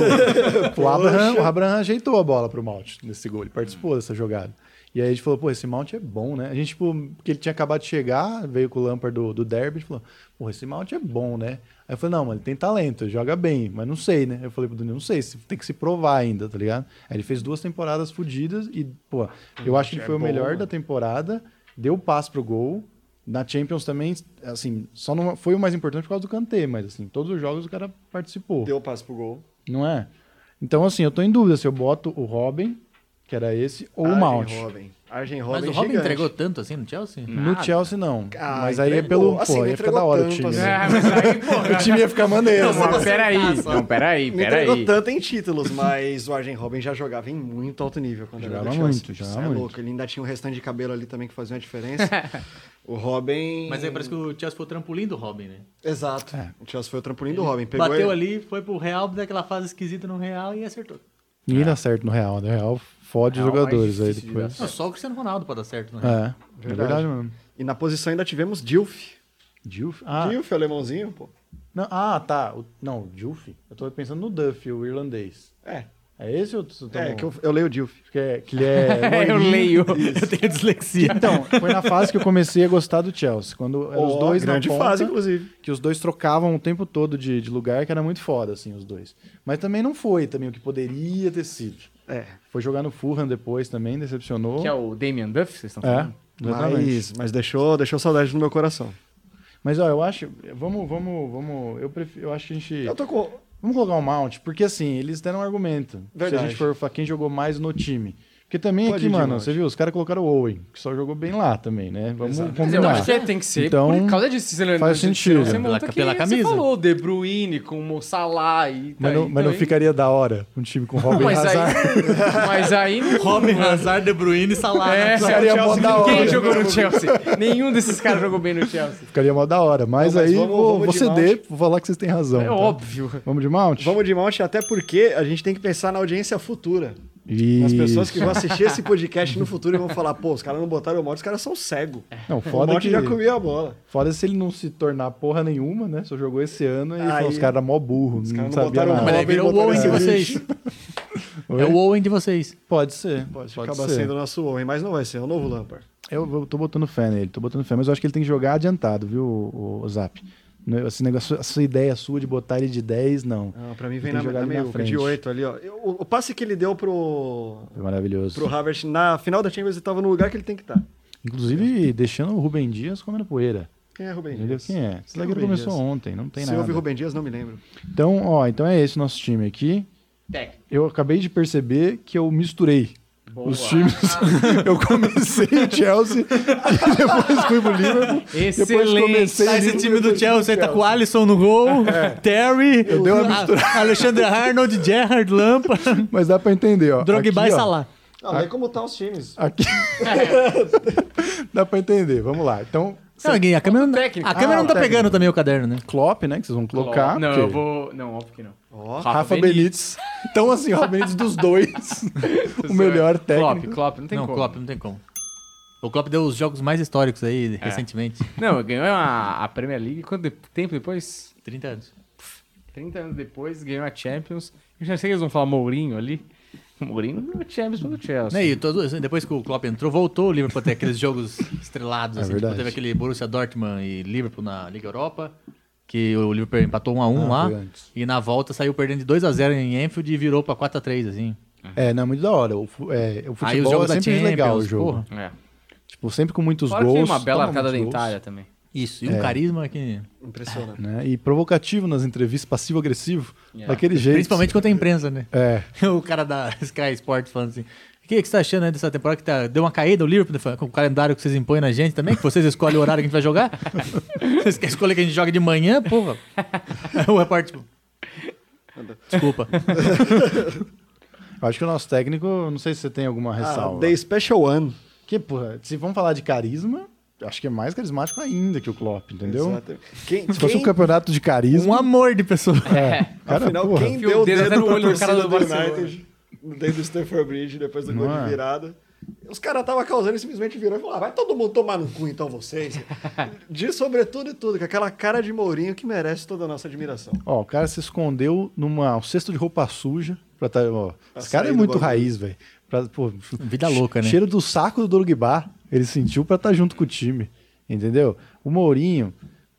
o, Abraham, o Abraham ajeitou a bola pro Mount nesse gol, ele participou dessa jogada. E aí a gente falou, pô, esse Mount é bom, né? A gente, tipo, porque ele tinha acabado de chegar, veio com o Lampard do, do Derby, a gente falou, pô, esse Mount é bom, né? Aí eu falei, não, mano, ele tem talento, ele joga bem, mas não sei, né? Eu falei pro Danilo, não sei, se- tem que se provar ainda, tá ligado? Aí ele fez duas temporadas fodidas e, pô, eu acho que ele
é
foi o
bom,
melhor
mano.
da temporada, deu o passe pro gol. Na Champions também, assim, só não foi o mais importante por causa do Kanté, mas assim, todos os jogos o cara participou.
Deu o passo pro gol.
Não é? Então, assim, eu tô em dúvida se eu boto o Robin, que era esse, ou o
Arjen
Mount.
Robben. Arjen Robben
Mas o Robin
gigante.
entregou tanto assim no Chelsea?
No
Nada.
Chelsea, não.
Ah,
mas aí é
entregou.
pelo.
Assim,
pô,
não
ia ficar
entregou
da hora o
tanto,
time.
assim.
né?
É, mas aí, porra.
O time ia ficar maneiro.
Não, mas peraí. Não, peraí,
Não entregou
peraí.
tanto em títulos, mas o Arjen Robben já jogava em muito alto nível quando
Jogava
era do Chelsea.
muito,
Isso
jogava
é
muito.
louco. Ele ainda tinha um restante de cabelo ali também que fazia uma diferença. o Robin.
Mas aí parece que o Chelsea foi o trampolim do Robin, né?
Exato.
É.
O Chelsea foi o trampolim do Robin. Pegou
Bateu
ele-
ali, foi pro Real, daquela fase esquisita no Real e acertou.
Ninguém dá certo no Real, né? O Real fode os
Real é mais
jogadores aí
difícil de dar
depois.
Não, só o Cristiano Ronaldo pode dar certo né? no Real.
É, é verdade, mano.
E na posição ainda tivemos Dilf.
Dilf? Ah,
Dilf, alemãozinho, pô.
não, ah, tá. O- não, o Dilf? Eu tô pensando no Duff, o irlandês.
É.
É esse ou tu tomou?
É, que eu, eu leio o Dilf.
que, é, que ele é
eu
loirinho.
leio.
Eu tenho dislexia.
Então, foi na fase que eu comecei a gostar do Chelsea. Quando eram os
Ó,
dois
grande
na é ponta,
fase, inclusive.
que os dois trocavam o tempo todo de, de lugar, que era muito foda, assim, os dois. Mas também não foi também o que poderia ter sido.
É.
Foi jogar no Fulham depois também, decepcionou.
Que é o Damian Duff, vocês estão
É,
falando?
exatamente.
Mas, mas deixou, deixou saudade no meu coração.
Mas, ó, eu acho... Vamos, vamos, vamos... Eu, prefiro, eu acho que a gente...
Eu tô com.
Vamos colocar o Mount, porque assim, eles deram um argumento. Se
Verdade.
a gente for falar quem jogou mais no time. Porque também
Pode
aqui,
ir de
mano,
Mount.
você viu, os caras colocaram o Owen, que só jogou bem lá também, né? Vamos
Exato.
Quer dizer, eu acho
combinar.
que tem que ser
Então,
por causa disso. Você
faz
você-
sentido.
Você
Pela-
monta
pela
que nem
camisa.
Você falou De Bruyne com o Mo Salah e tá
Mas, não,
daí
mas não
também-
ficaria da hora um time com Robin
Mas aí,
Hazard.
mas aí não-
Robin, Hazard, De Bruyne e Salah.
É,
né?
Ficaria mó da hora.
Quem jogou no Chelsea? Nenhum desses caras jogou bem no Chelsea.
Ficaria mó da hora. Mas,
Não, mas
aí
vamos-
vou,
vamos
vou
de
ceder, vou falar que vocês têm razão.
É
tá?
óbvio.
Vamos de Mount?
Vamos de Mount, até porque a gente tem que pensar na audiência futura.
E...
As pessoas que vão assistir esse podcast no futuro e vão falar, pô, os caras não botaram o Mount, os caras são cegos.
Não,
O
foda
Mount
que...
já comia a bola.
Foda se ele não se tornar porra nenhuma, né? Só jogou esse ano e
Aí-
falou, os caras mó burro,
Os
não,
caras não
sabia
botaram
Mas
nada.
bola.
aí virou o
Robin
Owen de
botou nessa
vocês.
Oi?
É o Owen de vocês.
Pode ser.
Pode, acabar sendo o nosso homem, mas não vai ser, é o novo Lampard.
Eu vou- tô botando fé nele, tô botando fé, mas eu acho que ele tem que jogar adiantado, viu, o, Zap? Não, Esse negócio, essa ideia sua de botar ele de 10, não.
Ah, pra mim
Tem
vem
que
na,
jogar
na
ali na
meiuca,
frente.
de 8 ali, ó. Eu- O, o passe que ele deu pro,
Foi maravilhoso.
pro Havertz na final da Champions, ele tava no lugar que ele tem que tá. estar.
Inclusive, deixando o Rubem Dias comendo poeira.
Quem é Rubem
Entendeu
Dias?
quem é? Esse zagueiro
Rubem
começou
Dias?
ontem, não tem
Se
nada.
houve Rubem Dias, não me lembro.
Então, ó, então é esse nosso time aqui. Eu acabei de perceber que eu misturei os times. eu comecei o Chelsea e depois fui pro Liverpool. Depois
Excelente.
comecei
Tá, esse
ali-
time do Chelsea É. tá com o Alisson no gol, Terry,
dei uma
a- Alexandre Arnold, Gerrard, Lampa,
Mas dá pra entender, ó.
Drogba é
Aqui,
e
ó,
Salah.
Ah, vê como tá os times.
Aqui. Dá pra entender, vamos lá. Então,
Não, ninguém- a câmera, não-
É um técnico. Ah,
a câmera
Ah,
não
o
tá
técnico.
pegando também o caderno, né?
Klopp, né? Que vocês vão colocar.
Não,
porque
eu vou. Não, óbvio que não.
Ó,
Rafa Benítez. Então, assim, Rafa Benítez dos dois. o melhor técnico.
é. Klopp, Klopp, não tem
não,
como.
Klopp, não tem como. O Klopp deu os jogos mais históricos
É.
aí recentemente.
Não, ganhou a, a Premier League quanto de- tempo depois?
30 anos.
30 anos depois, ganhou a Champions. Eu já sei que eles vão falar Mourinho ali. O Mourinho ganhou a Champions pelo Chelsea.
é
Né, e todos- depois que o Klopp entrou, voltou o Liverpool ter aqueles jogos estrelados.
É
assim, tipo,
verdade.
teve aquele Borussia Dortmund e Liverpool na Liga Europa, que o Liverpool empatou 1x1
Ah,
lá.
foi antes.
E na volta saiu perdendo de 2x0 em Enfield e virou pra 4x3, assim.
É, não, é muito da hora. O, fu- é, o
Aí os
futebol é
jogos da
sempre
Champions,
legal o jogo.
porra.
É.
Tipo, sempre com muitos
Claro que tem
gols.
uma bela
toma
arcada
muitos gols,
dentária também.
Isso, e um carisma que...
impressionante.
né, E provocativo nas entrevistas, passivo-agressivo.
Yeah.
Daquele jeito.
Principalmente contra a imprensa, né?
É.
o cara da Sky Sports falando assim. O que, que você tá achando aí dessa temporada que tá, deu uma caída o Liverpool né, com o calendário que vocês impõem na gente também? Que vocês escolhem o horário que a gente vai jogar? vocês querem escolher que a gente joga de manhã? Porra. Aí o repórter, tipo, Desculpa.
Eu acho que o nosso técnico, não sei se você tem alguma
Ah,
ressalva.
The Special One.
Que, porra, se vamos falar de carisma, eu acho que é mais carismático ainda que o Klopp, entendeu?
Exato. Quem,
Se fosse
quem,
um campeonato de
Um
carisma.
amor de pessoa.
É, cara,
afinal,
porra.
quem
Fio
deu o
dedo
dedo,
até no
pra
olho do cara
torcida
do
do
Barcelona.
United, dentro do Stamford Bridge, depois do gol
Não é?
de virada? Os caras estavam causando e simplesmente virou e falou: ah, vai todo mundo tomar no cu, então, vocês. de sobretudo e tudo, com aquela cara de Mourinho que merece toda a nossa admiração.
Ó, o cara se escondeu numa um cesto de roupa suja. Pra tá, ó,
Pra
esse cara é
sair do
muito
bagulho.
raiz, velho. Pra, pô,
Vida louca, né?
Cheiro do saco do Drogba, ele sentiu pra estar junto com o time, entendeu? O Mourinho,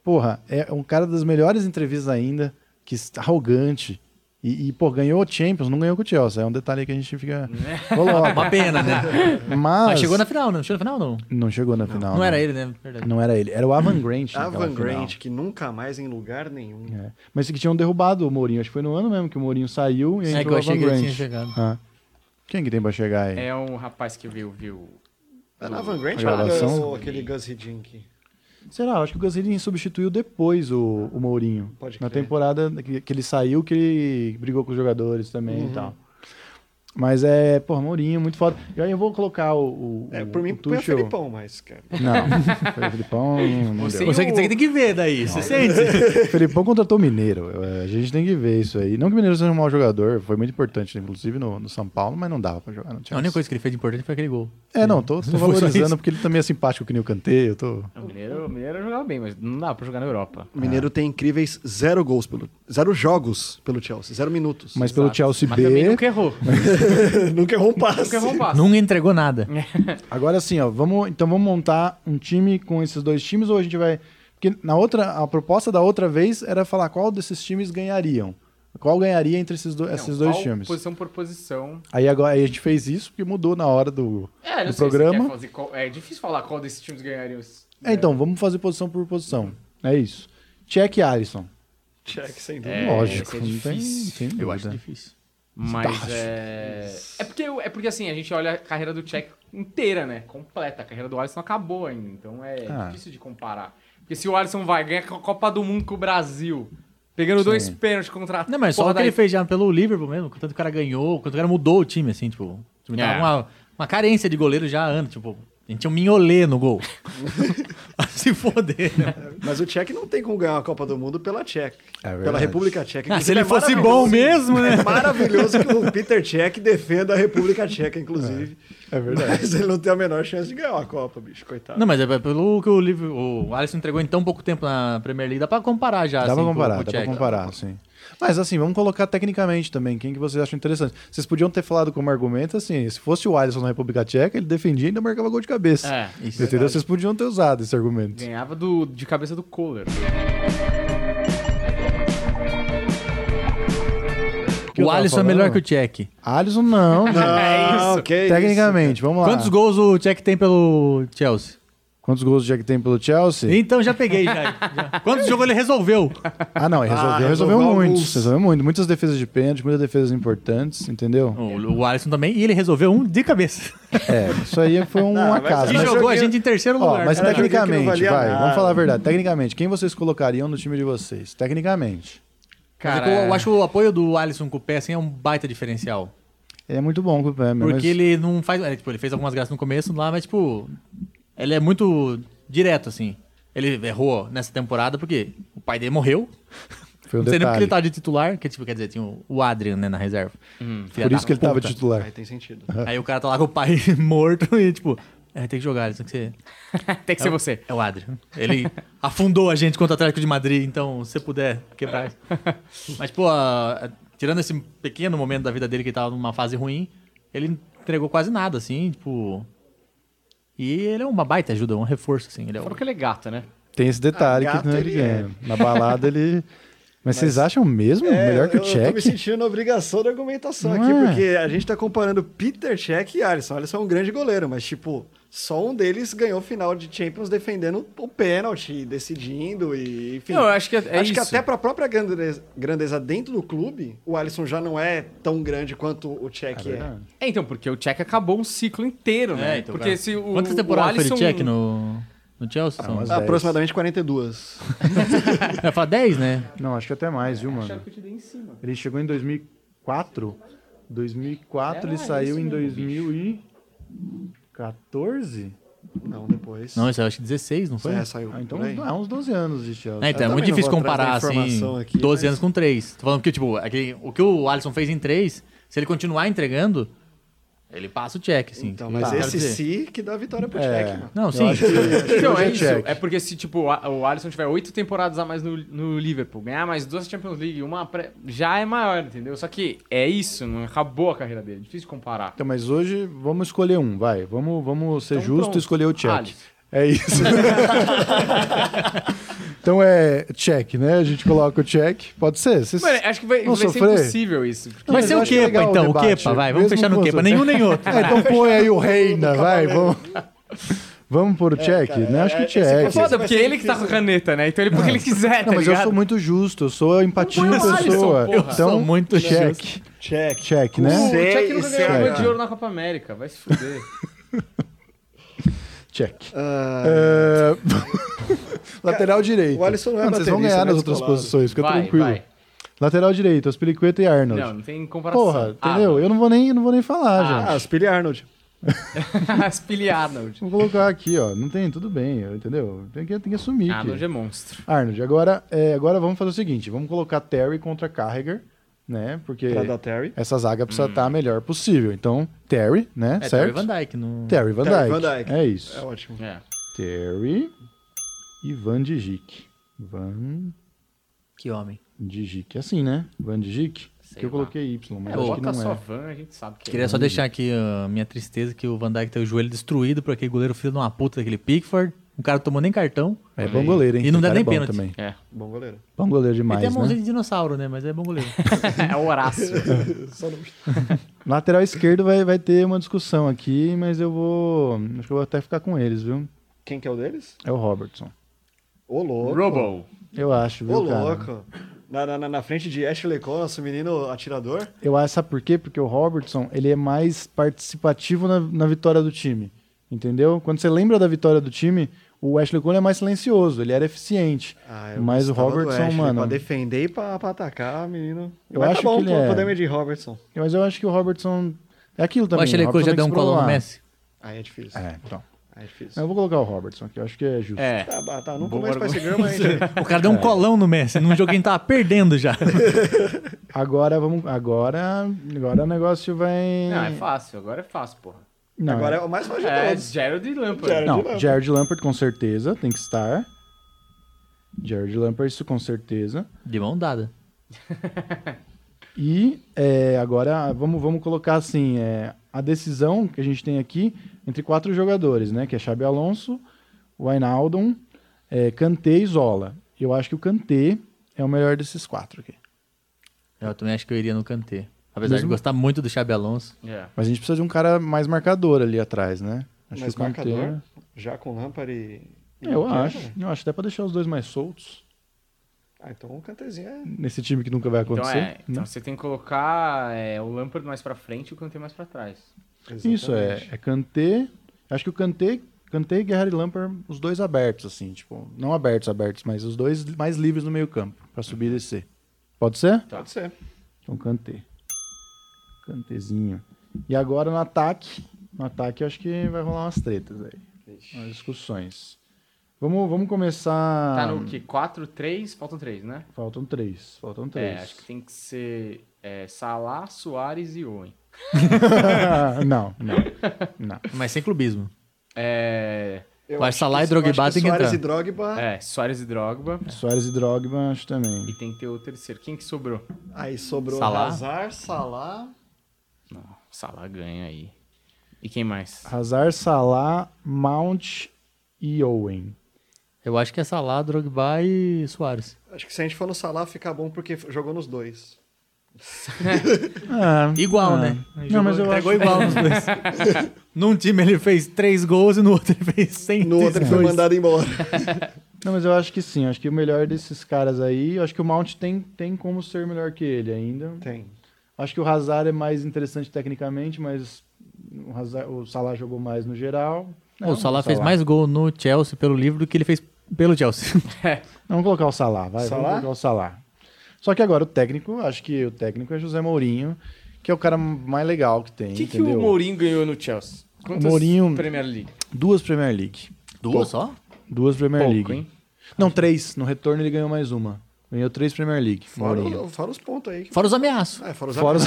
porra, é um cara das melhores entrevistas ainda, que s- arrogante. E, e, pô, ganhou o Champions, não ganhou com o Chelsea. É um detalhe aí que a gente fica... coloca.
Uma pena, né?
Mas...
Mas chegou na final, não? Chegou na final, não?
Não chegou na final.
Não, era ele, né? Verdade.
Não era ele. Era o Avan Grant.
A
naquela
Van
final.
Grant, que nunca mais em lugar nenhum.
É. Mas que tinham derrubado o Mourinho. Acho que foi no ano mesmo que o Mourinho saiu e
É que
entrou
eu
o
achei
Avan
que ele
Grant.
tinha chegado.
Ah. Quem que tem pra chegar aí?
É um rapaz que viu, viu.
É na Van Grant
A gravação?
ou aquele Gus Hiddink?
Será? Acho que o Gasly substituiu depois o, o Mourinho.
Pode
Na
crer.
temporada que, que ele saiu, que ele brigou com os jogadores também e tal. Mas é, porra, Mourinho, muito foda. E aí eu vou colocar o. o
É,
o-
por mim,
o
põe o
Tuchel. É.
Felipão, mas, cara.
Não, foi o Felipão. Não
Você- Tem
deu.
Você que
o-
você que tem que ver daí, você sente?
O Felipão contratou o Mineiro. É, A gente tem que ver isso aí. Não que o Mineiro seja um mau jogador, foi muito importante, inclusive no, no São Paulo, mas não dava pra jogar. Não
A
tinha
única coisa que ele fez de importante foi aquele gol.
É, não, tô, tô
Não foi só isso.
valorizando porque ele também é simpático que nem o Kanté, eu tô...
O Mineiro, o Mineiro jogava bem, mas não dá pra jogar na Europa.
O Mineiro tem incríveis zero gols pelo. Zero jogos pelo Chelsea, zero minutos.
Mas pelo
Exato.
Chelsea
Mas também
B...
nunca errou.
é
nunca errou um passe.
nunca errou um passe.
Não entregou nada.
Agora sim, ó, vamos, então vamos montar um time com esses dois times ou a gente vai... Porque na outra, a proposta da outra vez era falar qual desses times ganhariam. Qual ganharia entre esses, do,
Não,
esses dois
qual
times.
Posição por posição.
Aí, agora, aí a gente fez isso porque mudou na hora do,
É,
do programa.
É difícil falar qual desses times ganhariam.
É, então, vamos fazer posição por posição. É isso. Check Alisson.
Check, sem dúvida.
É, esse
Lógico.
é
não tem-
difícil.
tem
Eu acho
dúvida.
difícil.
Mas é... É porque, eu- é porque assim, a gente olha a carreira do Czech inteira, né? Completa. A carreira do Alisson acabou ainda. Então é
Ah.
difícil de comparar. Porque se o Alisson vai ganhar a Copa do Mundo com o Brasil, pegando dois pênaltis contra a
Não, mas só
porra
o que ele
da-
fez já pelo Liverpool mesmo, o tanto que o cara ganhou, o tanto que o cara mudou o time, assim, tipo. o time tava
É.
com uma, uma carência de goleiro já há anos, tipo. A gente tinha um minholê no gol. Se foder, né?
Mas o Tchek não tem como ganhar a Copa do Mundo pela Tchek.
É verdade.
pela República Tcheca.
Ah,
Inclusive,
se ele
é
fosse
maravilhoso.
bom mesmo, né?
É maravilhoso que o Peter Tchek defenda a República Tcheca, inclusive.
É verdade.
Mas ele não tem a menor chance de ganhar uma Copa, bicho, coitado.
Não, mas é pelo que o, Liverpool, o Alisson entregou em tão pouco tempo na Premier League, dá pra comparar já.
dá
assim,
pra
com-
comparar,
com o
dá pra
Tchek.
comparar, sim. Mas assim, vamos colocar tecnicamente também, quem que vocês acham interessante. Vocês podiam ter falado como argumento assim, se fosse o Alisson na República Tcheca, ele defendia e ainda marcava gol de cabeça.
É,
isso,
Entendeu? Vocês podiam ter usado esse argumento.
Ganhava do, de cabeça do Kohler.
que eu
o
tava
Alisson é
falando?
melhor que o Tchek.
Alisson não, gente.
É isso.
Ah, ok.
tecnicamente, vamos lá.
Quantos gols o Tchek tem pelo Chelsea?
Quantos gols o Jack tem pelo Chelsea?
Então já peguei, já. já. Quantos jogos ele resolveu?
Ah, não, ele resolveu,
Ah,
resolveu,
resolveu
muitos.
alguns.
Resolveu muito. Muitas defesas de pênalti, muitas defesas importantes, entendeu?
O, o Alisson também, e ele resolveu um de cabeça.
É, isso aí foi um
Não, mas
acaso.
E
Mas-
eu
jogou a
vi-
gente em terceiro
Ó,
lugar. É.
mas
cara.
Era jogo que não
tecnicamente,
valia
vai,
nada.
vamos falar a verdade. Tecnicamente, quem vocês colocariam no time de vocês? Tecnicamente.
Mas é que
Cara,
eu, eu acho o apoio do Alisson com o pé assim, é um baita diferencial.
Ele é muito bom com o pé,
Porque
mas...
ele não faz. é, tipo, ele fez algumas graças no começo lá, mas tipo. Ele é muito direto, assim. Ele errou nessa temporada porque o pai dele morreu.
Foi um
não sei nem porque
detalhe.
ele tá tava de titular, que tipo, quer dizer, tinha o- o Adrian, né, na reserva. Filha
Por
da
isso que ele tava
puta.
Aí
titular.
tem sentido.
Ah,
Aí o cara tá lá com o pai morto e tipo, é, tem que jogar, Alisson, que você.
Tem que ser você.
É o Adrian. Ele afundou a gente contra o Atlético de Madrid, então se puder quebrar. isso. Mas, pô, a- a- tirando esse pequeno momento da vida dele que tava numa fase ruim, ele entregou quase nada, assim, tipo. E ele é uma baita ajuda, um reforço, assim. Ele é
Fora
o-
que ele é gato, né?
Tem esse detalhe
Ah,
que
gato
né, ele
ele é.
ganha. Na balada ele... Mas, vocês acham mesmo melhor que o
eu- Eu tô me
Check?
sentindo na obrigação da argumentação
Não
aqui,
é?
porque a gente tá comparando Peter Cech e Alisson. Alisson é um grande goleiro, mas, tipo, só um deles ganhou final de Champions defendendo o pênalti, decidindo e, enfim.
Não, eu acho que é- é
Acho que
isso.
até pra própria grandeza, grandeza dentro do clube, o Alisson já não é tão grande quanto o Cech é.
verdade.
É, então, porque o Czech acabou um ciclo inteiro, né?
É, então,
porque
cara.
se o,
Quantas
o
temporadas
Alisson... Ah,
foi de check no, no Chelsea? São-
mas-
Eu
Aproximadamente 42.
ia falar 10, né?
Não, acho que até mais, viu, mano?
Acharam que eu te dei em cima.
Ele chegou em 2004. 2004
É,
Era
ele saiu
isso
em
mesmo,
2014?
Não, depois.
Não, isso eu acho que 16, não foi?
é, saiu.
Ah, então
por aí.
ah, uns 12 anos de Chelsea.
É, então, é
também
muito
não
difícil
vou atrás da
comparar, assim,
informação aqui,
12
mas-
anos com 3. Tô falando que, tipo, aquele- o que o Alisson fez em 3, se ele continuar entregando, ele passa o check, assim.
Então, mas
Tá.
esse
Quero dizer-
sim que dá vitória pro
É.
Cech, mano.
Não, sim.
Então,
Hoje
é
é
isso.
Czech.
É porque se, tipo, a- o Alisson tiver oito temporadas a mais no, no Liverpool, ganhar mais duas Champions League, uma pré- já é maior, entendeu? Só que é isso, não acabou a carreira dele. é Difícil de comparar.
Então, mas hoje vamos escolher um, vai. Vamos, vamos ser
Então,
justo
pronto.
e escolher
Ah,
o check.
Alisson.
É isso. então é check, né? A gente coloca o check. Pode ser? Vocês-
Mano, é- acho que vai, vai
Vamos
ser
sofrer?
impossível isso. porque-
Não,
Vai
mas
ser
eu
o
acho legal
Kepa,
o
então. O
debate.
Kepa, vai. Vamos
Mesmo
fechar no
com
Kepa.
você.
Nenhum nem outro.
É, então põe aí o reina, vai. Vamos, vamos pôr o check, né? Acho que o
É
check.
foda, porque ele que tá com a caneta, né? Então ele porque ele quiser, tá
Não, mas eu
ligado?
sou muito justo, eu sou a empatia
Não
da
põe o Alisson,
pessoa.
porra.
Eu
então,
sou muito
check.
Check.
Check,
O
né?
Sei,
é
Tchek nunca
sei,
ganhou uma
cara.
de ouro na Copa América, vai se fuder.
Check.
Ah,
É, Lateral direito.
o Alisson não é
Mano, Vocês vão
baterista,
é
ganhar
né,
nas outras
descolado.
posições, fica
vai,
tranquilo.
vai.
Lateral direito, Aspiricueta e Arnold.
Não, Ah, não tem comparação.
Porra, entendeu? eu não vou nem, não vou nem falar, gente.
tá.
Ah, Aspili Arnold.
As Arnold.
Vou colocar aqui, ó. Não tem, tudo bem, eu- entendeu? Tem que, tem que assumir. que-
Arnold é monstro.
Arnold, agora, é, agora vamos fazer o seguinte: vamos colocar Terry contra Carragher, né? Porque
Pra dar Terry.
essa zaga precisa
Hum.
estar a melhor possível. Então, Terry, né?
É, Terry
certo?
Van Dyke. No...
Terry Van
Terry
Dyke.
Van Dyke.
É isso.
É ótimo.
É.
Terry e Van Dijk. Van
Que homem.
Dijk. É assim, né? Van Dijk.
Sei
que eu
lá.
coloquei Y, mas
É,
acho que
bota
não
só
é.
van, a gente sabe que é.
Queria só deixar aqui a minha tristeza que o Van Dyke tem o joelho destruído por aquele goleiro filho de uma puta daquele Pickford. O cara não tomou nem cartão.
É bom goleiro, hein?
E não
Esse
dá
cara
nem
é bom
pênalti.
também.
É,
Bom goleiro.
Bom goleiro
Ele tem a
demais,
mãozinha
né?
de dinossauro, né? Mas é bom goleiro.
é o Horácio.
Lateral esquerdo vai, vai ter uma discussão aqui, mas eu vou... Acho que eu vou até ficar com eles, viu?
Quem que é o deles?
É o Robertson.
Ô, louco.
Robo.
Eu acho, viu,
Ô,
cara?
louco. Na, na, na- na frente de Ashley Cole, nosso menino atirador.
Eu acho, sabe por quê? Porque o Robertson, ele é mais participativo na, na vitória do time, entendeu? Quando você lembra da vitória do time, o Ashley Cole é mais silencioso, ele era eficiente.
Ah, eu
Mas o
gostava do
Robertson,
Ashley
mano-
Pra defender e pra, pra atacar, menino.
Eu
Mas
acho
tá bom,
que ele
pô,
é-
podemos ir de Robertson.
Mas eu acho que o Robertson é aquilo
Eu
também.
acho que ele
Robertson
já
tem
deu um
se
colão no
provar.
Messi.
Aí é difícil.
É, então.
Aí é difícil.
Eu vou colocar o Robertson aqui, eu acho que é justo.
É.
Tá, bah, tá. Nunca
Bom
mais vai ser
argumento.
grama ainda.
O cara deu um colão no Messi. Num jogo que a gente tava perdendo já.
Agora vamos, agora, agora o negócio vai
Não, é fácil, agora é fácil, porra.
Não,
Agora é o mais forte de
É,
todos.
Gerald e Lampard.
Gerald.
Não,
Lampard.
Jared Lampard com certeza tem que estar. Jared Lampard isso com certeza.
De mão dada.
E é, agora vamos, vamos colocar assim, é, a decisão que a gente tem aqui entre quatro jogadores, né? Que é Xabi Alonso, Wijnaldum, é, Kanté e Zola. Eu acho que o Kanté é o melhor desses quatro aqui.
Eu também acho que eu iria no Kanté. Apesar
Mesmo-
de gostar muito do Xabi Alonso.
É.
Mas a gente precisa de um cara mais marcador ali atrás, né? Acho
Mas
que o Kanté-
marcador, já com Lampard e... e
Eu
Kevin.
acho. Eu acho até pra deixar os dois mais soltos
Ah, então o Cantezinho é...
nesse time que nunca vai
Então,
acontecer.
é,
né?
então você tem que colocar é, o Lampard mais pra frente e o Kanté mais pra trás.
Isso, é, é Kanté. Acho que o Kanté, Kanté e Guerreiro e Lampard, os dois abertos, assim, tipo, não abertos, abertos, mas os dois mais livres no meio campo, pra subir e descer. Pode ser?
Tá.
Pode ser.
Então, Kanté. Kantezinho. E agora no ataque, no ataque eu acho que vai rolar umas tretas aí, umas discussões. Vamos, vamos começar...
Tá no que? 4, 3, faltam 3, né?
Faltam três, faltam
É,
três.
acho que tem que ser é, Salah, Soares e Owen.
não, não, não.
Mas sem clubismo.
É,
Eu
Vai
acho
Salah
que-
e Drogba
eu acho que
tem que
Suárez
entrar.
e
Ah.
Drogba...
é, Soares e Drogba.
Soares e Drogba, acho também.
E tem que ter o terceiro. Quem que sobrou?
Aí sobrou
Salah.
Hazard, Salah...
Não, Salah ganha aí. E quem mais?
Hazard, Salah, Mount e Owen.
Eu acho que é Salah, Drogba e Soares.
Acho que se a gente for no Salah, fica bom porque jogou nos dois.
Ah,
Igual,
ah.
né?
Não, mas eu acho...
Pegou igual
né?
nos dois. Num time ele fez três gols e no outro ele fez 100
No outro ele foi mandado embora.
Não, mas eu acho que sim. eu Acho que o melhor desses caras aí, eu acho que o Mount tem, tem como ser melhor que ele ainda.
Tem.
Acho que o Hazard é mais interessante tecnicamente, mas o, Hazard, o Salah jogou mais no geral. Não,
o Salah fez mais gol no Chelsea pelo livro do que ele fez pelo Chelsea.
Não, Vamos colocar o Salah, vai. Vamos
Salah?
colocar o Salah. Só que agora o técnico, acho que o técnico é José Mourinho, que é o cara mais legal que tem,
O que, que
entendeu?
o Mourinho ganhou no Chelsea? Quantas
Mourinho-
Premier League?
Duas Premier League.
Duas só?
Duas Premier
Pouco,
League.
hein?
Não, três. No retorno ele ganhou mais uma. Ganhou três Premier League.
Fora,
Mourinho.
o- fora os pontos aí.
Fora os ameaços.
Ah, fora os
Fora os,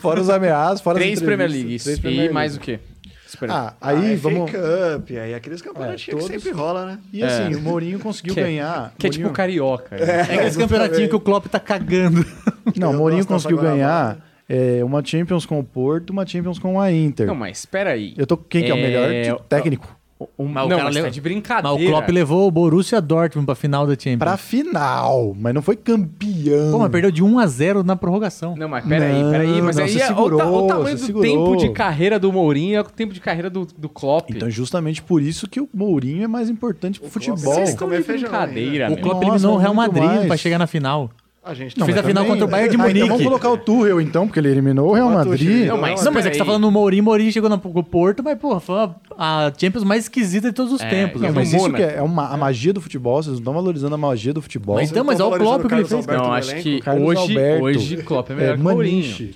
fora os ameaças, fora as
Três Premier Leagues.
entrevistas. Três Premier
e mais um. o
Leagues.
quê? Super.
Ah,
Ah,
aí
é
vamos...
Fake Cup, aí aqueles campeonatinhos
todos-
que sempre rola, né?
E assim, o Mourinho conseguiu
Que é-
ganhar...
que é
Mourinho-
tipo carioca. né?
É aqueles campeonatinhos que o Klopp tá cagando.
Não, o
Eu
Mourinho
gosto dessa
conseguiu ganhar
Guanabara.
é, uma Champions com o Porto, uma Champions com a Inter.
Não, mas espera aí.
Eu tô... Quem que é o melhor?
É,
Tipo, técnico.
Um,
Mas o
não,
cara
mas tá
leva-
de brincadeira.
Mas o Klopp levou o Borussia Dortmund pra final da Champions.
Pra final, mas não foi campeão.
Pô, mas perdeu de 1 a 0 na prorrogação.
Não, mas peraí,
Não,
peraí. Mas
não,
aí
você
é o, ta- o
segurou,
tamanho do
você segurou.
tempo de carreira do Mourinho é o tempo de carreira do, do Klopp.
Então, é justamente por isso que o Mourinho é mais importante pro futebol.
Klopp-
Vocês
bom,
estão
comer
de
feijão,
brincadeira,
o
meu.
Klopp
Nossa,
eliminou o
mas
Real
muito
Madrid
mais.
pra chegar na final.
A gente
Fez a
mas
final contra o Bayern de
Ah, então
Munique.
vamos colocar o Tuchel, então, porque ele eliminou o Real
Bota o
Madrid.
Tuchel.
Não, mas,
não, mas é
peraí.
que você tá falando no Mourinho, Mourinho chegou no pro Porto, mas, porra, foi uma- a Champions mais esquisita de todos os
É,
tempos.
não,
né?
Não, mas
no
isso
Mônaco.
que é, é uma, a magia do futebol, vocês não estão valorizando a magia do futebol.
Mas então, mas olha o Klopp que ele fez.
Alberto
Não,
no
acho
elenco,
que
Carlos
hoje,
Alberto,
hoje Klopp é melhor
é,
que o Mourinho.
Maniche.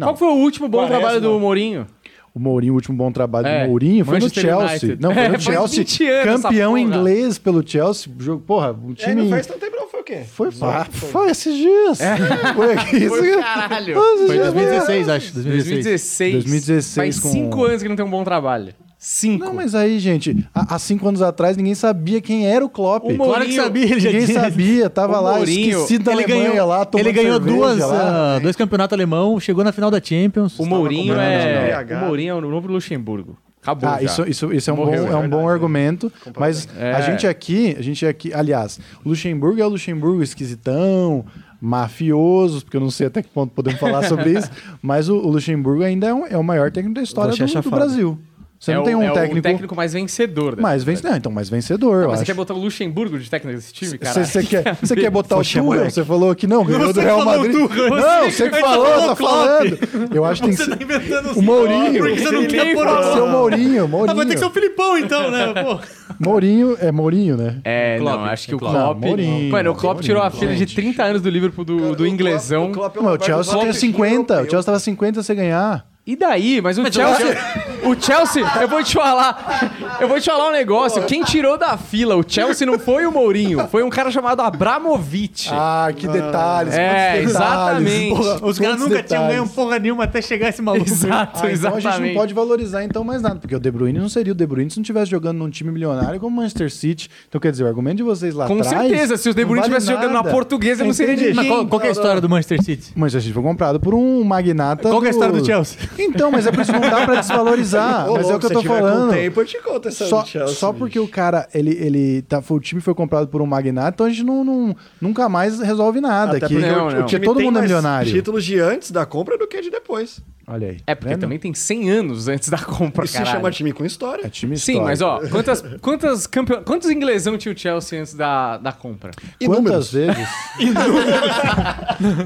Qual foi o último bom
Quaresma.
trabalho do Mourinho?
O Mourinho, o último bom trabalho
É,
do Mourinho foi
Manchester
no Chelsea.
United.
Não, foi
É,
no
faz 20
Chelsea.
anos essa
campeão
porra.
inglês pelo Chelsea. Jogo, porra, um
É,
time.
não faz tanto tempo, não. Foi o quê?
Foi, pá, foi esses dias. Foi aqui.
É. Foi o caralho.
Foi em 2016, acho.
2016.
2016.
2016
Faz
com-
5 anos que não tem um bom trabalho. 5.
Não, mas aí, gente, há, há cinco anos atrás ninguém sabia quem era o Klopp.
O Mourinho-
Claro que sabia, ele já
Ninguém
tinha.
sabia, tava
O
lá
Mourinho,
esquecido da
ele
tá Alemanha
ganhou,
lá, tomando
ele ganhou
cerveja
duas,
lá.
ah, dois campeonatos alemão, chegou na final da Champions.
O Mourinho
comparando
é.
o BH.
O Mourinho é o novo Luxemburgo. Acabou.
Ah,
já.
isso, isso, isso é um,
Morreu,
bom,
é
é um bom
verdade.
argumento. Mas a
É.
gente aqui, a gente aqui, aliás, o Luxemburgo é o Luxemburgo esquisitão, mafioso, porque eu não sei até que ponto podemos falar sobre isso, mas o, o Luxemburgo ainda é, um- é o maior técnico da história
Você é
do, do
chafado.
Brasil. Você
é
não
o,
tem um
é o
técnico,
técnico mais vencedor. dessa
mais
história.
vencedor. Então, mais vencedor, eu
Mas você
acho.
quer botar o Luxemburgo de técnico desse time, cara?
Você quer, você quer botar o
Poxa,
Tuchel?
moleque.
Você falou que não, ganhou do
Você
Real
falou
Madrid.
o Tuchel.
Não,
Você-
você que
ele
falou,
falou
tá
o Klopp.
falando. Eu
Tá
acho que tem que ser,
inventando assim,
o Mourinho.
Porque você não quer pôr
Pode ser o Mourinho,
Ah, vai ter que ser
Mourinho.
o Filipão então, né? Pô.
Mourinho, é Mourinho, né?
É,
Klopp.
não, acho que o
Klopp.
Klopp.
Não, Mourinho.
mano, o Klopp
Mourinho,
tirou a filha de 30 anos do Liverpool do, do inglesão.
Não, é o Chelsea tinha 50. O Chelsea tava 50 se ganhar.
E daí? Mas o Chelsea. O Chelsea, eu vou te falar. Eu vou te falar um negócio. Quem tirou da fila o Chelsea não foi o Mourinho, foi um cara chamado Abramovich.
Ah, que detalhes.
É,
quantos detalhes.
exatamente.
Porra,
Os caras
quantos
nunca tinham
detalhes.
ganho um porra nenhuma até chegar esse maluco.
Exato,
Ah, então a
exatamente.
gente não pode valorizar então mais nada, porque o De Bruyne não seria o De Bruyne se não estivesse jogando num time milionário como o Manchester City. Então quer dizer, o argumento de vocês lá
Com
atrás...
certeza, se o De
não
Bruyne
vale
estivesse jogando na
nada. Tá
portuguesa, não seria
Entendi.
de
Mas qual, qual que é a história do Manchester City?
O Manchester City foi comprado por um magnata.
Qual que é a história do Chelsea?
Então, mas é por isso que não dá pra desvalorizar. mas é o que eu tô falando.
Com tempo, eu te conto essa do
Só,
é
Chelsea,
só
bicho.
porque o cara, ele, ele tá, foi, o time foi comprado por um magnata, então a gente não, não- nunca mais resolve nada.
Até
aqui.
porque
Não,
o- o
não.
Porque
time
todo
tem
mundo é
mais
milionário.
títulos de antes da compra do que de depois.
Olha aí. tá
É, porque
Vendo?
também tem 100 anos antes da compra,
Isso se
caralho.
chama time com história.
É time
Sim,
histórico.
mas ó, quantas, quantas campeon... quantos inglesão tinha o Chelsea antes da, da compra?
Quantas vezes?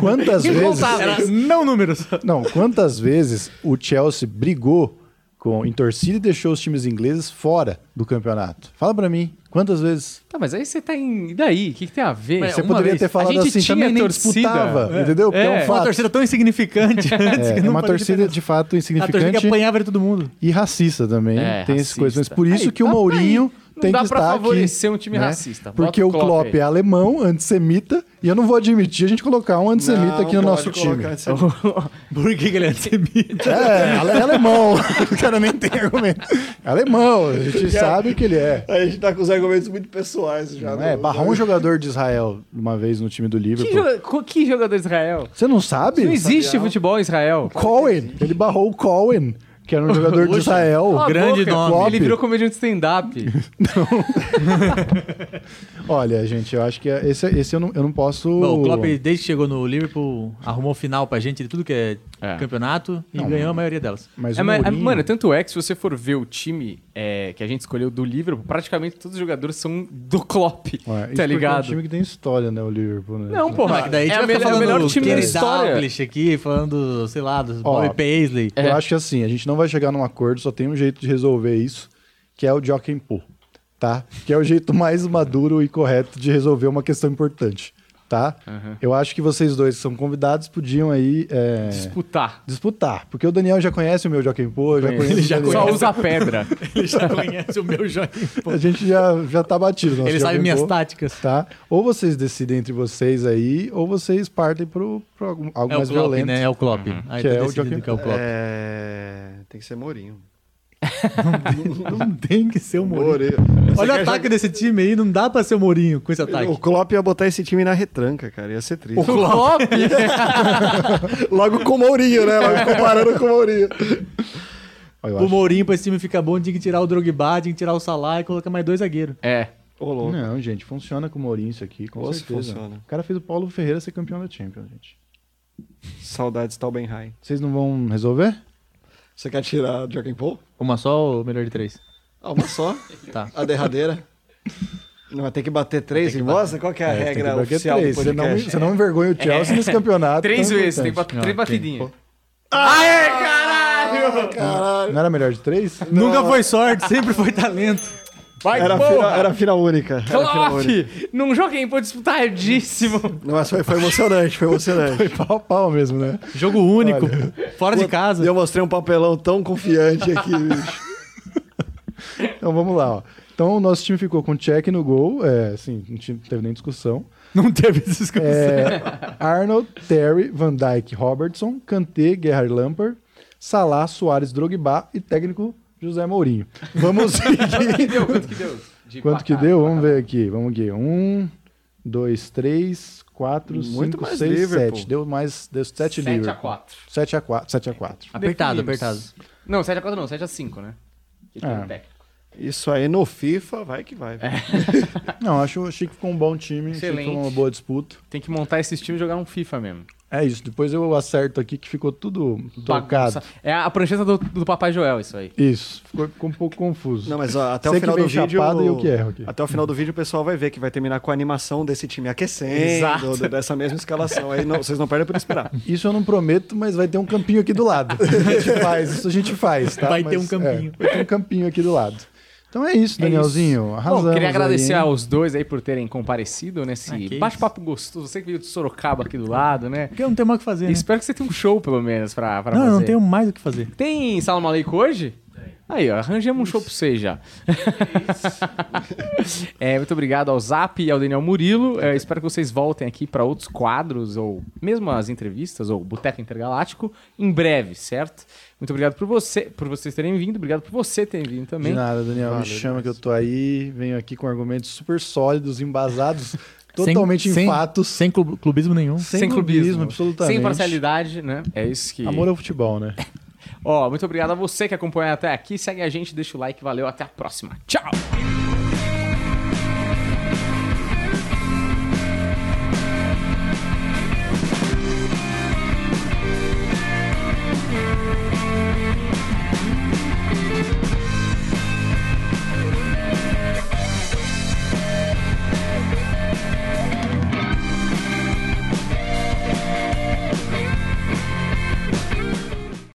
quantas vezes?
Era não números.
Não, quantas vezes o Chelsea brigou com, em torcida e deixou os times ingleses fora do campeonato? Fala pra mim, quantas vezes?
Tá, mas aí você tá em. E daí? O que, que tem a ver?
Mas
Você
uma
poderia
vez,
ter falado
É, a gente
assim,
tinha
também nem
torcida.
disputava,
É.
entendeu?
É.
Porque é um
Uma
fato.
torcida tão insignificante. antes
É,
que
é
não
uma
fazia
torcida
diferença.
de fato
A torcida que
insignificante
apanhava de todo mundo.
e racista também.
É,
tem essas
racista.
coisas. Mas por isso
Aí,
que o
tá
Mourinho
bem. Não
tem
dá
que
pra
estar
favorecer
aqui,
um time racista. Bota
Porque
o
o
Klopp
Klopp
aí.
é alemão, antissemita, e eu não vou admitir a gente colocar um antissemita
Não
aqui no
pode
nosso
colocar
time.
essa-
Por que que ele é antissemita?
É, ale- é alemão. o cara nem tem argumento. É alemão, a gente sabe que ele é.
A gente tá com os argumentos muito pessoais já.
Não é,
do-
barrou um jogador de Israel uma vez no time do
Que,
Liverpool.
joga- co- que jogador Israel?
Você não sabe?
Não existe futebol em Israel.
Cohen. Ele barrou o Cohen, que era um jogador de Israel.
Cala a
grande
boca.
nome.
Ele virou comediante stand-up.
Olha, gente, eu acho que é, esse, esse eu, não, eu não posso.
Bom, o Klopp, desde que chegou no Liverpool, arrumou final pra gente de tudo que é,
É.
campeonato e ganhou a maioria delas.
Mas
É,
o
mas- é,
Mourinho...
mano, tanto é que se você for ver o time é, que a gente escolheu do Liverpool, praticamente todos os jogadores são do Klopp,
Ué, isso porque
tá
É um
ligado?
time que tem história, né? O Liverpool, né?
Não, porra,
Não, que daí a
é,
gente
a
vai
melhor-
ficar
um
é o
falando
melhor
do
time da
Kenny
história.
Dalglish aqui, falando, sei lá, do
Ó,
Bobby Paisley.
Eu acho que assim, a gente não vai chegar num acordo, só tem um jeito de resolver isso, que é o Joaquim Poo, tá? Que é o jeito mais maduro e correto de resolver uma questão importante, tá? Eu acho que vocês dois que são convidados podiam aí é,
Disputar.
disputar, porque o Daniel já conhece o meu Joaquim Poo, eu já conheço.
Ele já
o Daniel.
Só
conhece.
usa a pedra.
Ele já conhece o meu joinha.
A gente já, já tá batido. nosso
Ele sabe
Joaquim
minhas
Poo,
táticas.
Tá? Ou vocês decidem entre vocês aí, ou vocês partem pro, pro algum- algo
É o
mais
Klopp,
violento.
né? É o Klopp. Aí
Que
tá
é o
decidido
Joaquim-
que é o Klopp.
É... Tem que ser Mourinho.
Não tem que ser o Mourinho.
Mourinho.
Olha o ataque desse time aí, não dá pra ser o Mourinho com esse
O
Tá
ataque.
Klopp ia botar esse time na retranca, cara. Ia ser triste.
O Klopp?
Logo com o Mourinho, né? Logo comparando com o Mourinho.
Ó, eu
O
acho-
Mourinho pra esse time ficar bom, tinha que tirar o Drogba, tinha que tirar o Salah e colocar mais dois zagueiros.
É.
Ô, louco.
Não, gente, funciona com o Mourinho isso aqui, com
Ou se
certeza.
funciona.
O cara fez o Paulo Ferreira ser campeão da Champions, gente.
Saudades Talbenheim.
Vocês não vão resolver?
Você quer tirar o Joaquim Paul?
Uma só ou melhor de três?
Ah, uma só.
Tá.
A derradeira. Não, tem que bater três em você? Qual que é a
É, tem que
regra
bater
oficial
três.
do
Você não, É.
podcast?
você não envergonha o Chelsea nesse campeonato.
Três
tão
vezes, Ah, tem Ah, que
importante.
bater três batidinhas.
É,
Não era melhor de três?
Nunca foi sorte, sempre foi talento.
Vai,
Era,
porra!
final, era final única. Era final única.
Klopp! Num jogo em pô disputadíssimo.
Não, mas foi, foi emocionante, foi emocionante.
Foi pau a pau mesmo, né?
Jogo único, fora de casa.
E eu mostrei um papelão tão confiante aqui, bicho.
Então vamos lá, ó. Então o nosso time ficou com o Check no gol, é, assim, não ti- não teve nem discussão.
Não teve discussão.
É, Arnold, Terry, Van Dijk, Robertson, Kanté, Gerhard Lampard, Salah, Soares, Drogba e técnico José Mourinho. Vamos seguir.
Deu, quanto que deu? De
Quanto que
placar.
deu? Vamos ver aqui. Vamos aqui. Um, dois, três, quatro,
Muito
cinco,
mais
seis,
Liverpool.
sete. Deu mais. Deu sete,
7 a
Liverpool.
4.
7 a 4. 7 a 4.
Apertado, apertado.
Definimos. Não, 7 a 4 não, 7 a 5, né? Que tem
Ah.
um técnico.
Isso aí no FIFA, vai que vai.
É. Não, acho, achei que ficou um bom time. achei que
Excelente.
Foi uma boa disputa.
Tem que montar esses times e jogar um FIFA mesmo.
É isso. Depois eu acerto aqui que ficou tudo
Bagunça.
trocado.
É a prancheta do, do Papai Joel, isso aí.
Isso. Ficou, ficou um pouco confuso.
Não, mas ó, até
Sei
o final
que vem
do vídeo.
chapado e eu que erro aqui.
Até o final do vídeo o pessoal vai ver que vai terminar com a animação desse time aquecendo,
Exato.
do- dessa mesma escalação. Aí não- vocês não perdem por esperar.
Isso eu não prometo, mas vai ter um campinho aqui do lado. A gente faz, isso a gente faz, tá?
Vai ter
Mas,
um campinho.
é, vai ter um campinho aqui do lado. Então é isso, Danielzinho. Arrasamos
Bom, queria agradecer
aí, hein?
aos dois aí por terem comparecido
Ah, que
nesse
isso.
bate-papo gostoso. Você que veio de Sorocaba aqui do lado, né?
Porque eu não tenho mais o que fazer.
E
É.
né?
Espero que você tenha um show, pelo menos, pra, pra
Não, eu
fazer.
não tenho mais o que fazer.
Tem Sala Maleico hoje? Aí, ó, arranjamos um show pra vocês já. É, muito obrigado ao Zap e ao Daniel Murilo. É, espero que vocês voltem aqui para outros quadros, ou mesmo as entrevistas, ou Boteco Intergaláctico, em breve, certo? Muito obrigado por, você, por vocês terem vindo, obrigado por você terem vindo
De
também.
nada, Daniel. me chama que eu tô aí, venho aqui com argumentos super sólidos, embasados, totalmente
Sem-
em fatos,
Sem clu- clubismo nenhum.
sem clubismo, absolutamente.
Sem parcialidade, né? É isso que.
amor ao futebol, né?
Ó, muito obrigado a você que acompanha até aqui. Segue a gente, deixa o like, valeu, até a próxima. Tchau!